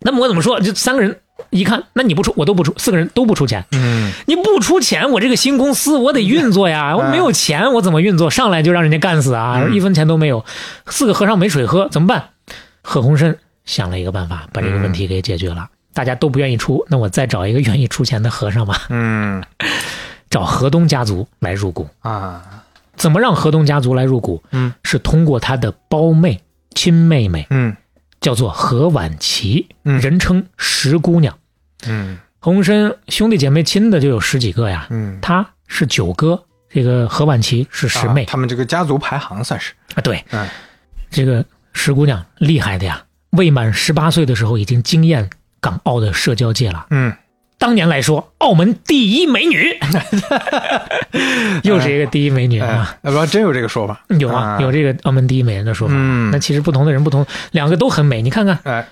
那么我怎么说？就三个人一看，那你不出，我都不出，四个人都不出钱。嗯你不出钱，我这个新公司我得运作 呀，我没有钱我怎么运作？上来就让人家干死啊，啊嗯一分钱都没有，四个和尚没水喝，怎么办？何鸿燊想了一个办法，把这个问题给解决了。嗯大家都不愿意出，那我再找一个愿意出钱的和尚吧，嗯 找河东家族来入股。啊，怎么让河东家族来入股？嗯，是通过他的胞妹、亲妹妹，嗯叫做何婉琪，嗯人称石姑娘。嗯何鸿燊兄弟姐妹亲的就有十几个呀，嗯，他是九哥，这个何婉琪是十妹啊他们这个家族排行算是，啊对，嗯这个石姑娘厉害的呀，未满十八岁的时候已经惊艳港澳的社交界了。嗯当年来说，澳门第一美 女，又是一个第一美女啊，哎，要不然真有这个说法，有啊，嗯有这个澳门第一美人的说法。嗯那其实不同的人不同，两个都很美。你看看，哎，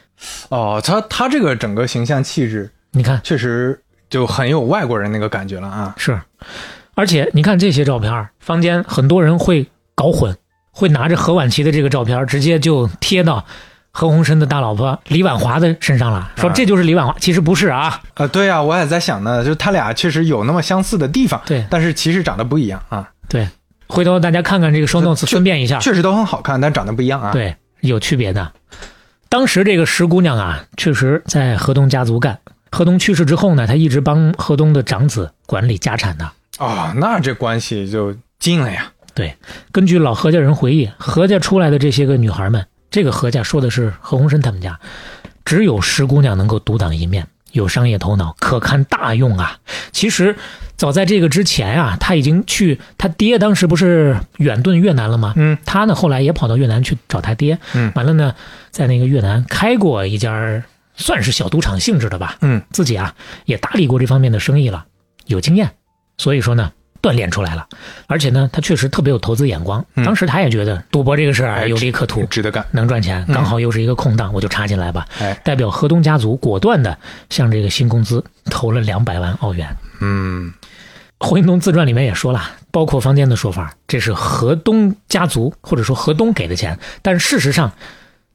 哦，他他这个整个形象气质你看确实就很有外国人那个感觉了啊，是，而且你看这些照片儿，坊间很多人会搞混，会拿着何婉琪的这个照片儿直接就贴到何鸿燊的大老婆李婉华的身上了，说啊这就是李婉华，其实不是啊，啊，对啊，我也在想呢，就是他俩确实有那么相似的地方，对但是其实长得不一样啊，对，回头大家看看这个 show notes 这分辨一下，确实都很好看，但长得不一样啊，，啊对，有区别的。当时这个石姑娘啊，确实在河东家族干。河东去世之后呢，她一直帮河东的长子管理家产的。哦，那这关系就近了呀，根据老何家人回忆，何家出来的这些个女孩们，这个何家说的是何鸿燊他们家，只有石姑娘能够独当一面，有商业头脑，可堪大用啊。其实早在这个之前啊，他已经去他爹当时不是远遁越南了吗？嗯他呢后来也跑到越南去找他爹，嗯完了呢，在那个越南开过一家儿算是小赌场性质的吧，嗯自己啊也打理过这方面的生意了，有经验，所以说呢，锻炼出来了。而且呢，他确实特别有投资眼光。嗯哎当时他也觉得赌博这个事儿啊有利可图，值得干。能赚钱，嗯刚好又是一个空档，我就插进来吧。哎，代表河东家族果断的向这个新公司投了两百万澳元。嗯， 《霍英东自传》里面也说了，包括坊间的说法，这是河东家族或者说河东给的钱，但事实上，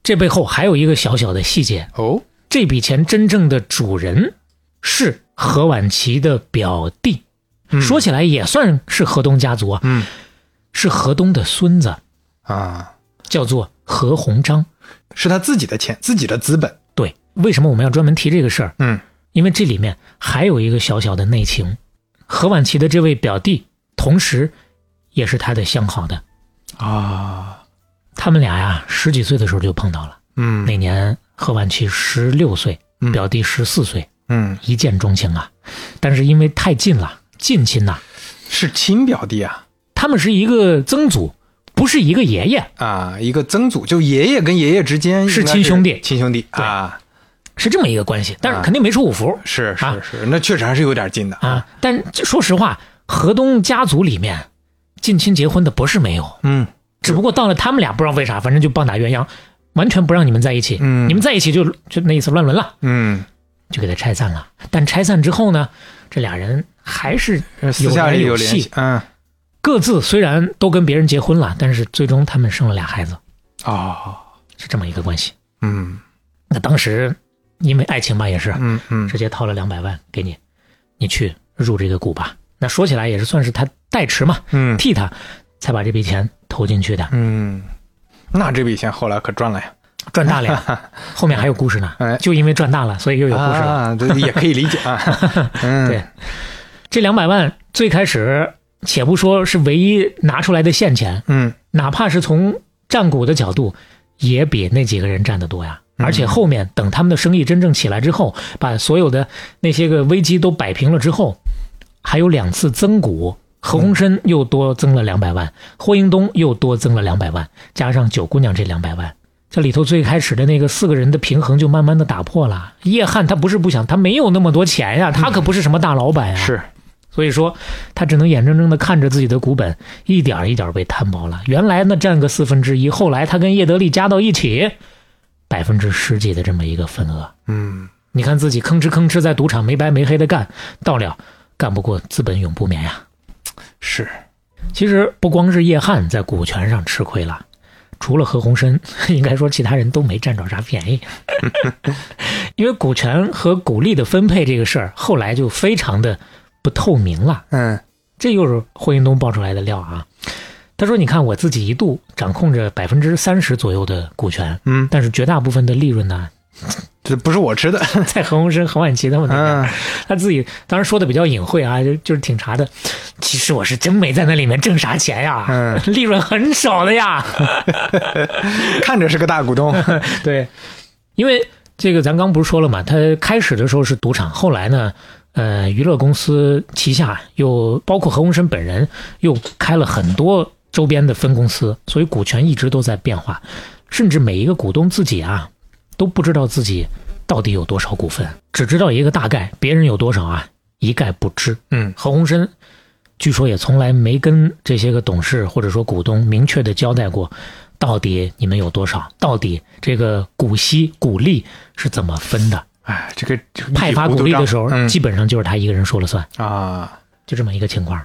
这背后还有一个小小的细节，哦，这笔钱真正的主人是何婉琪的表弟，嗯说起来也算是河东家族啊，嗯是河东的孙子，啊，叫做何鸿章。是他自己的钱，自己的资本。对，为什么我们要专门提这个事儿？嗯因为这里面还有一个小小的内情，何婉琪的这位表弟，同时也是他的相好的，啊，他们俩呀十几岁的时候就碰到了。嗯那年何婉琪十六岁嗯，表弟十四岁，嗯，一见钟情啊。但是因为太近了，近亲呐、是亲表弟啊他们是一个曾祖，不是一个爷爷，啊，一个曾祖，就爷爷跟爷爷之间是应该亲兄弟亲兄弟啊，是这么一个关系。但是啊肯定没出五福是啊是是，那确实还是有点近的啊。但这说实话，河东家族里面近亲结婚的不是没有，嗯只不过到了他们俩不知道为啥，反正就棒打鸳鸯，完全不让你们在一起。嗯你们在一起就就那意思乱伦了，嗯，就给他拆散了。但拆散之后呢，这俩人还是呃私下里有联系戏，，嗯各自虽然都跟别人结婚了，但是最终他们生了俩孩子，哦，是这么一个关系。嗯那当时因为爱情吧，也是嗯嗯直接掏了两百万给你，你去入这个股吧。那说起来也是算是他代持嘛，嗯替他才把这笔钱投进去的，嗯，那这笔钱后来可赚了呀，赚大了 呀。后面还有故事哎呢，就因为赚大了，所以又有故事了。啊，这也可以理解 啊，嗯，对这两百万最开始，且不说是唯一拿出来的现钱，嗯哪怕是从占股的角度，也比那几个人占得多呀。而且后面等他们的生意真正起来之后，把所有的那些个危机都摆平了之后，还有两次增股，何鸿燊又多增了两百万，霍英东又多增了两百万，加上九姑娘这两百万，这里头最开始的那个四个人的平衡就慢慢的打破了。叶汉他不是不想，他没有那么多钱呀，他可不是什么大老板呀，是，所以说，他只能眼睁睁地看着自己的股本一点儿一点儿被摊薄了。原来呢占个四分之一，后来他跟叶德利加到一起，百分之十几的这么一个份额。嗯你看自己吭哧吭哧在赌场没白没黑的干，到了干不过资本永不眠呀。是，其实不光是叶汉在股权上吃亏了，除了何鸿燊， 应该说其他人都没占着啥便宜。 因为股权和股利的分配这个事儿，后来就非常的不透明了。嗯这又是霍英东爆出来的料啊。他说：“你看，我自己一度掌控着百分之三十左右的股权，嗯，但是绝大部分的利润呢，这不是我 吃的，在何鸿燊、何婉琪他们那边。嗯他自己当然说的比较隐晦啊，就就是挺查的。其实我是真没在那里面挣啥钱呀，嗯利润很少的呀。看着是个大股 东，对，因为这个咱刚不是说了嘛，他开始的时候是赌场，后来呢，呃，娱乐公司旗下又包括何鸿燊本人又开了很多周边的分公司，所以股权一直都在变化，甚至每一个股东自己啊都不知道自己到底有多少股份，只知道一个大概，别人有多少啊一概不知。嗯何鸿燊据说也从来没跟这些个董事或者说股东明确的交代过，到底你们有多少，到底这个股息股利是怎么分的。哎，这个这个一派发糊涂股利的账时候，嗯基本上就是他一个人说了算，啊，就这么一个情况。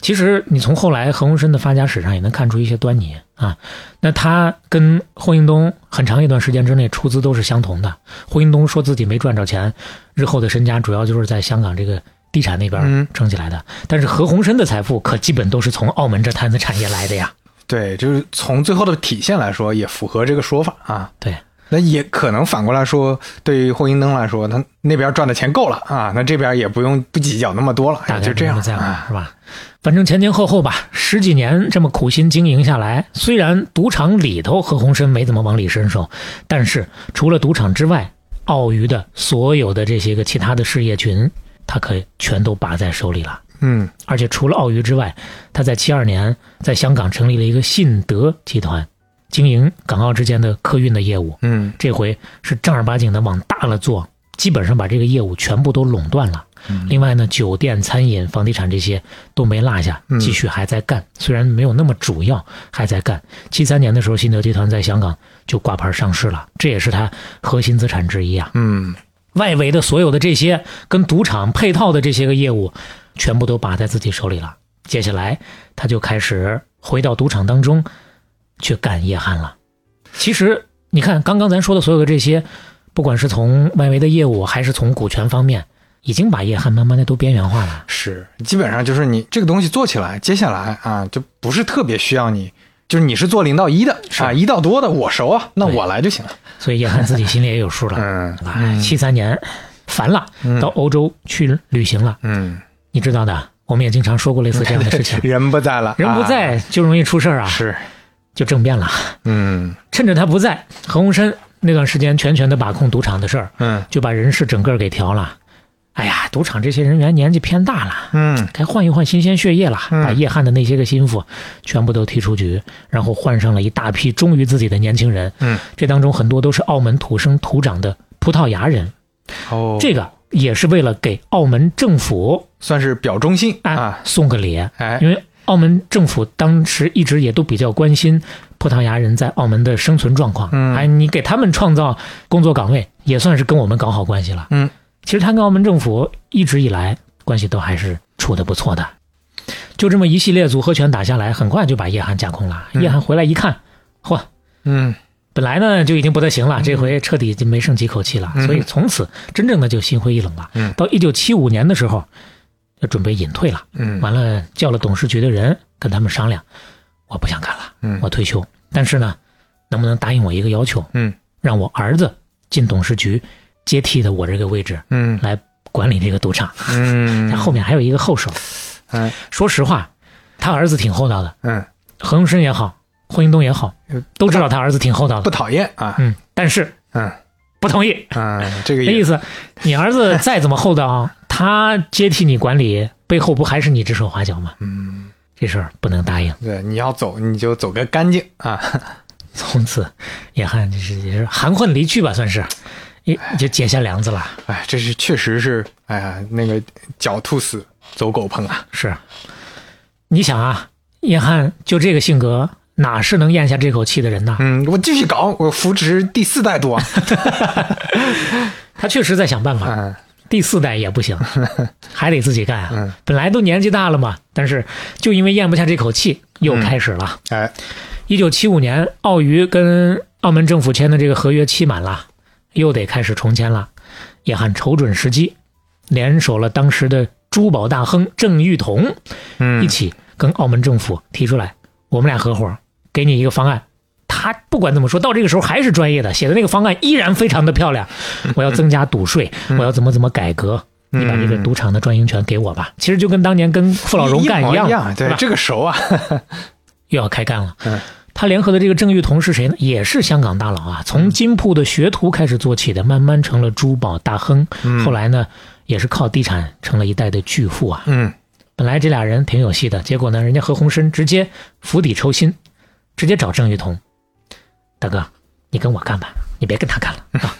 其实你从后来何鸿燊的发家史上也能看出一些端倪啊。那他跟霍英东很长一段时间之内出资都是相同的。霍英东说自己没赚着钱，日后的身家主要就是在香港这个地产那嗯边撑起来的。但是何鸿燊的财富可基本都是从澳门这摊子产业来的呀。对，就是从最后的体现来说，也符合这个说法啊。对，那也可能反过来说，对于霍英登来说，他那边赚的钱够了啊，那这边也不用不计较那么多了，大哎就概这没那样么在乎、啊。是吧？反正前前后后吧，十几年这么苦心经营下来，虽然赌场里头何鸿燊没怎么往里伸手，但是除了赌场之外，澳娱的所有的这些个其他的事业群，他可全都把在手里了。嗯而且除了澳娱之外，他在七二年在香港成立了一个信德集团，经营港澳之间的客运的业务。嗯这回是正儿八经的往大了做，基本上把这个业务全部都垄断了。另外呢，酒店、餐饮、房地产这些都没落下，嗯继续还在干，虽然没有那么主要，还在干。七三年的时候，新德集团在香港就挂牌上市了，这也是它核心资产之一啊。嗯，外围的所有的这些跟赌场配套的这些个业务，全部都把在自己手里了。接下来，他就开始回到赌场当中去干夜汉了。其实，你看刚刚咱说的所有的这些，不管是从外围的业务，还是从股权方面，已经把夜汉慢慢的都边缘化 了。是，基本上就是你这个东西做起来，接下来啊，就不是特别需要你，就是你是做零到一的是啊，一到多的我熟啊，那对我来就行了。所以叶汉自己心里也有数了。嗯哎，七三年烦了，到欧洲去旅行了，嗯，。你知道的，我们也经常说过类似这样的事情 人不在了，人不啊在就容易出事儿啊，是，就政变了。嗯趁着他不在，何鸿燊那段时间全权的把控赌场的事儿，嗯就把人事整个给调了。哎呀，赌场这些人员年纪偏大了，嗯该换一换新鲜血液了，嗯把叶汉的那些个心腹全部都踢出局，然后换上了一大批忠于自己的年轻人。嗯，这当中很多都是澳门土生土长的葡萄牙人，哦，这个也是为了给澳门政府算是表忠心啊啊，送个礼，哎，因为澳门政府当时一直也都比较关心葡萄牙人在澳门的生存状况，嗯哎，你给他们创造工作岗位，也算是跟我们搞好关系了。嗯，其实他跟澳门政府一直以来关系都还是处的不错的。就这么一系列组合拳打下来，很快就把叶汉架空了。嗯叶汉回来一看，嚯，嗯本来呢就已经不太行了，这回彻底就没剩几口气了，嗯所以从此真正的就心灰意冷了。嗯到一九七五年的时候，就准备隐退了。嗯完了叫了董事局的人跟他们商量，我不想干了，嗯我退休。但是呢，能不能答应我一个要求，嗯让我儿子进董事局接替的我这个位置嗯来管理这个赌场？嗯，但后面还有一个后手。哎说实话，他儿子挺厚道的，嗯何鸿燊也好，霍英东也好呃，都知道他儿子挺厚道不的。讨厌啊，嗯，但是嗯不同意，嗯，这个那也意思，你儿子再怎么厚道， 他接替你管理，背后不还是你指手画脚吗？嗯，这事儿不能答应。对，你要走你就走个干净啊，从此也汉就是也是含混离去吧，算是，也就结下梁子了。哎，这是确实是，哎呀，那个狡兔死，走狗烹啊，是，你想啊，叶汉就这个性格，哪是能咽下这口气的人呐？嗯，我继续搞，我扶植第四代多，他确实在想办法，嗯第四代也不 行，还得自己干啊。嗯，本来都年纪大了嘛，但是就因为咽不下这口气，又开始了。 哎，一九七五年，澳娱跟澳门政府签的这个合约期满了，又得开始重签了。叶汉瞅准时机，联手了当时的珠宝大亨郑裕彤，嗯一起跟澳门政府提出来，我们俩合伙给你一个方案。他不管怎么说，到这个时候还是专业的，写的那个方案依然非常的漂 亮。我要增加赌税，嗯我要怎么怎么改革，你把这个赌场的专营权给我吧。其实就跟当年跟傅老荣干嗯一模样，样，是对吧，这个熟啊，又要开干了。嗯他联合的这个郑裕彤是谁呢？也是香港大佬啊，从金铺的学徒开始做起的，慢慢成了珠宝大亨。后来呢，也是靠地产成了一代的巨富啊。嗯本来这俩人挺有戏的，结果呢，人家何鸿燊直接釜底抽薪，直接找郑裕彤，大哥，你跟我干吧，你别跟他干了啊，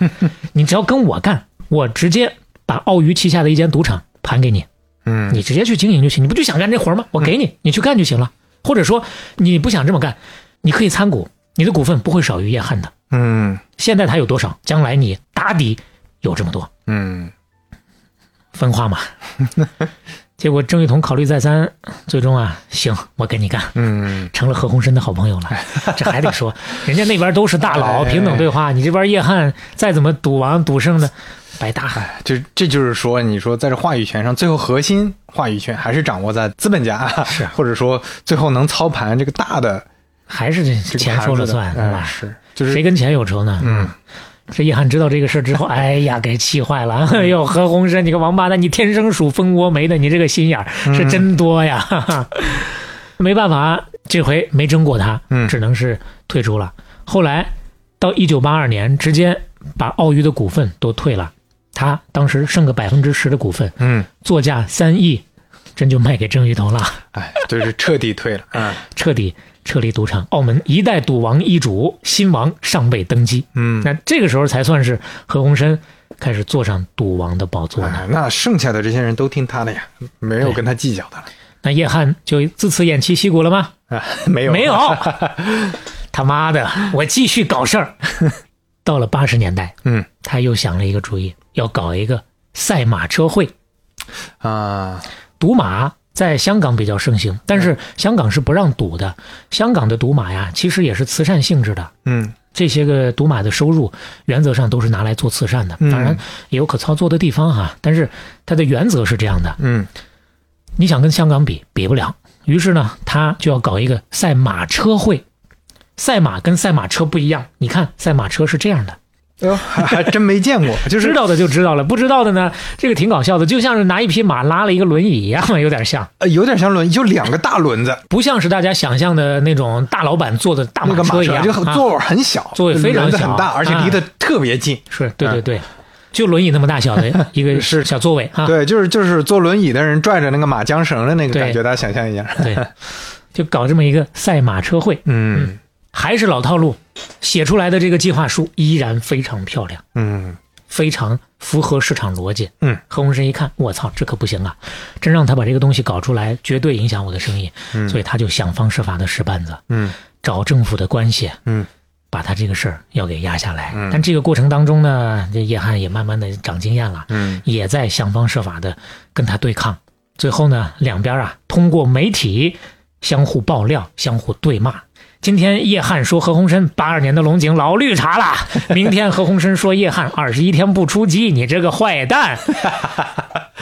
你只要跟我干，我直接把澳娱旗下的一间赌场盘给你，嗯你直接去经营就行，你不就想干这活儿吗？我给你，你去干就行了。或者说你不想这么干，你可以参股，你的股份不会少于叶汉的。嗯现在他有多少，将来你打底有这么多，嗯分化 嘛。结果郑裕彤考虑再三，最终啊，行，我给你干，嗯，成了何鸿燊的好朋 友了。这还得说，人家那边都是大佬，哎平等对话，你这边叶汉再怎么赌王赌圣的，白搭。哎，就这就是说，你说在这话语权上，最后核心话语权还是掌握在资本家，啊是啊或者说最后能操盘这个大的还是这这个钱说了算，盘子的对哎吧？是就是谁跟钱有仇呢？嗯，这叶汉知道这个事儿 之后，哎呀，给气坏了！哎呦，何鸿燊，你个王八蛋，你天生属蜂窝煤的，你这个心眼儿是嗯真多呀！ 哈哈。没办法，这回没争过他，嗯只能是退出了。后来到一九八二年，直接把澳娱的股份都退了，他当时剩个百分之十的股份，嗯，作价三亿，真就卖给郑裕彤了。 哎，就是彻底退了，嗯彻底撤离赌场。澳门一代赌王易主，新王尚未登基。嗯那这个时候才算是何鸿燊开始坐上赌王的宝座呢。哎，那剩下的这些人都听他的呀，没有跟他计较的了。那叶汉就自此偃旗息鼓了吗？啊，没有，没 有，他妈的，我继续搞 事儿。到了八十年代，嗯他又想了一个主意，要搞一个赛马车会。啊，赌马在香港比较盛行，但是香港是不让赌的。香港的赌马呀，其实也是慈善性质的。嗯这些个赌马的收入，原则上都是拿来做慈善的，嗯当然也有可操作的地方哈、但是它的原则是这样的，嗯你想跟香港比，比不了。于是呢，他就要搞一个赛马车会。赛马跟赛马车不一样，你看赛马车是这样的，哎呦，还还真没见过，知就是道的就知道了，不知道的呢，这个挺搞笑的，就像是拿一匹马拉了一个轮椅一样，有点像，呃有点像轮，就两个大轮子，不像是大家想象的那种大老板坐的大那马个车马一车样，就啊座位很小，座位非常轮子小啊很大，而且离得特别近。是对对嗯对，就轮椅那么大小 的一个是小座位啊，对，就是就是坐轮椅的人拽着那个马缰绳的那个对感觉，大家想象一下。对，就搞这么一个赛马车会，嗯还是老套路，写出来的这个计划书依然非常漂亮，嗯非常符合市场逻辑。嗯，何鸿燊一看，我操，这可不行啊！真让他把这个东西搞出来，绝对影响我的生意，嗯所以他就想方设法的使绊子，嗯找政府的关系。嗯把他这个事儿要给压下来，嗯但这个过程当中呢，这叶汉也慢慢的长经验了，嗯也在想方设法的跟他对抗。最后呢，两边啊通过媒体相互爆料、相互对骂。今天叶汉说何鸿燊八二年的龙井老绿茶 啦，明天何鸿燊说叶汉二十一天不出击，你这个坏 蛋。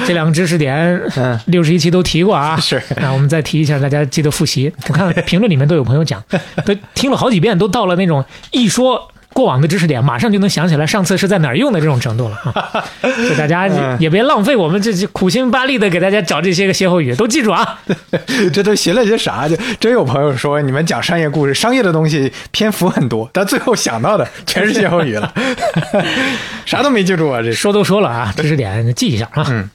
这两个知识点嗯，六十一期都提过啊， 是那我们再提一下，大家记得复习。我看评论里面都有朋友讲， 都听了好几遍，都到了那种一说过往的知识点，马上就能想起来上次是在哪儿用的这种程度了啊！ 所以大家也嗯也别浪费我们这这苦心巴力的给大家找这些个歇后语，都记住啊！ 这都写了些啥？就真有朋友说，你们讲商业故事，商业的东西篇幅很多，但最后想到的全是歇后语了， 啥都没记住啊！这是说都说了啊，知识点记一下啊。嗯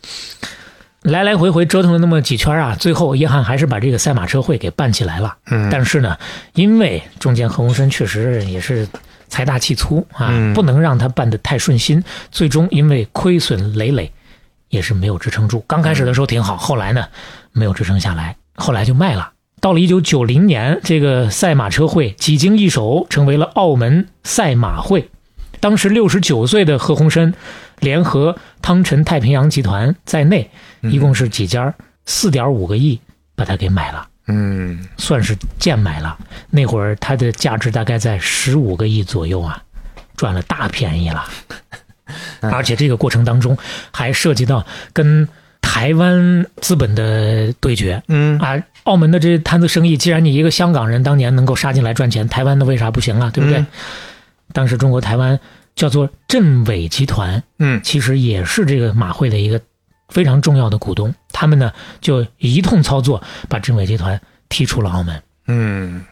来来回回折腾了那么几圈啊，最后叶汉还是把这个赛马车会给办起来了。嗯但是呢，因为中间何鸿燊确实也是财大气粗啊，嗯不能让他办得太顺心，最终因为亏损累累，也是没有支撑住。刚开始的时候挺嗯好，后来呢，没有支撑下来，后来就卖了。到了一九九零年，这个赛马车会几经易手，成为了澳门赛马会。当时六十九岁的何鸿燊，联合汤臣太平洋集团在内，一共是几家四点五个亿把它给买了。嗯算是贱买了。那会儿它的价值大概在十五个亿左右啊，赚了大便宜了。而且这个过程当中还涉及到跟台湾资本的对决嗯啊。澳门的这摊子生意，既然你一个香港人当年能够杀进来赚钱，台湾的为啥不行啊？对不对？嗯当时中国台湾叫做镇伟集团，嗯其实也是这个马会的一个非常重要的股东。他们呢就一通操作，把镇伟集团踢出了澳门。嗯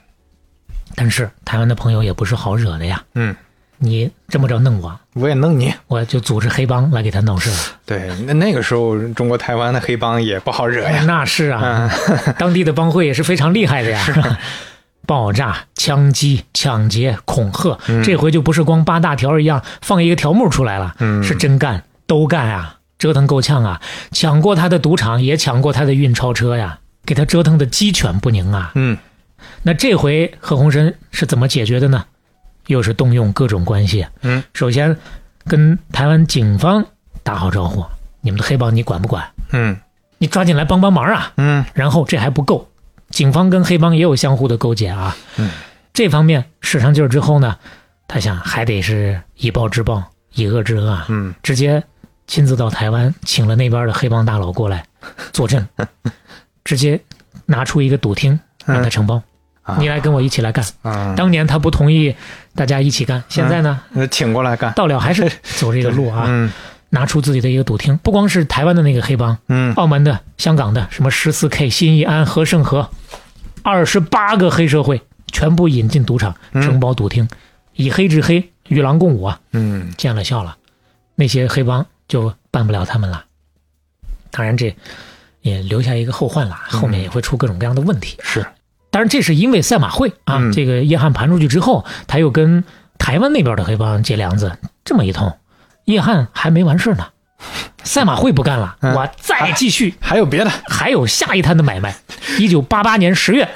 但是台湾的朋友也不是好惹的呀，嗯，你这么着弄我，我也弄你。我就组织黑帮来给他闹事 了。对，那那个时候中国台湾的黑帮也不好惹呀。那是啊，嗯 当地的帮会也是非啊常厉害的呀。 爆炸、枪击、抢劫、恐吓，这回就不是光八大条一样放一个条目出来了，嗯是真干，都干啊，折腾够呛啊，抢过他的赌场，也抢过他的运钞车呀，给他折腾的鸡犬不宁啊。嗯那这回何鸿燊是怎么解决的呢？又是动用各种关系，啊嗯，首先跟台湾警方打好招呼，你们的黑帮你管不管？嗯你抓进来帮帮忙啊！嗯然后这还不够，警方跟黑帮也有相互的勾结啊。嗯，这方面使上劲儿之后呢，他想还得是以暴制暴，以恶制恶啊，嗯直接亲自到台湾请了那边的黑帮大佬过来坐镇， 直接拿出一个赌厅让他承包，嗯啊你来跟我一起来干。啊！当年他不同意大家一起干，现在呢，那请过来干。到了还 是走这个路啊，嗯拿出自己的一个赌厅，不光是台湾的那个黑帮，嗯澳门的、香港的，什么十四 K、新义安、和盛和，二十八个黑社会全部引进赌场，嗯承包赌厅，以黑制黑，与狼共舞啊，嗯见了笑了，那些黑帮就办不了他们了。当然这也留下一个后患了，嗯后面也会出各种各样的问题。是当然，这是因为赛马会啊，嗯这个叶汉盘出去之后，他又跟台湾那边的黑帮结梁子，这么一通，叶汉还没完事呢，赛马会不干了，嗯我再继续，还有别的，还有下一摊的买卖。一九八八年十月，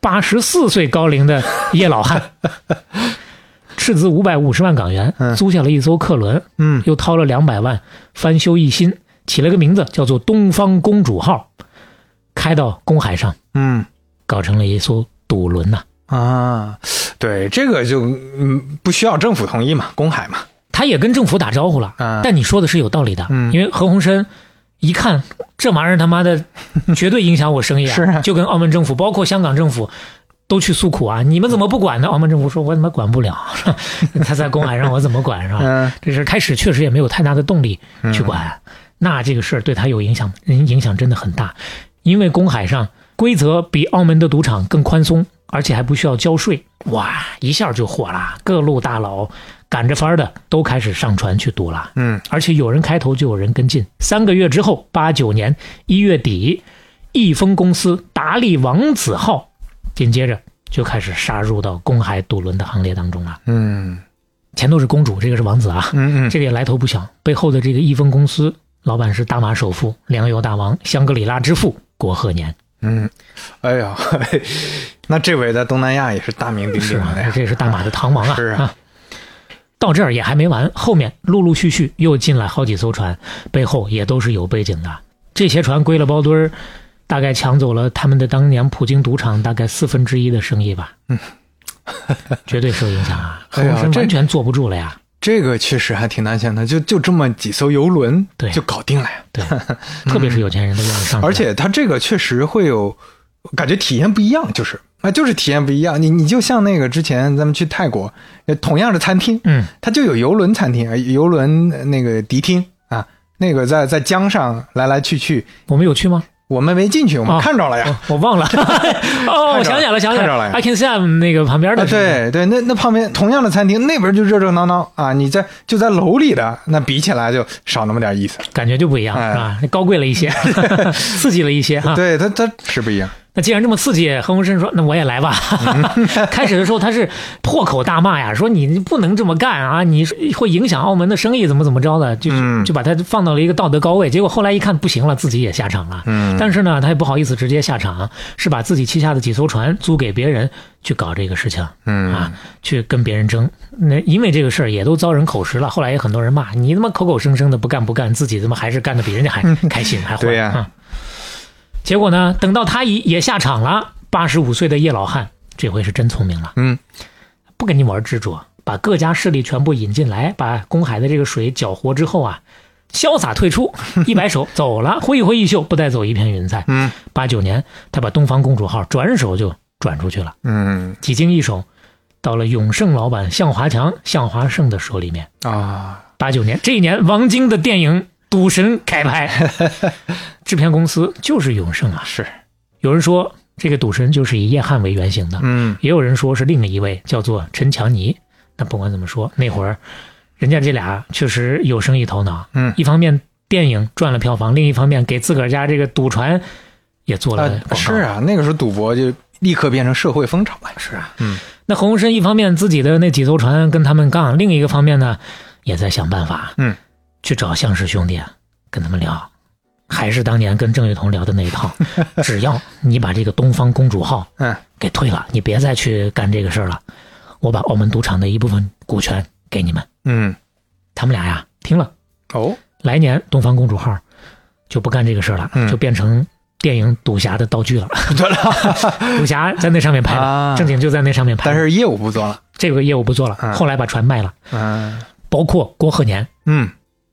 八十四岁高龄的叶老汉，斥资五百五十万港元嗯租下了一艘客轮，嗯，又掏了两百万翻修一新，起了个名字叫做“东方公主号”，开到公海上，嗯搞成了一艘赌轮呐、啊，对，这个就嗯不需要政府同意嘛，公海嘛，他也跟政府打招呼了，啊，但你说的是有道理的，嗯因为何鸿燊一看这玩意儿他妈 的绝对影响我生意啊，是啊就跟澳门政府包括香港政府。都去诉苦啊！你们怎么不管呢？澳门政府说：“我他妈管不了，啊 他在公海上我怎么管是吧？”嗯这事儿开始确实也没有太大的动力啊去管，啊那这个事儿对他有影响，人影响真的很大，因为公海上规则比澳门的赌场更宽松，而且还不需要交税，哇，一下就火了，各路大佬赶着法儿的都开始上船去赌了，嗯，而且有人开头就有人跟进。三个月之后，八九年一月底，易丰公司达利王子号紧接着就开始杀入到公海赌轮的行列当中了，嗯前头是公主，这个是王子啊，嗯嗯，这个也来头不小，背后的这个易丰公司老板是大马首富、粮油大王、香格里拉之父郭鹤年，嗯，哎呀， 那这位在东南亚也是大名鼎鼎是吧的呀？，这是大马 的唐王啊。是啊啊。到这儿也还没完，后面陆陆续续又进来好几艘船，背后也都是有背景的。这些船归了包堆儿，大概抢走了他们的当年普京赌场大概四分之一的生意吧。嗯，绝对受影响啊！ 哎呀洪生这完全坐不住了呀。这个确实还挺难想的，就就这么几艘游轮，对嗯就搞定了呀。 对，特别是有钱人都愿意上船，而且它这个确实会有感觉体验不一样，就是啊，就是体验不一样。你你就像那个之前咱们去泰国，呃同样的餐厅，嗯，它就有游轮餐厅，呃游轮呃那个迪厅啊，那个在在江上来来去去，我们有去吗？我们没进去，我们哦看着了呀。哦我忘 了。哦，我想起来了，想起来看着了呀 i can see I'm 那个旁边啊，的是吧，对对，那那旁边同样的餐厅，那边就热热闹闹啊，你在就在楼里的，那比起来就少那么点意思。感觉就不一样哎是吧？高贵了 一些， 刺激了一些哈。对，它它是不一样。那既然这么刺激，何鸿燊说：“那我也来吧。”嗯 开始的时候他是破口大骂呀，说你你不能这么干啊，你是会影响澳门的生意，怎么怎么着的，就是嗯就把他放到了一个道德高位。结果后来一看不行了，自己也下场了。嗯但是呢，他也不好意思直接下场，是把自己旗下的几艘船租给别人去搞这个事情。啊嗯，去跟别人争。那因为这个事儿也都遭人口实了，后来也很多人骂你他妈口口声声的不干不干，自己他妈还是干的比人家还开心还嗯对坏呀啊。结果呢，等到他也也下场了，八十五岁的叶老汉这回是真聪明了，嗯，不跟你玩执着，把各家势力全部引进来，把公海的这个水搅和之后啊。潇洒退 出，一摆手走了，挥一挥衣袖，不带走一片云彩。嗯，八九年，他把东方公主号转手就转出去了。嗯几经易手，到了永盛老板向华强、向华盛的手里面。啊，八九年这一年，王晶的电影《赌神》开 拍，制片公司就是永盛啊。是，有人说这个赌神就是以叶汉为原型的，嗯也有人说是另一位叫做陈强尼。那不管怎么说，那会儿人家这俩确实有生意头脑，嗯一方面电影赚了票房，另一方面给自个儿家这个赌船也做了广啊，告。是啊，那个时候赌博就立刻变成社会风潮了。是啊，嗯，那何鸿燊一方面自己的那几艘船跟他们杠，另一个方面呢，也在想办法，嗯，去找向氏兄弟啊跟他们聊，还是当年跟郑裕彤聊的那一 套，只要你把这个东方公主号嗯给退了，你别再去干这个事儿了，我把澳门赌场的一部分股权给你们。嗯，他们俩呀，听了，哦，来年东方公主号就不干这个事儿了，嗯就变成。电影《赌侠》的道具了， 对 了，赌侠在那上面拍的，啊正经就在那上面拍的。但是业务不做了。这个业务不做了，嗯后来把船卖了，嗯包括郭鹤年嗯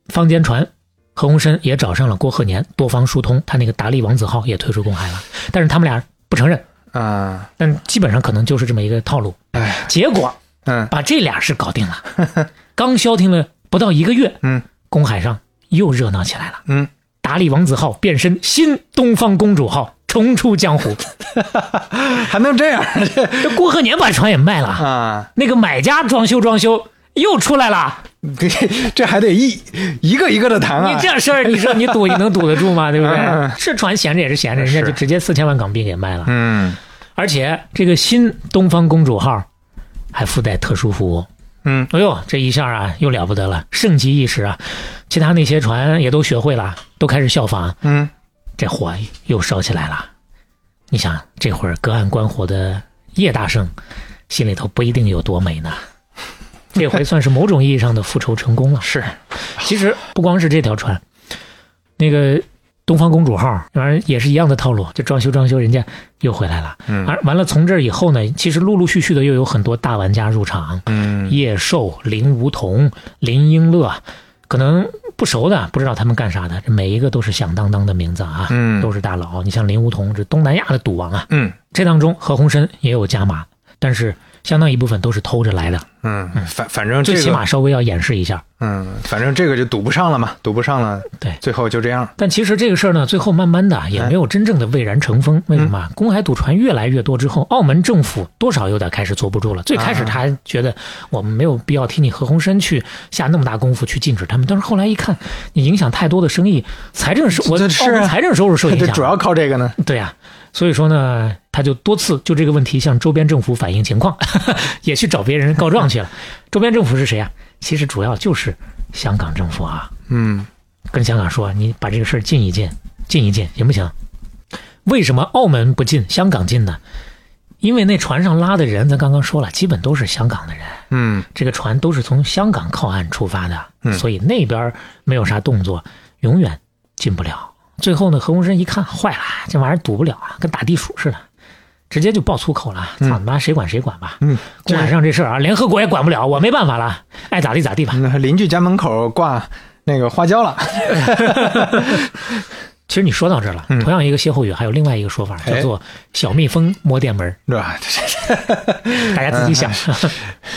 坊间船，何鸿燊也找上了郭鹤年，多方疏通，他那个达利王子号也退出公海了，但是他们俩不承认，啊，但基本上可能就是这么一个套路。哎，结果嗯把这俩事搞定了， 刚消停了不到一个月，嗯公海上又热闹起来了，嗯，达利王子号变身新东方公主号，重出江湖。还能这样这郭鹤年把船也卖了，啊？那个买家装修装修又出来了。这这还得一一个一个的谈啊。你这事儿，你说你赌，你能赌得住 吗？对不嗯对？是船闲着也是闲着，人家是就直接四千万港币给卖了。嗯而且这个新东方公主号还附带特殊服务，嗯，哎呦，这一下啊，又了不得了，盛极一时啊！其他那些船也都学会了，都开始效仿，嗯，这火又烧起来了。你想，这会儿隔岸观火的叶大圣，心里头不一定有多美呢。这回算是某种意义上的复仇成功了。是，其实不光是这条船，那个东方公主号，反正也是一样的套路，就装修装修，人家又回来了。嗯而完了，从这儿以后呢，其实陆陆续续的又有很多大玩家入场，嗯叶寿、林梧桐、林英乐，可能不熟的不知道他们干啥的，这每一个都是响当当的名字啊，嗯都是大佬。你像林梧桐，这东南亚的赌王啊，嗯这当中何鸿燊也有加码，但是相当一部分都是偷着来的，嗯，反反正这最个，起码稍微要掩饰一下。嗯，反正这个就赌不上了嘛，赌不上了，对最后就这样，但其实这个事儿呢，最后慢慢哎的也没有真正的蔚然成嗯风。为什么啊？公海赌船越来越多之后，澳门政府多少有点开始坐不住了。最开啊始他还觉得我们没有必要替你何鸿燊去下那么大功夫去禁止他们，但是后来一看，你影响太多的生意，财政收我这是啊澳门财政收入受影这响，主要靠这个呢，对呀、所以说呢，他就多次就这个问题向周边政府反映情况， 也去找别人告状去了。周边政府是谁啊？其实主要就是香港政府啊。嗯跟香港说，你把这个事儿禁一禁，禁一禁，行不行？为什么澳门不禁，香港禁呢？因为那船上拉的人，咱刚刚说了，基本都是香港的人，嗯这个船都是从香港靠岸出发的，嗯所以那边儿没有啥动作，永远进不了。最后呢，何鸿燊一看，坏了，这玩意儿堵不了啊，跟打地鼠似的，直接就爆粗口了，操你妈，谁管谁管吧，嗯，公海上这事儿啊，联合国也管不了，我没办法了，爱咋地咋地吧。嗯邻居家门口挂那个花椒了，其实你说到这儿了，同样一个歇后语，还有另外一个说法，嗯哎叫做“小蜜蜂摸电门对吧？ 嗯儿”，大家自己想。哎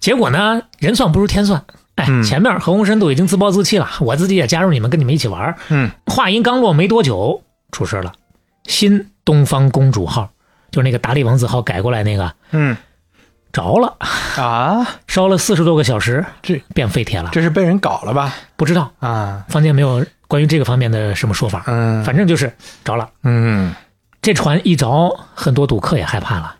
结果呢，人算不如天算。哎，嗯前面何鸿燊都已经自暴自弃了，我自己也加入你们，跟你们一起玩儿。嗯话音刚落没多久，出事了。新东方公主号，就是那个达利王子号改过来那个，嗯着了，啊，烧了四十多个小时，这变废铁了。这是被人搞了吧？不知道啊，坊间没有关于这个方面的什么说法，嗯反正就是着了。嗯，这船一着，很多赌客也害怕了。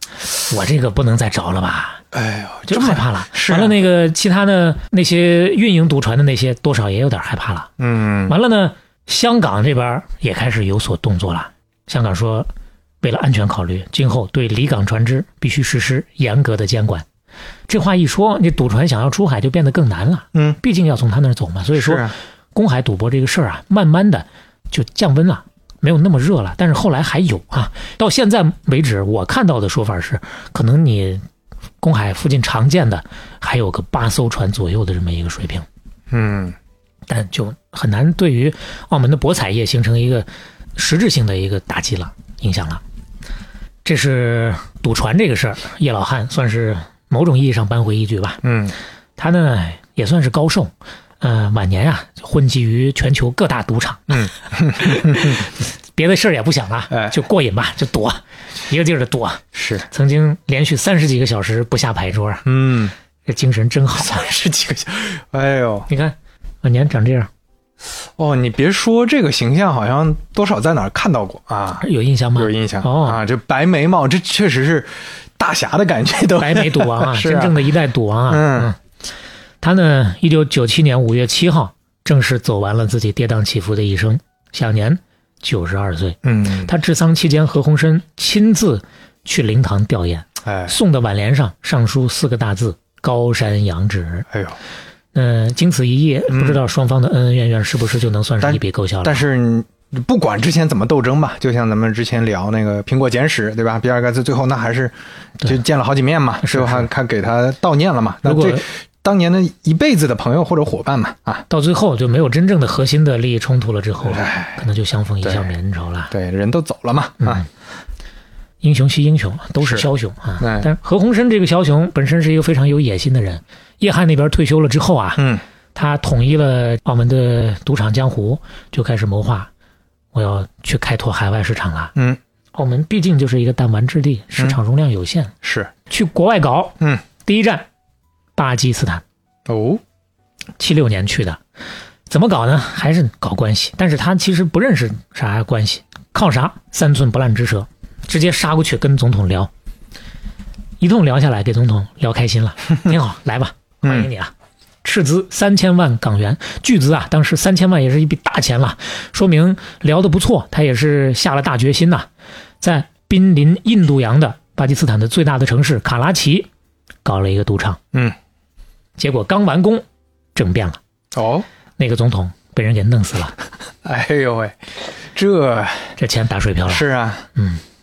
我这个不能再着了吧？哎呦，就这害么怕了。是啊完了，那个其他的那些运营赌船的那些，多少也有点害怕了。嗯完了呢，香港这边也开始有所动作了。香港说，为了安全考虑，今后对离港船只必须实施严格的监管。这话一说，你赌船想要出海就变得更难了，嗯，毕竟要从他那儿走嘛。所以说是，啊公海赌博这个事儿啊，慢慢的就降温了，没有那么热了。但是后来还有啊，到现在为止，我看到的说法是，可能你公海附近常见的还有个八艘船左右的这么一个水平，嗯但就很难对于澳门的博彩业形成一个实质性的一个打击了，影响了。这是赌船这个事儿，叶老汉算是某种意义上扳回一局吧。嗯他呢也算是高寿，呃，晚年啊混迹于全球各大赌场，嗯， 别的事儿也不想了、哎就过瘾吧，就躲，一个劲儿的躲。是，曾经连续三十几个小时不下牌桌啊，嗯，这精神真好 啊！是几个小，哎呦，你看晚年长这样，哦，你别说这个形象，好像多少在哪儿看到过啊，有印象吗？有印象、哦啊，这白眉毛，这确实是大侠的感觉都，白眉赌王啊， 是啊真正的一代赌王啊。 嗯他呢，一九九七年五月七号正式走完了自己跌宕起伏的一生，享年九十二岁。嗯，他治丧期间，何鸿燊亲自去灵堂吊唁，哎，送的挽联上上书四个大字“高山仰止哎呦，”。嗯，经此一役，不知道双方的恩恩怨怨是不是就能算是但一笔勾销了？但是你不管之前怎么斗争吧，就像咱们之前聊那个《苹果简史》，对吧？比尔盖茨最后那还是就对见了好几面嘛，是最后还还给他悼念了嘛。那如果这当年的一辈子的朋友或者伙伴嘛，啊，到最后就没有真正的核心的利益冲突了之后哎，可能就相逢一笑对哎泯恩仇了。对，人都走了嘛，嗯啊，英雄惜英雄，都是是枭雄啊！哎但何鸿燊这个枭雄本身是一个非常有野心的人。叶汉那边退休了之后啊，嗯他统一了澳门的赌场江湖，就开始谋划，我要去开拓海外市场了。嗯，澳门毕竟就是一个弹丸之地，市场容量有限，是，去国外搞。嗯，第一站巴基斯坦，哦，七六年去的，怎么搞呢？还是搞关系，但是他其实不认识啥关系，靠啥？三寸不烂之舌，直接杀过去跟总统聊，一通聊下来，给总统聊开心了，挺好，来吧，嗯欢迎你啊！斥资三千万港元，巨资啊，当时三千万也是一笔大钱了，说明聊得不错，他也是下了大决心呐、在濒临印度洋的巴基斯坦的最大的城市卡拉奇，搞了一个赌场，嗯，结果刚完工，政变了，哦，那个总统被人给弄死 了，哎呦喂，这这钱打水漂了，是啊，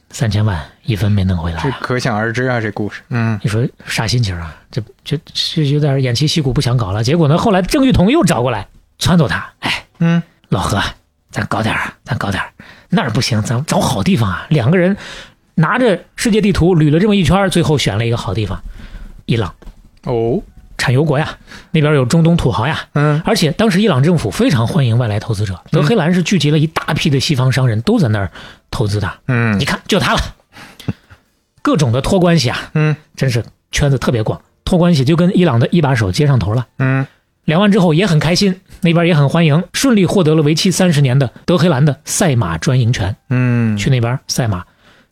三千万一分没弄回来、这啊。可想而知啊，这故事，嗯，你说啥心情啊？这这这有点偃旗息鼓，不想搞了。结果呢，后来郑裕彤又找过来撺掇他，哎，嗯，老何，咱搞点儿啊，咱搞点儿，那儿不行，咱找好地方啊。两个人拿着世界地图捋了这么一圈儿，最后选了一个好地方，伊朗哦，产油国呀，那边有中东土豪呀。嗯，而且当时伊朗政府非常欢迎外来投资者，德黑兰是聚集了一大批的西方商人，都在那儿投资的。嗯你，看，就他了，各种的托关系啊，嗯，真是圈子特别广，托关系就跟伊朗的一把手接上头了。嗯，聊完之后也很开心，那边也很欢迎，顺利获得了为期三十年的德黑兰的赛马专营权，嗯，去那边赛马。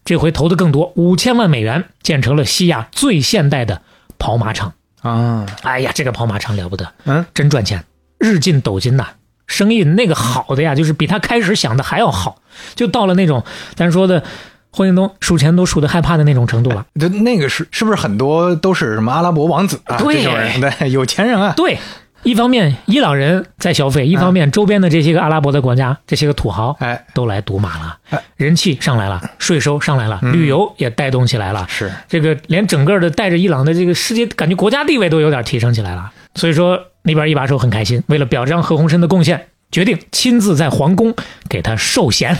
这回投的更多，五千万美元建成了西亚最现代的跑马场。啊，哎呀，这个跑马场了不得，嗯，真赚钱，日进斗金呐、生意那个好的呀，就是比他开始想的还要好，就到了那种咱说的霍英东数钱都数的害怕的那种程度 了。就那个是是不是很多都是什么阿拉伯王子啊对这种人，对，有钱人啊，对，一方面伊朗人在消费，一方面周边的这些个阿拉伯的国家，这些个土豪哎，都来赌马了哎，嗯人气上来了，税收上来了，旅游也带动起来了，是，这个连整个的带着伊朗的这个世界，感觉国家地位都有点提升起来了。所以说那边一把手很开心，为了表彰何鸿燊的贡献，决定亲自在皇宫给他授衔，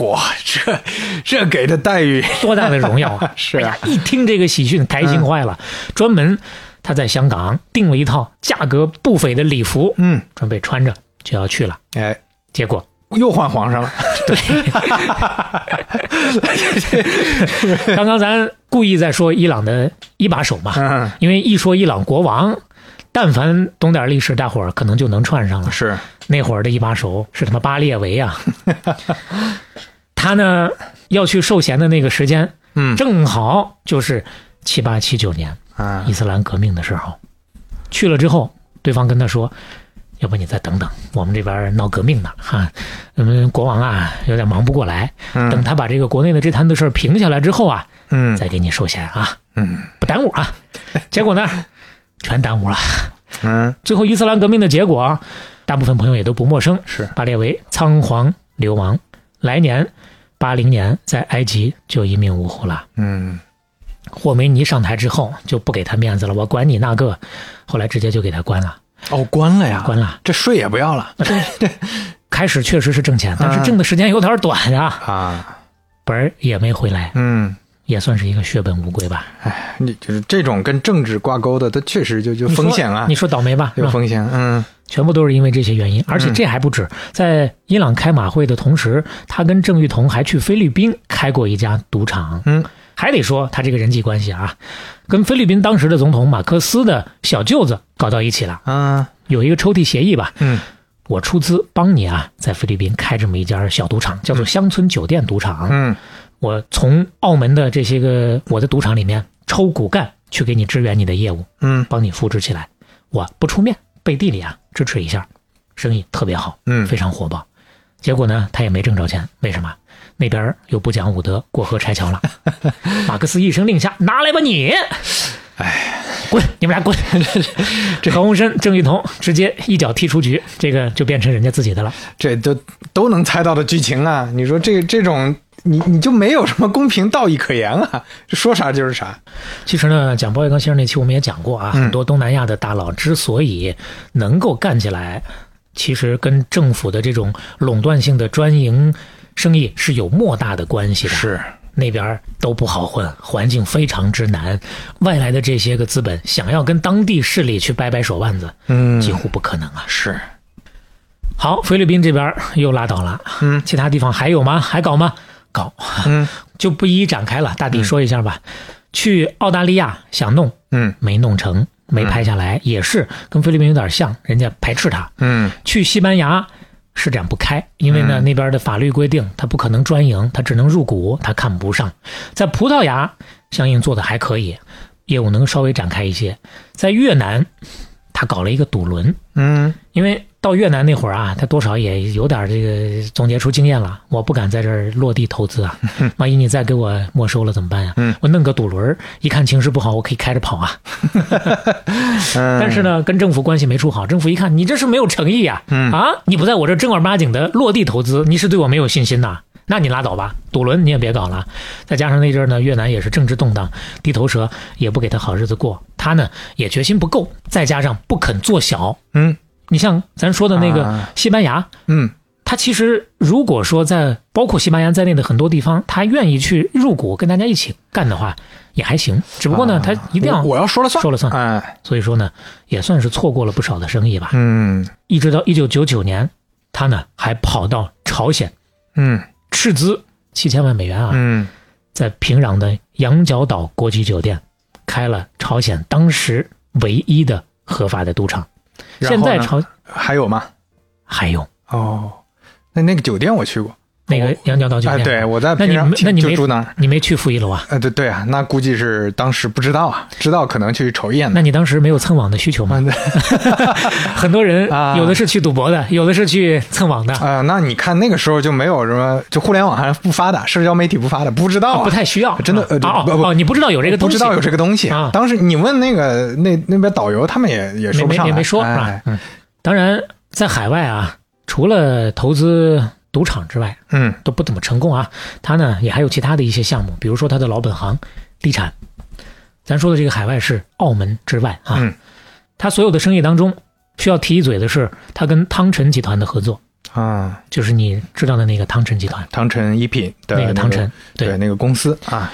哇，这这给的待遇 多大的荣耀啊！ 是哎啊呀，一听这个喜讯，开心坏了，专门他在香港订了一套价格不菲的礼服，嗯，准备穿着就要去了。哎，结果又换皇 上了，刚刚咱故意在说伊朗的一把手嘛，嗯，因为一说伊朗国王，但凡懂点历史，大伙儿可能就能串 上了。是，那会儿的一把手是他妈巴列维 啊，他呢要去授衔的那个时间，嗯正好就是七八七九年啊伊，斯兰革命的时候。去了之后，对方跟他说：“要不你再等等，我们这边闹革命呢，哈，我们国王啊有点忙不过来，等嗯他把这个国内的这摊子事儿平下来之后啊，嗯再给你授衔啊，嗯不耽误啊。结果呢，全耽误了。嗯，最后伊斯兰革命的结果，大部分朋友也都不陌生，是，巴列维仓皇流亡，来年八零年在埃及就一命呜呼了。嗯霍梅尼上台之后就不给他面子了，我管你那个，后来直接就给他关了，哦，关了呀，关 了。这税也不要了开始确实是挣钱，嗯但是挣的时间有点短啊，啊，本儿也没回来，嗯。也算是一个血本无归吧。你就是这种跟政治挂钩的，它确实就就你说风险啊你，说倒霉吧，是有吧风险。嗯全部都是因为这些原因，而且这还不止，在伊朗开马会的同时，他跟郑裕彤还去菲律宾开过一家赌场。嗯，还得说他这个人际关系啊，跟菲律宾当时的总统马克思的小舅子搞到一起了，啊有一个抽屉协议吧，嗯我出资帮你啊，在菲律宾开这么一家小赌场，叫做乡村酒店赌场。嗯我从澳门的这些个我的赌场里面抽骨干去给你支援你的业务，嗯帮你扶植起来。我不出面，背地里啊支持一下，生意特别好，嗯非常火爆。结果呢，他也没挣着钱，为什么？那边儿又不讲武德，过河拆桥了。马克思一声令下，拿来吧你！哎，滚！你们俩滚！这何鸿燊、郑裕彤直接一脚踢出局，这个就变成人家自己的了。这都都能猜到的剧情啊！你说这这种，你你就没有什么公平道义可言啊！这说啥就是啥。其实呢，讲包玉刚先生那期我们也讲过啊，嗯很多东南亚的大佬之所以能够干起来，其实跟政府的这种垄断性的专营生意是有莫大的关系的。那边儿都不好混，环境非常之难，外来的这些个资本想要跟当地势力去掰掰手腕子，嗯几乎不可能啊。是，好，菲律宾这边儿又拉倒了，嗯，其他地方还有吗？还搞吗？搞，嗯 就不一一展开了，大体说一下吧。去澳大利亚想弄嗯没弄成，没拍下来，也是跟菲律宾有点像，人家排斥他。嗯去西班牙施展不开，因为呢那边的法律规定，他不可能专营，他只能入股，他看不上。在葡萄牙，相应做的还可以。业务能稍微展开一些。在越南，他搞了一个赌轮，嗯因为到越南那会儿啊，他多少也有点这个总结出经验了，我不敢在这儿落地投资啊，万一你再给我没收了怎么办呀、嗯我弄个赌轮儿，一看形势不好，我可以开着跑啊。 嗯，但是呢，跟政府关系没处好，政府一看你这是没有诚意呀、啊，嗯你不在我这正儿八经的落地投资，你是对我没有信心呐、那你拉倒吧，赌轮你也别搞了。再加上那阵儿呢，越南也是政治动荡，地头蛇也不给他好日子过，他呢也决心不够，再加上不肯做小。嗯你像咱说的那个啊西班牙，嗯他其实如果说在包括西班牙在内的很多地方，他愿意去入股跟大家一起干的话，也还行。只不过呢，他一定要啊我我要说了算，说了算哎，所以说呢，也算是错过了不少的生意吧。嗯一直到一九九九年，他呢还跑到朝鲜嗯斥资七千万美元啊，嗯在平壤的羊角岛国际酒店开了朝鲜当时唯一的合法的赌场。然后现呢在朝还有吗？还有哦，那那个酒店我去过，那个羊角岛酒哎，店，啊对，我在那平你壤没那你就没住那儿。你没去负一楼啊？呃，对对啊，那估计是当时不知道啊，知道可能去瞅一眼那的。你当时没有蹭网的需求吗？嗯嗯对 很多人啊有的是去赌博的，有的是去蹭网的，啊、那你看那个时候就没有什么，就互联网还不发达，社交媒体不发达，不知道、啊不太需要。真的呃啊不不哦哦，你不知道有这个不东西，知道有这个东西。啊当时你问那个那那边导游，他们也也说不没上没来，也没说是啊嗯吧哎、当然，在海外啊，除了投资赌场之外，嗯都不怎么成功啊。他呢，也还有其他的一些项目，比如说他的老本行地产。咱说的这个海外是澳门之外啊，嗯他所有的生意当中需要提一嘴的是他跟汤臣集团的合作，啊，就是你知道的那个汤臣集团，汤臣一品的那个汤臣，对对那个公司啊，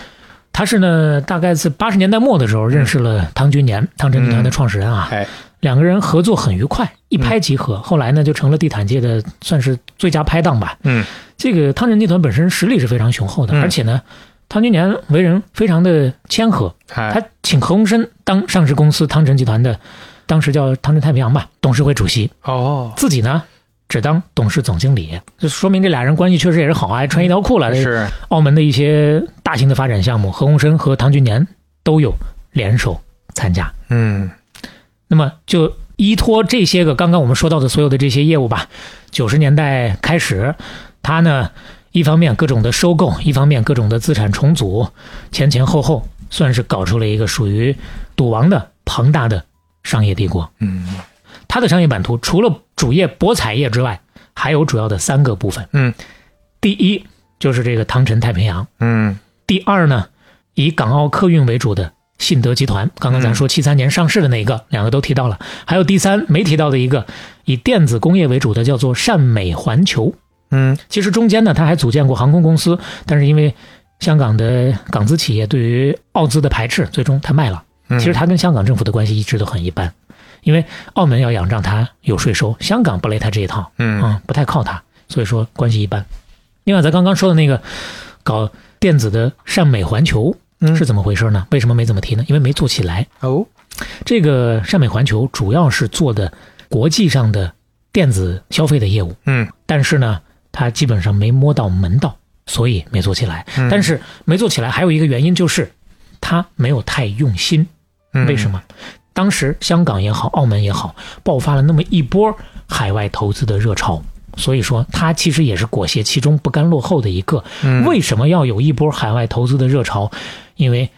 他是呢，大概是八十年代末的时候认识了汤君年，汤臣集团的创始人啊，哎，两个人合作很愉快，嗯一拍即合，后来呢就成了地产界的算是最佳拍档吧。嗯这个汤臣集团本身实力是非常雄厚的，嗯而且呢，汤君年为人非常的谦和，哎他请何鸿燊当上市公司汤臣集团的，当时叫汤臣太平洋吧，董事会主席，哦自己呢只当董事总经理，就说明这俩人关系确实也是好啊，还穿一条裤了。这是澳门的一些大型的发展项目，何鸿燊和汤君年都有联手参加。嗯那么就依托这些个刚刚我们说到的所有的这些业务吧，九十年代开始，它呢一方面各种的收购，一方面各种的资产重组，前前后后算是搞出了一个属于赌王的庞大的商业帝国。嗯它的商业版图除了主业博彩业之外，还有主要的三个部分。嗯，第一就是这个汤臣太平洋。嗯第二呢，以港澳客运为主的信德集团，刚刚咱说七三年上市的那一个，两个都提到了。还有第三没提到的一个，以电子工业为主的叫做善美环球。嗯其实中间呢，它还组建过航空公司，但是因为香港的港资企业对于澳资的排斥，最终它卖了。嗯，其实它跟香港政府的关系一直都很一般，因为澳门要仰仗它有税收，香港不来它这一套。嗯嗯，不太靠他，所以说关系一般。另外，咱刚刚说的那个搞电子的善美环球嗯是怎么回事呢？为什么没怎么提呢？因为没做起来。哦这个善美环球主要是做的国际上的电子消费的业务，嗯但是呢，它基本上没摸到门道，所以没做起来。嗯但是没做起来还有一个原因就是，它没有太用心。嗯，为什么？当时香港也好，澳门也好，爆发了那么一波海外投资的热潮，所以说它其实也是裹挟其中不甘落后的一个。嗯为什么要有一波海外投资的热潮？因为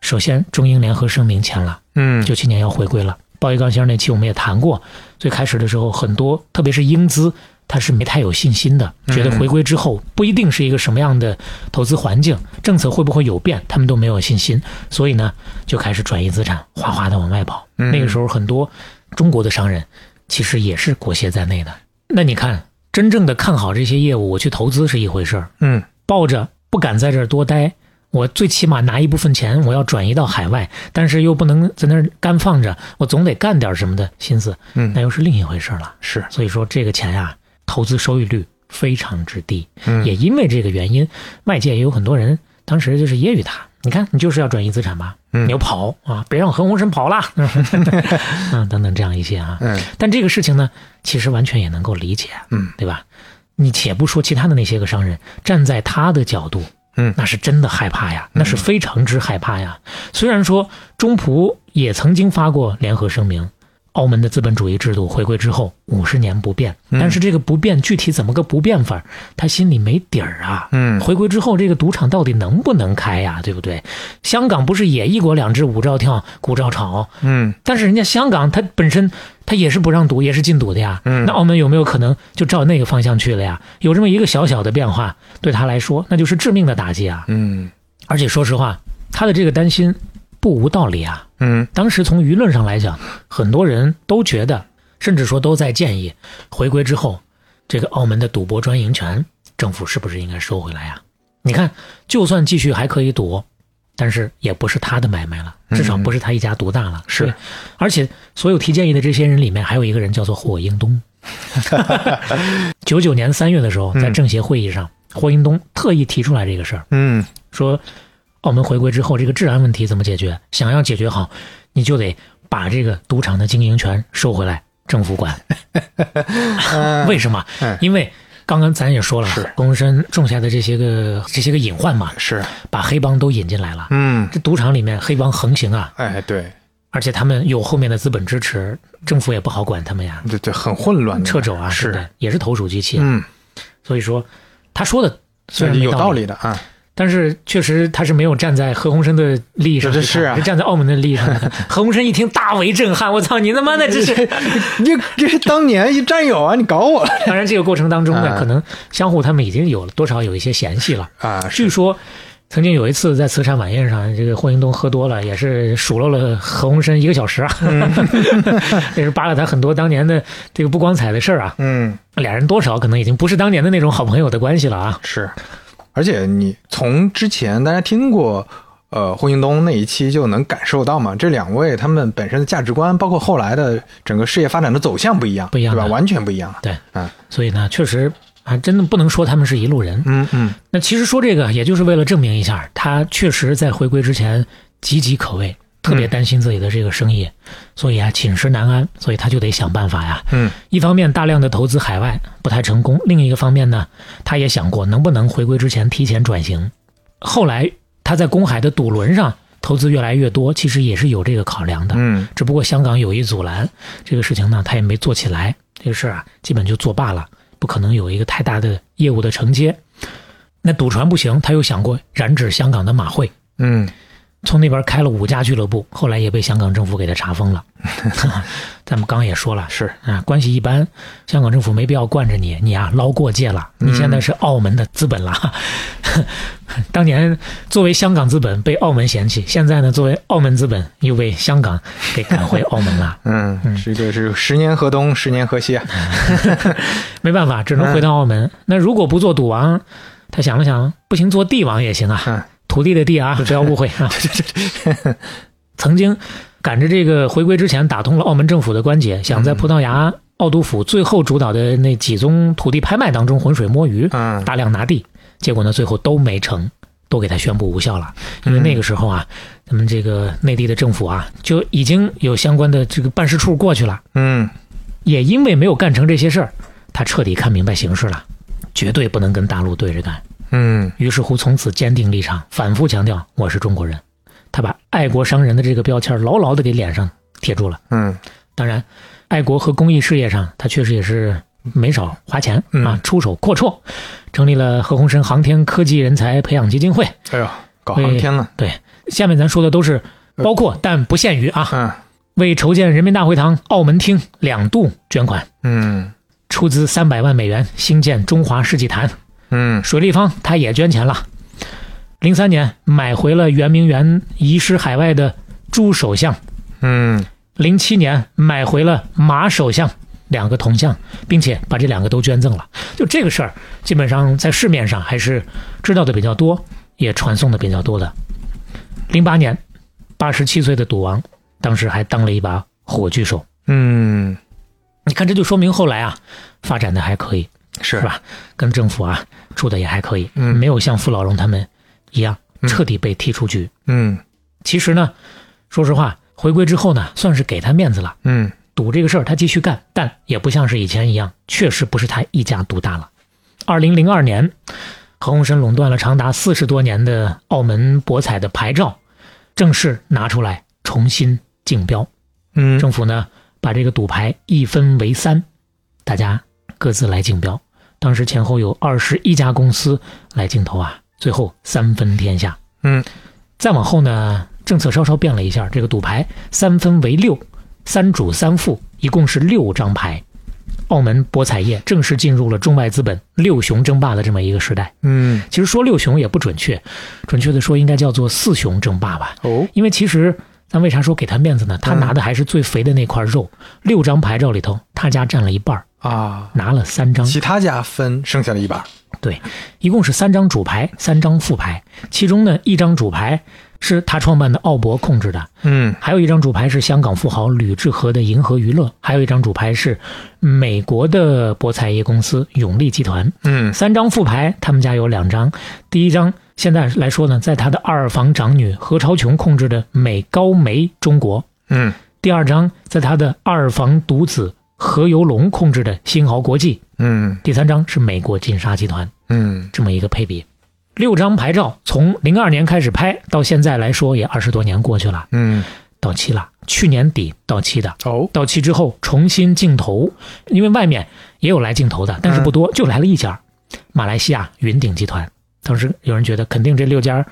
首先中英联合声明签了，嗯九七年要回归了。鲍玉刚先生那期我们也谈过，最开始的时候，很多特别是英资，他是没太有信心的，嗯觉得回归之后不一定是一个什么样的投资环境，政策会不会有变，他们都没有信心，所以呢，就开始转移资产，哗哗的往外跑。嗯那个时候，很多中国的商人其实也是裹挟在内的。那你看，真正的看好这些业务，我去投资是一回事儿，嗯抱着不敢在这儿多待，我最起码拿一部分钱，我要转移到海外，但是又不能在那儿干放着，我总得干点什么的心思，那嗯又是另一回事了。是所以说，这个钱呀、投资收益率非常之低，嗯也因为这个原因，外界也有很多人当时就是揶揄他，你看你就是要转移资产吧，嗯你要跑啊，别让何鸿燊跑了， 嗯，等等这样一些啊，嗯但这个事情呢，其实完全也能够理解，嗯，对吧？你且不说其他的那些个商人，站在他的角度，嗯那是真的害怕呀，那是非常之害怕呀。虽然说中葡也曾经发过联合声明，澳门的资本主义制度回归之后五十年不变，嗯但是这个不变具体怎么个不变法儿，他心里没底儿啊。嗯回归之后，这个赌场到底能不能开呀？对不对？香港不是也一国两制、五照跳、股照炒，嗯但是人家香港它本身它也是不让赌，也是禁赌的呀。嗯那澳门有没有可能就照那个方向去了呀？有这么一个小小的变化，对他来说那就是致命的打击啊！嗯而且说实话，他的这个担心不无道理啊。嗯当时从舆论上来讲，很多人都觉得，甚至说都在建议，回归之后，这个澳门的赌博专营权，政府是不是应该收回来呀、你看，就算继续还可以赌，但是也不是他的买卖了，至少不是他一家独大了。嗯是对，而且所有提建议的这些人里面，还有一个人叫做霍英 东。九九年三月的时候，在政协会议上，霍英东特意提出来这个事儿。嗯说澳门回归之后这个治安问题怎么解决？想要解决好，你就得把这个赌场的经营权收回来，政府管。为什么嗯？因为刚刚咱也说了是，公身种下的这些个这些个隐患嘛，是把黑帮都引进来了。嗯这赌场里面黑帮横行啊，哎对而且他们有后面的资本支持，政府也不好管他们呀，对对很混乱的掣肘啊，是对不对也是投鼠忌器啊。嗯所以说，他说的虽所然以没有道道理，理的啊但是确实他是没有站在何鸿燊的利益上去这看，是啊站在澳门的利益上 看。何鸿燊一听大为震撼，我操，你他妈的这是！ 你这是当年一战友啊你搞我当然，这个过程当中呢，啊可能相互他们已经有了多少有一些嫌隙了。 啊据说曾经有一次在慈善晚宴上，这个霍英东喝多了，也是数落了何鸿燊一个小时啊，嗯 也是扒了他很多当年的这个不光彩的事儿啊。嗯俩人多少可能已经不是当年的那种好朋友的关系了啊。是，而且你从之前大家听过。呃，霍英东那一期就能感受到嘛，这两位他们本身的价值观，包括后来的整个事业发展的走向不一样，不一样对吧？的完全不一样。对，嗯所以呢，确实还真的不能说他们是一路人。嗯嗯那其实说这个，也就是为了证明一下，他确实在回归之前岌岌可危，特别担心自己的这个生意，所以啊寝食难安，所以他就得想办法呀。嗯一方面大量的投资海外不太成功，另一个方面呢，他也想过能不能回归之前提前转型。后来他在公海的赌轮上投资越来越多，其实也是有这个考量的。嗯只不过香港有意阻拦这个事情呢，他也没做起来，这个事儿啊，基本就作罢了，不可能有一个太大的业务的承接。那赌船不行，他又想过染指香港的马会，嗯从那边开了五家俱乐部，后来也被香港政府给他查封了。 咱们刚也说了，是。啊，关系一般，香港政府没必要惯着你，你啊捞过界了，你现在是澳门的资本了。 当年作为香港资本被澳门嫌弃，现在呢作为澳门资本又被香港给赶回澳门了 嗯，这个是十年河东，十年河西啊。 没办法，只能回到澳门。那如果不做赌王，他想了想，不行，做帝王也行啊，嗯土地的地啊，不要误会啊。 曾经赶着这个回归之前，打通了澳门政府的关节，想在葡萄牙奥杜府最后主导的那几宗土地拍卖当中浑水摸鱼，嗯大量拿地，结果呢，最后都没成。都给他宣布无效了，因为那个时候啊，咱们这个内地的政府啊，就已经有相关的这个办事处过去了，嗯也因为没有干成这些事儿，他彻底看明白形势了，绝对不能跟大陆对着干。嗯于是乎，从此坚定立场，反复强调我是中国人。他把爱国商人的这个标签牢牢的给脸上贴住了。嗯当然，爱国和公益事业上，他确实也是没少花钱嗯啊，出手阔绰，成立了何鸿燊航天科技人才培养基金会。哎呦，搞航天了。对，下面咱说的都是包括但不限于啊，嗯为筹建人民大会堂澳门厅两度捐款。嗯出资三百万美元兴建中华世纪坛，嗯水立方他也捐钱了。零三年买回了圆明园遗失海外的朱首相，嗯零七年买回了马首相两个铜像，并且把这两个都捐赠了。就这个事儿，基本上在市面上还是知道的比较多，也传颂的比较多的。零八年，八十七岁的赌王，当时还当了一把火炬手。嗯，你看，这就说明后来啊，发展的还可以。是是吧？跟政府啊处的也还可以，嗯没有像傅老荣他们一样嗯彻底被踢出局。嗯其实呢，说实话，回归之后呢，算是给他面子了。嗯赌这个事儿他继续干，但也不像是以前一样，确实不是他一家独大了。二零零二年，何鸿燊垄断了长达四十多年的澳门博彩的牌照，正式拿出来重新竞标。嗯政府呢把这个赌牌一分为三，大家各自来竞标。当时前后有二十一家公司来竞投啊，最后三分天下。嗯，再往后呢，政策稍稍变了一下，这个赌牌三分为六，三主三副，一共是六张牌。澳门博彩业正式进入了中外资本六雄争霸的这么一个时代。嗯其实说六雄也不准确，准确的说应该叫做四雄争霸吧。哦因为其实咱为啥说给他面子呢？他嗯拿的还是最肥的那块肉，六张牌照里头，他家占了一半儿，啊，拿了三张，其他家分剩下了一把，对，一共是三张主牌，三张副牌，其中呢一张主牌是他创办的澳博控制的，嗯还有一张主牌是香港富豪吕志和的银河娱乐，还有一张主牌是美国的博彩业公司永利集团。嗯三张副牌，他们家有两张。第一张现在来说呢，在他的二房长女何超琼控制的美高梅中国，嗯第二章在他的二房独子何猷龙控制的新濠国际，嗯第三章是美国金沙集团嗯这么一个配比。六张牌照从零二年开始拍到现在来说也二十多年过去了，嗯到期了，去年底到期的。哦到期之后重新竞投，因为外面也有来竞投的，但是不多，就来了一家，马来西亚云鼎集团。当时有人觉得肯定这六家，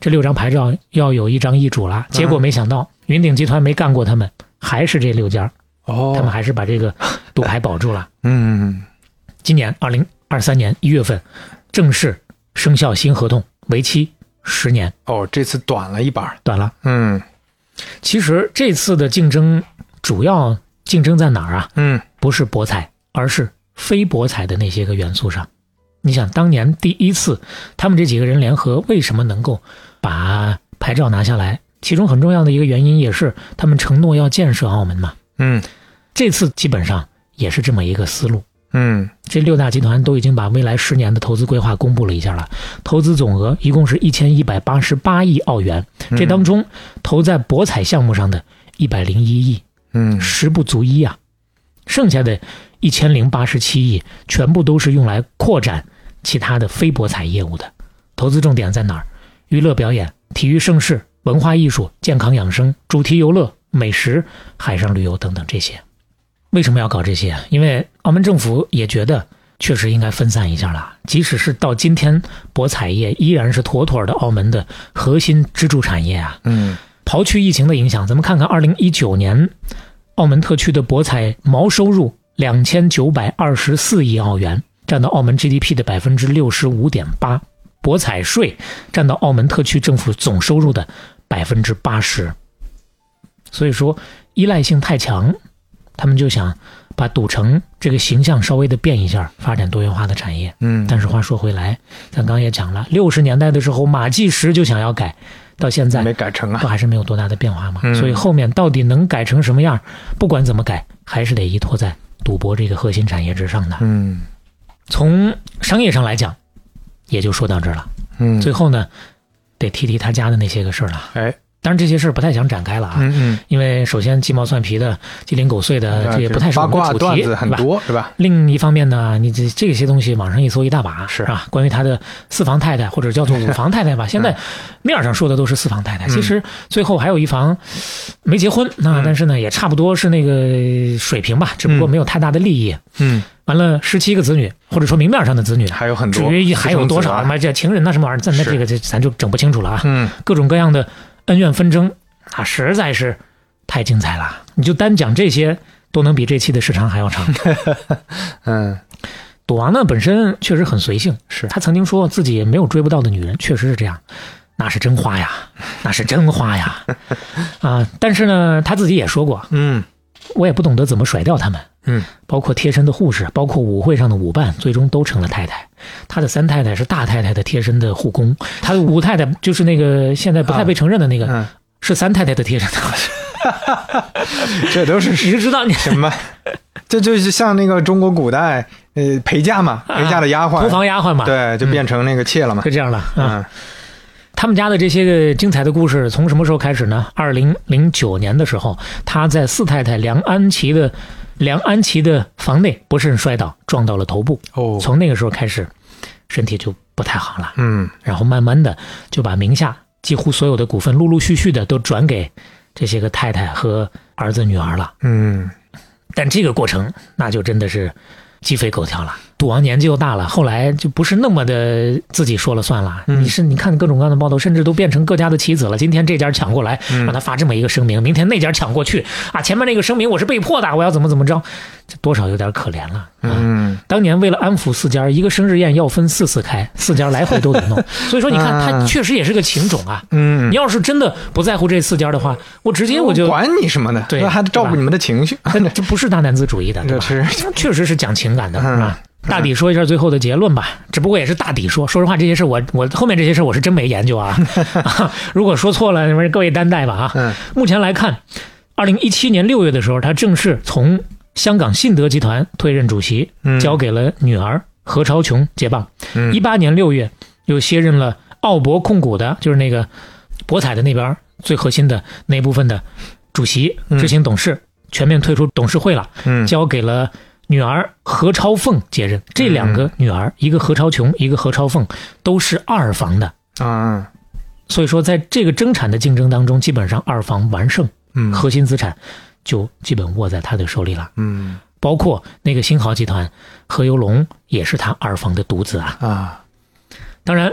这六张牌照要有一张易主了，结果没想到云鼎集团没干过他们，还是这六家，他们哦还是把这个赌牌保住了。 嗯今年二零二三年一月份正式生效新合同，为期十年，哦，这次短了一把，短了。嗯其实这次的竞争主要竞争在哪儿啊？嗯不是博彩，而是非博彩的那些个元素上。你想，当年第一次他们这几个人联合，为什么能够把牌照拿下来？其中很重要的一个原因也是他们承诺要建设澳门嘛。嗯这次基本上也是这么一个思路。嗯这六大集团都已经把未来十年的投资规划公布了一下了，投资总额一共是一千一百八十八亿澳元，这当中投在博彩项目上的一百零一亿，嗯十不足一啊。剩下的一千零八十七亿全部都是用来扩展其他的非博彩业务的。投资重点在哪儿？娱乐表演、体育盛事、文化艺术、健康养生、主题游乐、美食、海上旅游等等这些。为什么要搞这些啊？因为澳门政府也觉得确实应该分散一下了。即使是到今天，博彩业依然是妥妥的澳门的核心支柱产业啊。嗯刨去疫情的影响，咱们看看二零一九年澳门特区的博彩毛收入两千九百二十四亿澳元，占到澳门 GDP 的百分之六十五点八，博彩税占到澳门特区政府总收入的百分之八十。所以说依赖性太强，他们就想把赌城这个形象稍微的变一下，发展多元化的产业。嗯但是话说回来，咱刚也讲了，六十年代的时候马季时就想要改，到现在没改成不啊，还是没有多大的变化嘛。嗯所以后面到底能改成什么样，不管怎么改，还是得依托在赌博这个核心产业之上的。嗯从商业上来讲，也就说到这儿了。嗯最后呢，得提提他家的那些个事儿了。哎当然这些事儿不太想展开了啊，嗯因为首先鸡毛蒜皮的、鸡零狗碎的，嗯，这也不太是我八们的卦主段题，子很对吧。多是吧？另一方面呢，你这这些东西网上一搜一大把，是吧？关于他的四房太太，或者叫做五房太太吧，现在面儿上说的都是四房太太，嗯其实最后还有一房没结婚，那、嗯但是呢，也差不多是那个水平吧，只不过嗯没有太大的利益。嗯，完了，十七个子女，或者说明面上的子女，还有很至多，于还有多私生子少啊什么这情人呐什么玩意儿，咱那是这个这咱就整不清楚了啊。嗯各种各样的恩怨纷争啊，实在是太精彩了。你就单讲这些，都能比这期的时长还要长。嗯赌王呢本身确实很随性，是他曾经说自己没有追不到的女人，确实是这样，那是真花呀，那是真花 呀，啊！但是呢，他自己也说过，嗯我也不懂得怎么甩掉他们，嗯，包括贴身的护士，包括舞会上的舞伴，最终都成了太太。他的三太太是大太太的贴身的护工，他的五太太就是那个现在不太被承认的那个，嗯，是三太太的贴身的，这都 是你就知道你什么？这就是像那个中国古代呃陪嫁嘛，陪嫁的丫啊鬟厨，房丫鬟嘛，，对，就变成那个妾了嘛。就这 样了啊。嗯他们家的这些个精彩的故事从什么时候开始呢？二零零九年的时候，他在四太太梁安琪的梁安琪的房内不慎摔倒，撞到了头部。哦从那个时候开始，身体就不太好了。嗯，然后慢慢的就把名下几乎所有的股份陆陆续续的都转给这些个太太和儿子女儿了。嗯，但这个过程那就真的是鸡飞狗跳了。赌王年纪又大了，后来就不是那么的自己说了算了。嗯你是你看各种各样的报道，甚至都变成各家的棋子了。今天这家抢过来，嗯让他发这么一个声明；明天那家抢过去啊，前面那个声明我是被迫的，我要怎么怎么着，这多少有点可怜了。啊。嗯，当年为了安抚四家，一个生日宴要分四次开，四家来回都得 弄。所以说，你看他嗯确实也是个情种啊。嗯你，要是真的不在乎这四家的话，我直接我就管你什么的，对那还得照顾你们的情绪，啊那这不是大男子主义的，对这吧？是 确实是讲情感的嗯啊。大抵说一下最后的结论吧，只不过也是大抵说。说实话，这些事儿我我后面这些事儿我是真没研究 啊。 啊如果说错了，你们各位担待吧啊。嗯目前来看，二零一七年六月的时候，他正式从香港信德集团退任主席，嗯交给了女儿何超琼接棒。嗯一八年六月又卸任了奥博控股的，就是那个博彩的那边儿最核心的那部分的主席、嗯执行董事，全面退出董事会了，嗯交给了女儿何超凤接任。这两嗯个女儿，一个何超琼，一个何超凤，都是二房的。啊所以说，在这个争产的竞争当中，基本上二房完胜，嗯核心资产就基本握在他的手里了。嗯包括那个新豪集团，何猷龙也是他二房的独子啊。啊当然，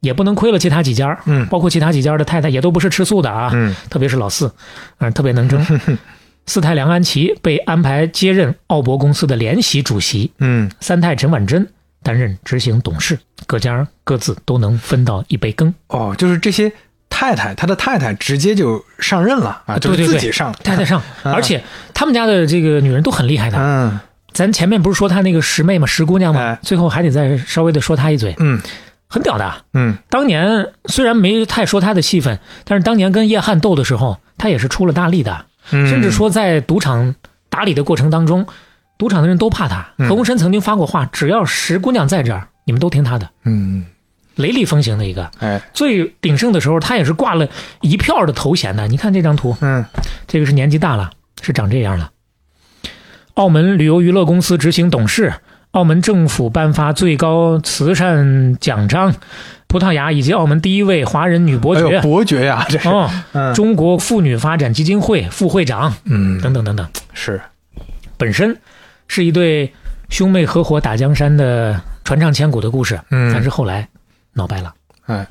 也不能亏了其他几家儿，嗯包括其他几家的太太也都不是吃素的啊，嗯特别是老四，嗯、特别能争。 四太梁安琪被安排接任奥博公司的联席主席，嗯三太陈婉珍担任执行董事，各家各自都能分到一杯羹。哦，就是这些太太，他的太太直接就上任了啊，对就是对自对己上，太太上，啊而且他们家的这个女人都很厉害的。嗯咱前面不是说她那个十妹嘛，十姑娘嘛哎，最后还得再稍微的说她一嘴，嗯很屌的啊。嗯当年虽然没太说她的戏份，但是当年跟叶汉斗的时候，她也是出了大力的。嗯，甚至说在赌场打理的过程当中，赌场的人都怕他。嗯何鸿燊曾经发过话，只要石姑娘在这儿，你们都听她的，嗯雷厉风行的一个。哎最鼎盛的时候，他也是挂了一票的头衔的。你看这张图，嗯这个是年纪大了，是长这样了。澳门旅游娱乐公司执行董事，澳门政府颁发最高慈善奖章，葡萄牙以及澳门第一位华人女伯哎爵呦，。伯爵呀，这是哦，嗯中国妇女发展基金会副会长嗯等等等等。是本身是一对兄妹合伙打江山的传唱千古的故事，嗯但是后来闹掰了，哎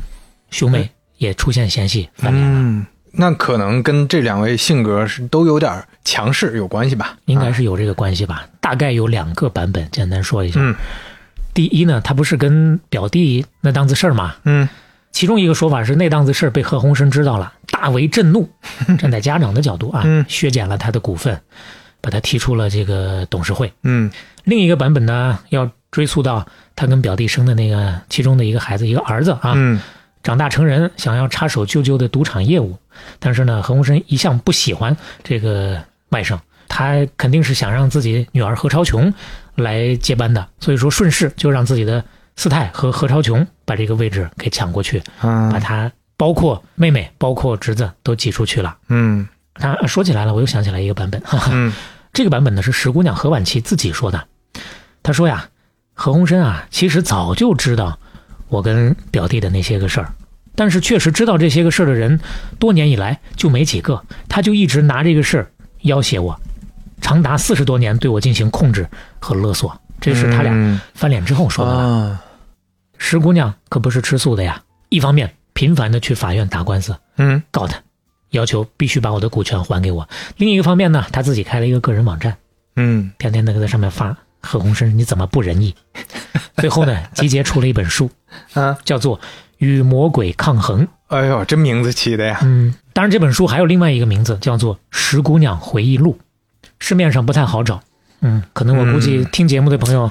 兄妹也出现嫌隙，翻脸了，嗯，那可能跟这两位性格是都有点强势有关系吧，应该啊是有这个关系吧？大概有两个版本，简单说一下。嗯第一呢，他不是跟表弟那档子事儿嘛，嗯其中一个说法是那档子事儿被何鸿燊知道了，大为震 怒，站在家长的角度啊嗯，削减了他的股份，把他踢出了这个董事会。嗯另一个版本呢，要追溯到他跟表弟生的那个其中的一个孩子，一个儿子啊，嗯长大成人，想要插手舅舅的赌场业务，但是呢，何鸿燊一向不喜欢这个外甥，他肯定是想让自己女儿何超琼来接班的，所以说顺势就让自己的四太和何超琼把这个位置给抢过去，把啊他包括妹妹、包括侄子都挤出去了。嗯他呃说起来了，我又想起来一个版本，哈哈。嗯这个版本呢是石姑娘何婉琪自己说的，她说呀，何鸿燊啊，其实早就知道我跟表弟的那些个事儿，但是确实知道这些个事儿的人，多年以来就没几个，他就一直拿这个事儿要挟我，长达四十多年对我进行控制和勒索，这是他俩嗯翻脸之后说的。啊石姑娘可不是吃素的呀，一方面频繁的去法院打官司，嗯告他，要求必须把我的股权还给我；另一个方面呢，他自己开了一个个人网站。嗯天天的在上面发何鸿燊你怎么不仁义？ 最后呢，集结出了一本书，啊，叫做《与魔鬼抗衡》。哎呦，这名字起的呀，嗯，当然这本书还有另外一个名字，叫做《石姑娘回忆录》，市面上不太好找。嗯，可能我估计嗯听节目的朋友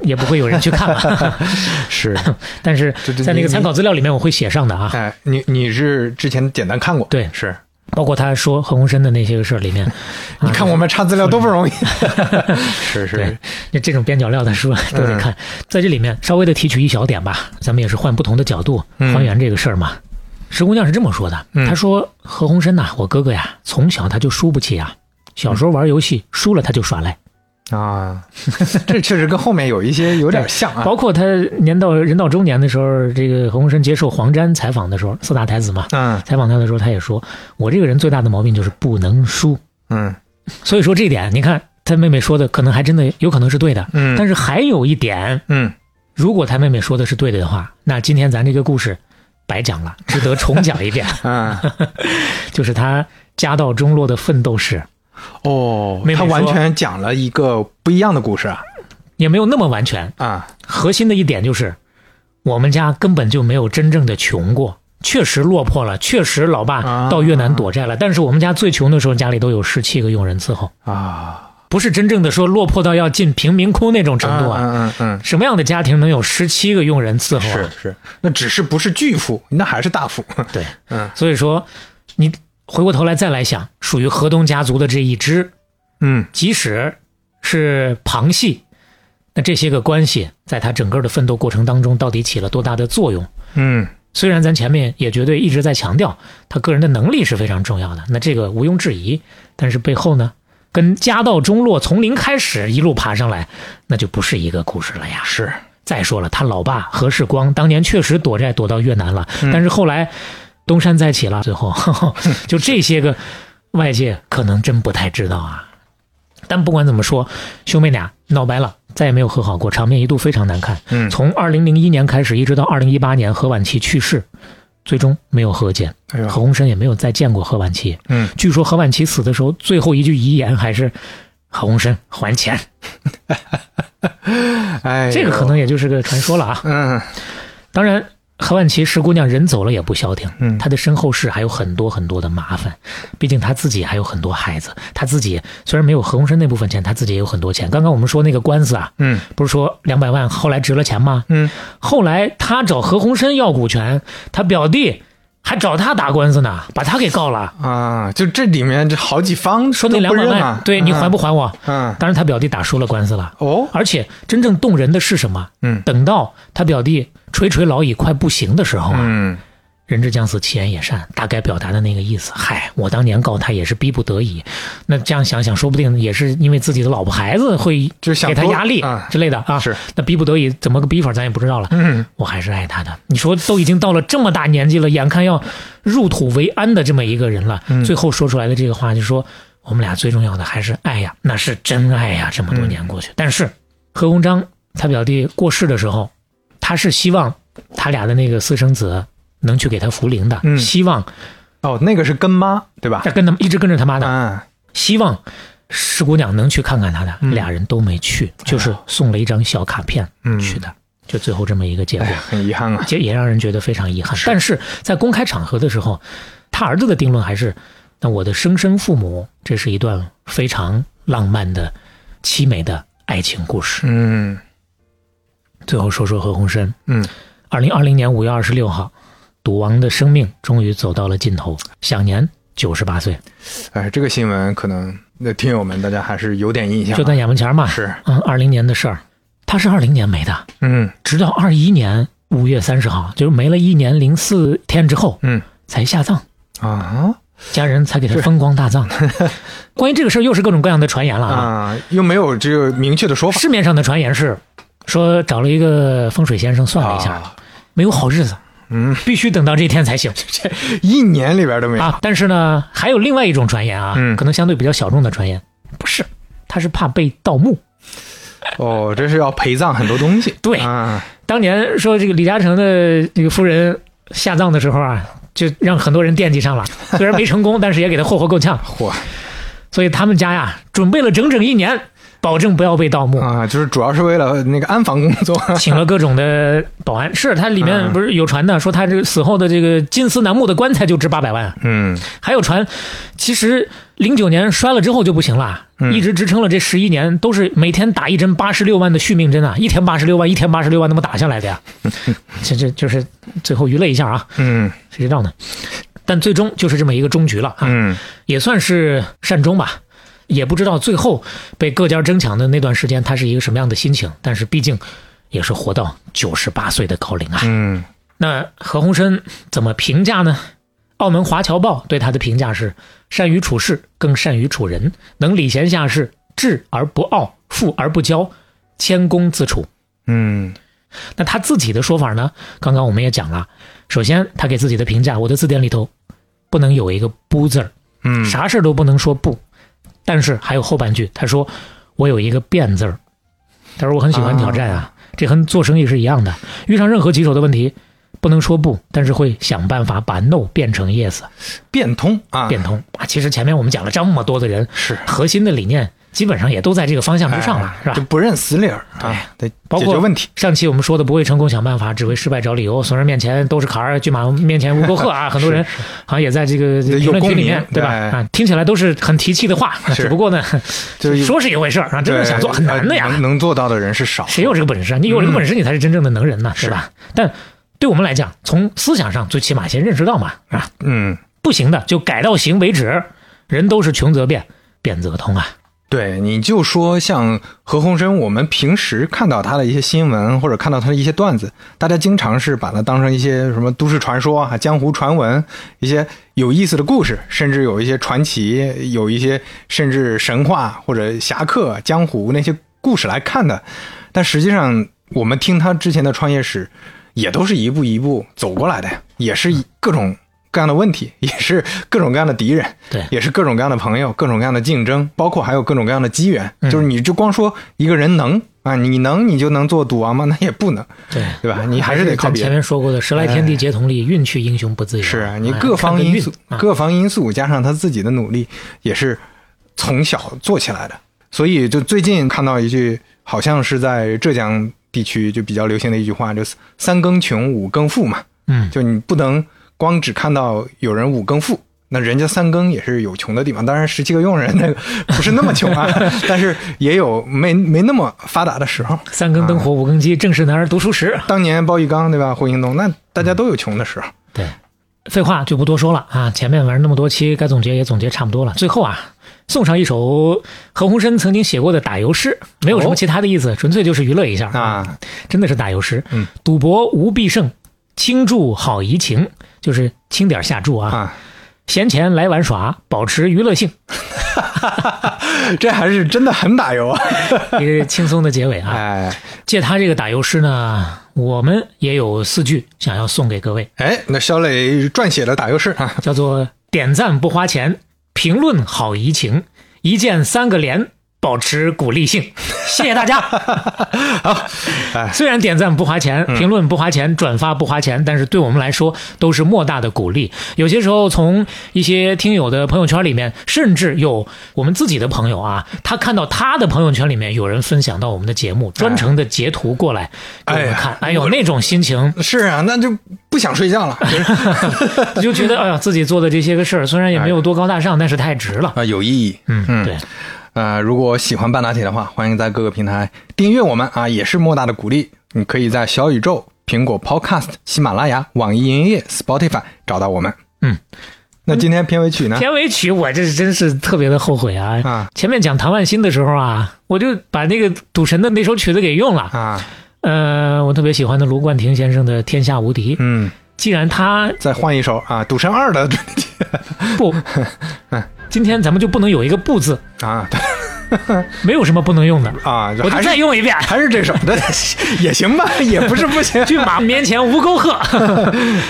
也不会有人去看吧， 是但是这这在那你个参考资料里面我会写上的啊。哎，你你是之前简单看过？对啊是包括他说何鸿燊的那些个事儿里面，你看我们查资料多 不容易，是对是，那这种边角料的书嗯都得看。在这里面稍微的提取一小点吧，咱们也是换不同的角度嗯还原这个事儿嘛。石姑娘是这么说的，嗯她说何嗯鸿燊呐、我哥哥呀，从小他就输不起啊，小时候玩游戏输了他就耍赖，啊，这确实跟后面有一些有点像啊。包括他年到人到中年的时候，这个何鸿燊接受黄沾采访的时候，四大才子嘛，嗯采访他的时候，他也说，我这个人最大的毛病就是不能输。嗯所以说这一点，你看他妹妹说的，可能还真的有可能是对的。嗯，但是是还有一点，嗯，如果他妹妹说的是对的话，那今天咱这个故事白讲了，值得重讲一遍。 啊就是他家道中落的奋斗史，哦妹妹，他说完全讲了一个不一样的故事啊也没有那么完全。啊核心的一点就是，我们家根本就没有真正的穷过，确实落魄了，确实老爸啊到越南躲债了。但是我们家最穷的时候，家里都有十七个佣人伺候，啊，不是真正的说落魄到要进贫民窟那种程度啊。嗯嗯嗯，什么样的家庭能有十七个佣人伺候是啊？是，那只是不是巨富，那还是大 富。对，嗯所以说你回过头来再来想，属于河东家族的这一支，嗯即使是旁系，那这些个关系在他整个的奋斗过程当中到底起了多大的作用？嗯虽然咱前面也绝对一直在强调他个人的能力是非常重要的，那这个毋庸置疑。但是背后呢，跟家道中落从零开始一路爬上来，那就不是一个故事了呀。是，再说了，他老爸何世光当年确实躲债躲到越南了，但是后来呃东山再起了，最后 就这些个外界可能真不太知道啊。但不管怎么说，兄妹俩闹掰了，再也没有和好过，场面一度非常难看。嗯从二零零一年开始，一直到二零一八年何婉琪去世，最终没有和解，哎何呦，鸿燊也没有再见过何婉琪。嗯，据说何婉琪死的时候，最后一句遗言还是“何鸿燊还钱哎”，呦，这个可能也就是个传说了啊。嗯当然，何婉琪石姑娘人走了也不消停，嗯她的身后事还有很多很多的麻烦，毕竟她自己还有很多孩子，她自己虽然没有何鸿燊那部分钱，她自己也有很多钱。刚刚我们说那个官司啊，嗯不是说两百万后来值了钱吗？嗯，后来她找何鸿燊要股权，她表弟还找他打官司呢，把他给告了，啊，就这里面这好几方说那都两不百认万，啊，对你还不还我？嗯？嗯当然，他表弟打输了官司了。哦，而且真正动人的是什么？嗯等到他表弟垂垂老矣快不行的时候啊，嗯人之将死，其言也善，大概表达的那个意思。嗨，我当年告他也是逼不得已，那这样想想，说不定也是因为自己的老婆孩子会就是想给他多压力啊之类的啊。是，那逼不得已怎么个逼法，咱也不知道了。嗯我还是爱他的。你说都已经到了这么大年纪了，眼看要入土为安的这么一个人了，嗯最后说出来的这个话，就说我们俩最重要的还是爱呀，那是真爱呀。这么嗯多年过去，但是何鸿章他表弟过世的时候，他是希望他俩的那个私生子能去给他扶灵的，嗯希望哦，那个是跟妈对吧他？跟他一直跟着他妈的，嗯希望石姑娘能去看看他的，俩人都没去，就是送了一张小卡片哎嗯，去的，就最后这么一个结果哎。呀，很遗憾啊。也也让人觉得非常遗憾。但是在公开场合的时候，他儿子的定论还是：那我的生身父母，这是一段非常浪漫的、凄美的爱情故事。嗯最后说说何鸿燊，嗯，二零二零年五月二十六号，赌王的生命终于走到了尽头，享年九十八岁，哎，这个新闻可能那听友们大家还是有点印象啊。就在眼门前嘛。是，嗯，二零年的事儿，他是二零年没的，嗯直到二一年五月三十号，就是没了一年零四天之后嗯才下葬。啊家人才给他风光大 葬。关于这个事儿，又是各种各样的传言了啊。啊，又没有这个明确的说法。市面上的传言是说找了一个风水先生算了一下，啊没有好日子，嗯，必须等到这一天才行一年里边都没有。啊。但是呢，还有另外一种传言啊，嗯可能相对比较小众的传言，不是，他是怕被盗墓。哦，这是要陪葬很多东西。对啊，当年说这个李嘉诚的这个夫人下葬的时候啊，就让很多人惦记上 了，虽然没成功，但是也给他霍霍够呛。嚯所以他们家呀，准备了整整一年，保证不要被盗墓。啊，就是主要是为了那个安防工 作。请了各种的保安，是他里面嗯不是有传的，说他这死后的这个金丝楠木的棺材就值八百万，嗯还有传，其实零九年摔了之后就不行了，嗯一直支撑了这十一年，都是每天打一针八十六万的续命针啊，一天八十六万，一天八十六万那么打下来的呀，这这就是最后娱乐一下啊，嗯谁知道呢？但最终就是这么一个终局了啊，嗯也算是善终吧。也不知道最后被各家争抢的那段时间，他是一个什么样的心情。但是毕竟也是活到九十八岁的高龄啊。嗯那何鸿燊怎么评价呢？澳门《华侨报》对他的评价是：善于处事，更善于处人，能礼贤下士，智而不傲，富而不骄，谦恭自处。嗯那他自己的说法呢？刚刚我们也讲了，首先他给自己的评价，我的字典里头不能有一个不字儿，嗯，啥事儿都不能说不。但是还有后半句，他说我有一个变字儿，他说我很喜欢挑战啊，这和做生意是一样的，遇上任何棘手的问题。不能说不，但是会想办法把 no 变成 yes，变通啊，变通啊！其实前面我们讲了这么多的人，是核心的理念基本上也都在这个方向之上了哎，是吧哎就？不认死理儿啊，得包解括决问题。上期我们说的不会成功想办法，只为失败找理由，怂人面前都是坎儿，骏马面前无沟壑 啊！很多人 好像也在这个对评论区里有面共，鸣对吧？对啊，听起来都是很提气的话，是 只不过呢，就是 说是一回事儿啊，真对正想做很难的呃呀能。能做到的人是少。谁有这个本事啊？你有这个本事，你才是真正的能人呢，是是吧？但对我们来讲，从思想上最起码先认识到嘛，啊，嗯，不行的就改到行为止。人都是穷则变，变则通啊。对，你就说像何鸿燊，我们平时看到他的一些新闻或者看到他的一些段子，大家经常是把它当成一些什么都市传说啊、江湖传闻、一些有意思的故事，甚至有一些传奇，有一些甚至神话或者侠客、江湖那些故事来看的。但实际上，我们听他之前的创业史，也都是一步一步走过来的呀，也是各种各样的问题，也是各种各样的敌人，对也是各种各样的朋友，各种各样的竞争，包括还有各种各样的机缘。嗯就是你就光说一个人能啊，你能你就能做赌王吗？那也不能，对对吧？你还是得靠咱别前人。哎面说过的“时来天地皆同力，运去英雄不自由”。是啊，你哎各方看个因运素，啊各方因素加上他自己的努力，也是从小做起来的。所以就最近看到一句，好像是在浙江地区就比较流行的一句话，就是“三更穷，五更富”嘛。嗯，就你不能光只看到有人五更富，那人家三更也是有穷的地方。当然，十七个佣人那个不是那么 穷啊，但是也有没没那么发达的时候。三更灯火五更鸡，正是男儿读书时。当年包玉刚对吧？霍英东，那大家都有穷的时候。对，废话就不多说了啊，前面玩那么多期，该总结也总结差不多了。最后啊，送上一首何鸿燊曾经写过的打油诗，没有什么哦其他的意思，纯粹就是娱乐一下啊，真的是打油诗。嗯，赌博无必胜，轻注好怡情，就是轻点儿下注啊。啊，闲钱来玩耍，保持娱 乐性，这还是真的很打油啊！一个轻松的结尾啊。哎借他这个打油诗呢，我们也有四句想要送给各位，哎，那肖磊撰写的打油诗啊，叫做“点赞不花钱，评论好怡情，一键三个连”。保持鼓励 性，谢谢大家。哎虽然点赞不花钱，嗯评论不花钱，转发不花钱，但是对我们来说都是莫大的鼓励。有些时候，从一些听友的朋友圈里面，甚至有我们自己的朋友啊，他看到他的朋友圈里面有人分享到我们的节目，专程的截图过来给我哎们呀看，哎呦，那种心情是啊，那就不想睡 觉了你就觉得，哎呀，自己做的这些个事儿，虽然也没哎有多高大上，但是太值了。啊，有意义。嗯，对，呃，如果喜欢半拿铁的话，欢迎在各个平台订阅我们啊，也是莫大的鼓励。你可以在小宇宙、苹果 Podcast、喜马拉雅、网易云音乐、Spotify 找到我们。嗯，那今天片尾曲呢？片尾曲我这真是特别的后悔啊！啊前面讲唐万新的时候啊，我就把那个赌神的那首曲子给用了。啊，呃，我特别喜欢的卢冠廷先生的《天下无敌》，嗯，既然他再换一首啊，《赌神二》的 不，嗯今天咱们就不能有一个不字，啊没有什么不能用的，啊，我就还再是用一遍。还是这首的也行吧，也不是不 行骏马面前无沟壑，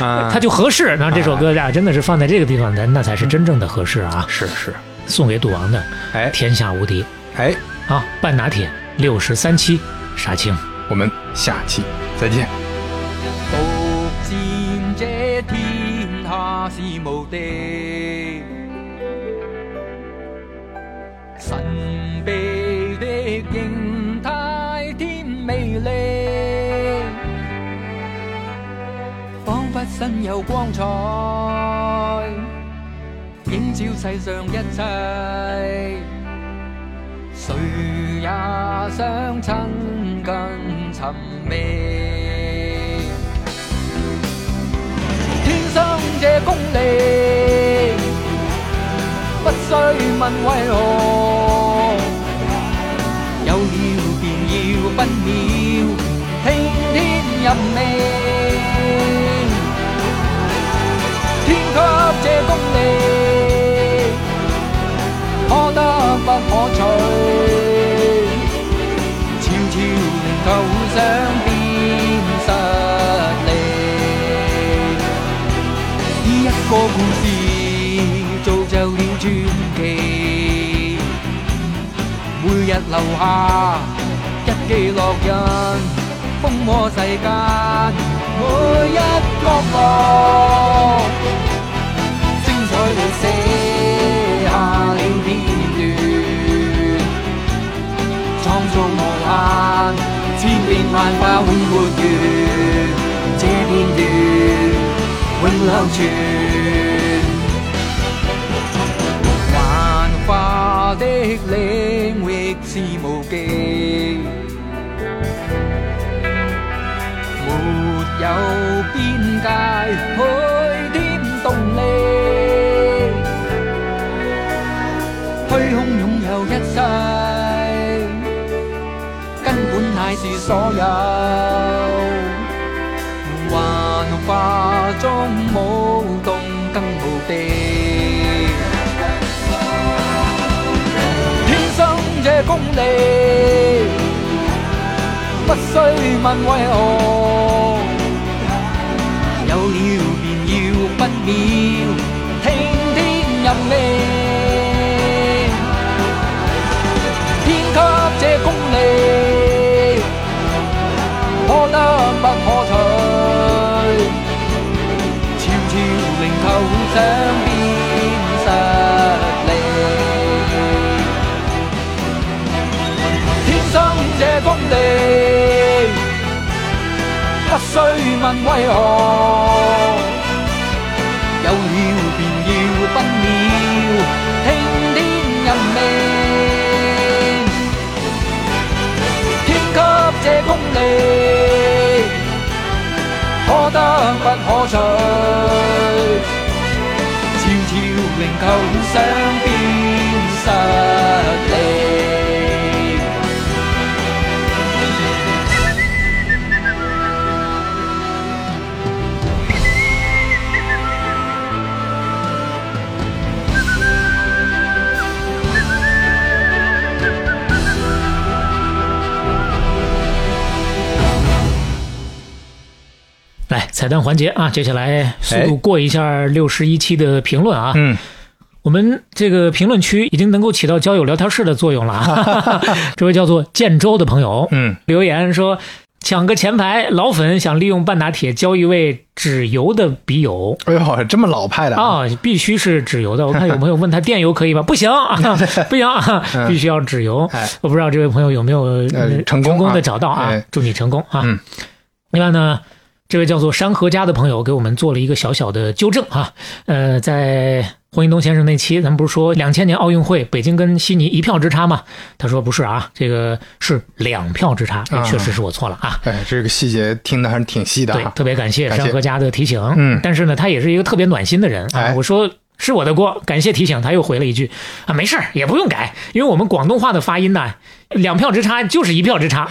啊 它。就合适。然后这首歌啊，真的是放在这个地方的，那才是真正的合适啊！是是，送给赌王的哎《天下无敌》。哎，好，半拿铁六十三期，杀青。我们下期再见。独占这天下是无敌，神秘的形态添魅力，仿佛身有光彩，映照世上一切。谁也想亲近尋味。天生這功力，不需問為何。有要便要，不要，聽天入命。天給這功力。可得不可取，留下一記烙印，風魔世間每一角落，精彩地寫下了片段，創造無限，千變萬化永沒完，這片段永流傳。幻化的領域是無極，沒有邊界去添動力，虛空擁有一切，根本乃是所有。幻化中舞動更無敵。天生這功利，不需問為何。有了便要不秒，聽天由命。天給這功利，可得不可取。悄悄令構想變實力。天生這功力，不需問為何。有了便要不了，聽天人命。天給這功力，可得不可取。悄悄令構想變實力。来彩蛋环节啊，接下来速度过一下六十一期的评论啊。哎嗯，我们这个评论区已经能够起到交友聊天室的作用了啊。 这位叫做建州的朋友嗯，留言说，抢个前排，老粉想利用半打铁交一位纸油的笔友。哎呦，这么老派的啊！啊、必须是纸油的。我看有朋友问他电邮可以吧？不行，啊、不行，啊嗯，必须要纸油哎。我不知道这位朋友有没有呃成功成功啊的找到啊哎？祝你成功啊嗯！另外呢，这位叫做山河家的朋友给我们做了一个小小的纠正啊。呃，在霍英东先生那期，咱们不是说两千年奥运会北京跟悉尼一票之差吗？他说不是啊，这个是两票之差，这啊确实是我错了啊。哎，这个细节听的还是挺细的对，啊。特别感谢感谢山河家的提醒。嗯但是呢，他也是一个特别暖心的人啊哎。我说是我的锅，感谢提醒。他又回了一句啊，没事儿，也不用改，因为我们广东话的发音呢，两票之差就是一票之差。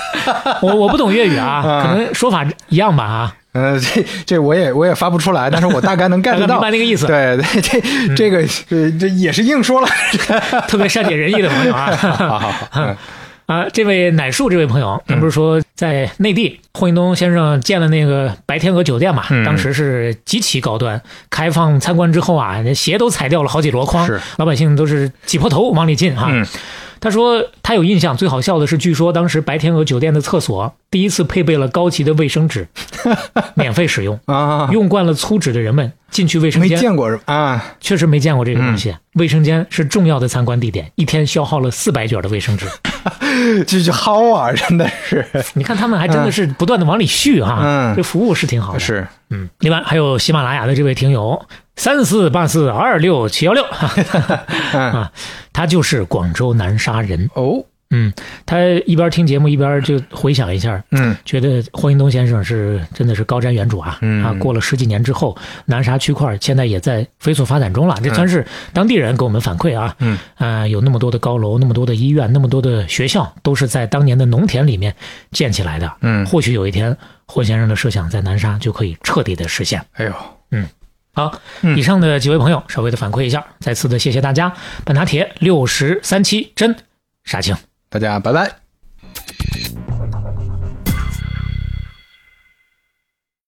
我我不懂粤语啊，啊可能说法一样吧啊，嗯，这这我也我也发不出来，但是我大概能大 get 家明到白。那个意思。嗯对对，这这个这这也是 硬说了。特别善解人意的朋友啊。 好好好，嗯啊，这位奶树这位朋友，咱不是说在内地，霍英东先生建了那个白天鹅酒店嘛？嗯当时是极其高端，开放参观之后啊，那鞋都踩掉了好几箩筐是，老百姓都是挤破头往里进哈、嗯他说他有印象，最好笑的是，据说当时白天鹅酒店的厕所第一次配备了高级的卫生 纸，免费使用。啊，用惯了粗纸的人们进去卫生没间，见过是吧啊，确实没见过这个东嗯西。卫生间是重要的参观地点，一天消耗了四百卷的卫 生纸。这就薅啊，真的是你看他们还真的是不断的往里续哈、嗯这服务是挺好的。，是嗯。另外还有喜马拉雅的这位听友三四八四二六七幺六， 嗯 啊，他就是广州南沙人。哦嗯，他一边听节目一边就回想一下，嗯觉得霍英东先生是真的是高瞻远瞩啊！嗯啊，过了十几年之后，南沙区块现在也在飞速发展中了，这全是当地人给我们反馈啊。嗯，啊，有那么多的高楼，那么多的医院，那么多的学校，都是在当年的农田里面建起来的。嗯，或许有一天，霍先生的设想在南沙就可以彻底的实现。哎呦，好，嗯以上的几位朋友稍微的反馈一下，再次的谢谢大家。本拿铁六十三期真杀青。大家拜拜。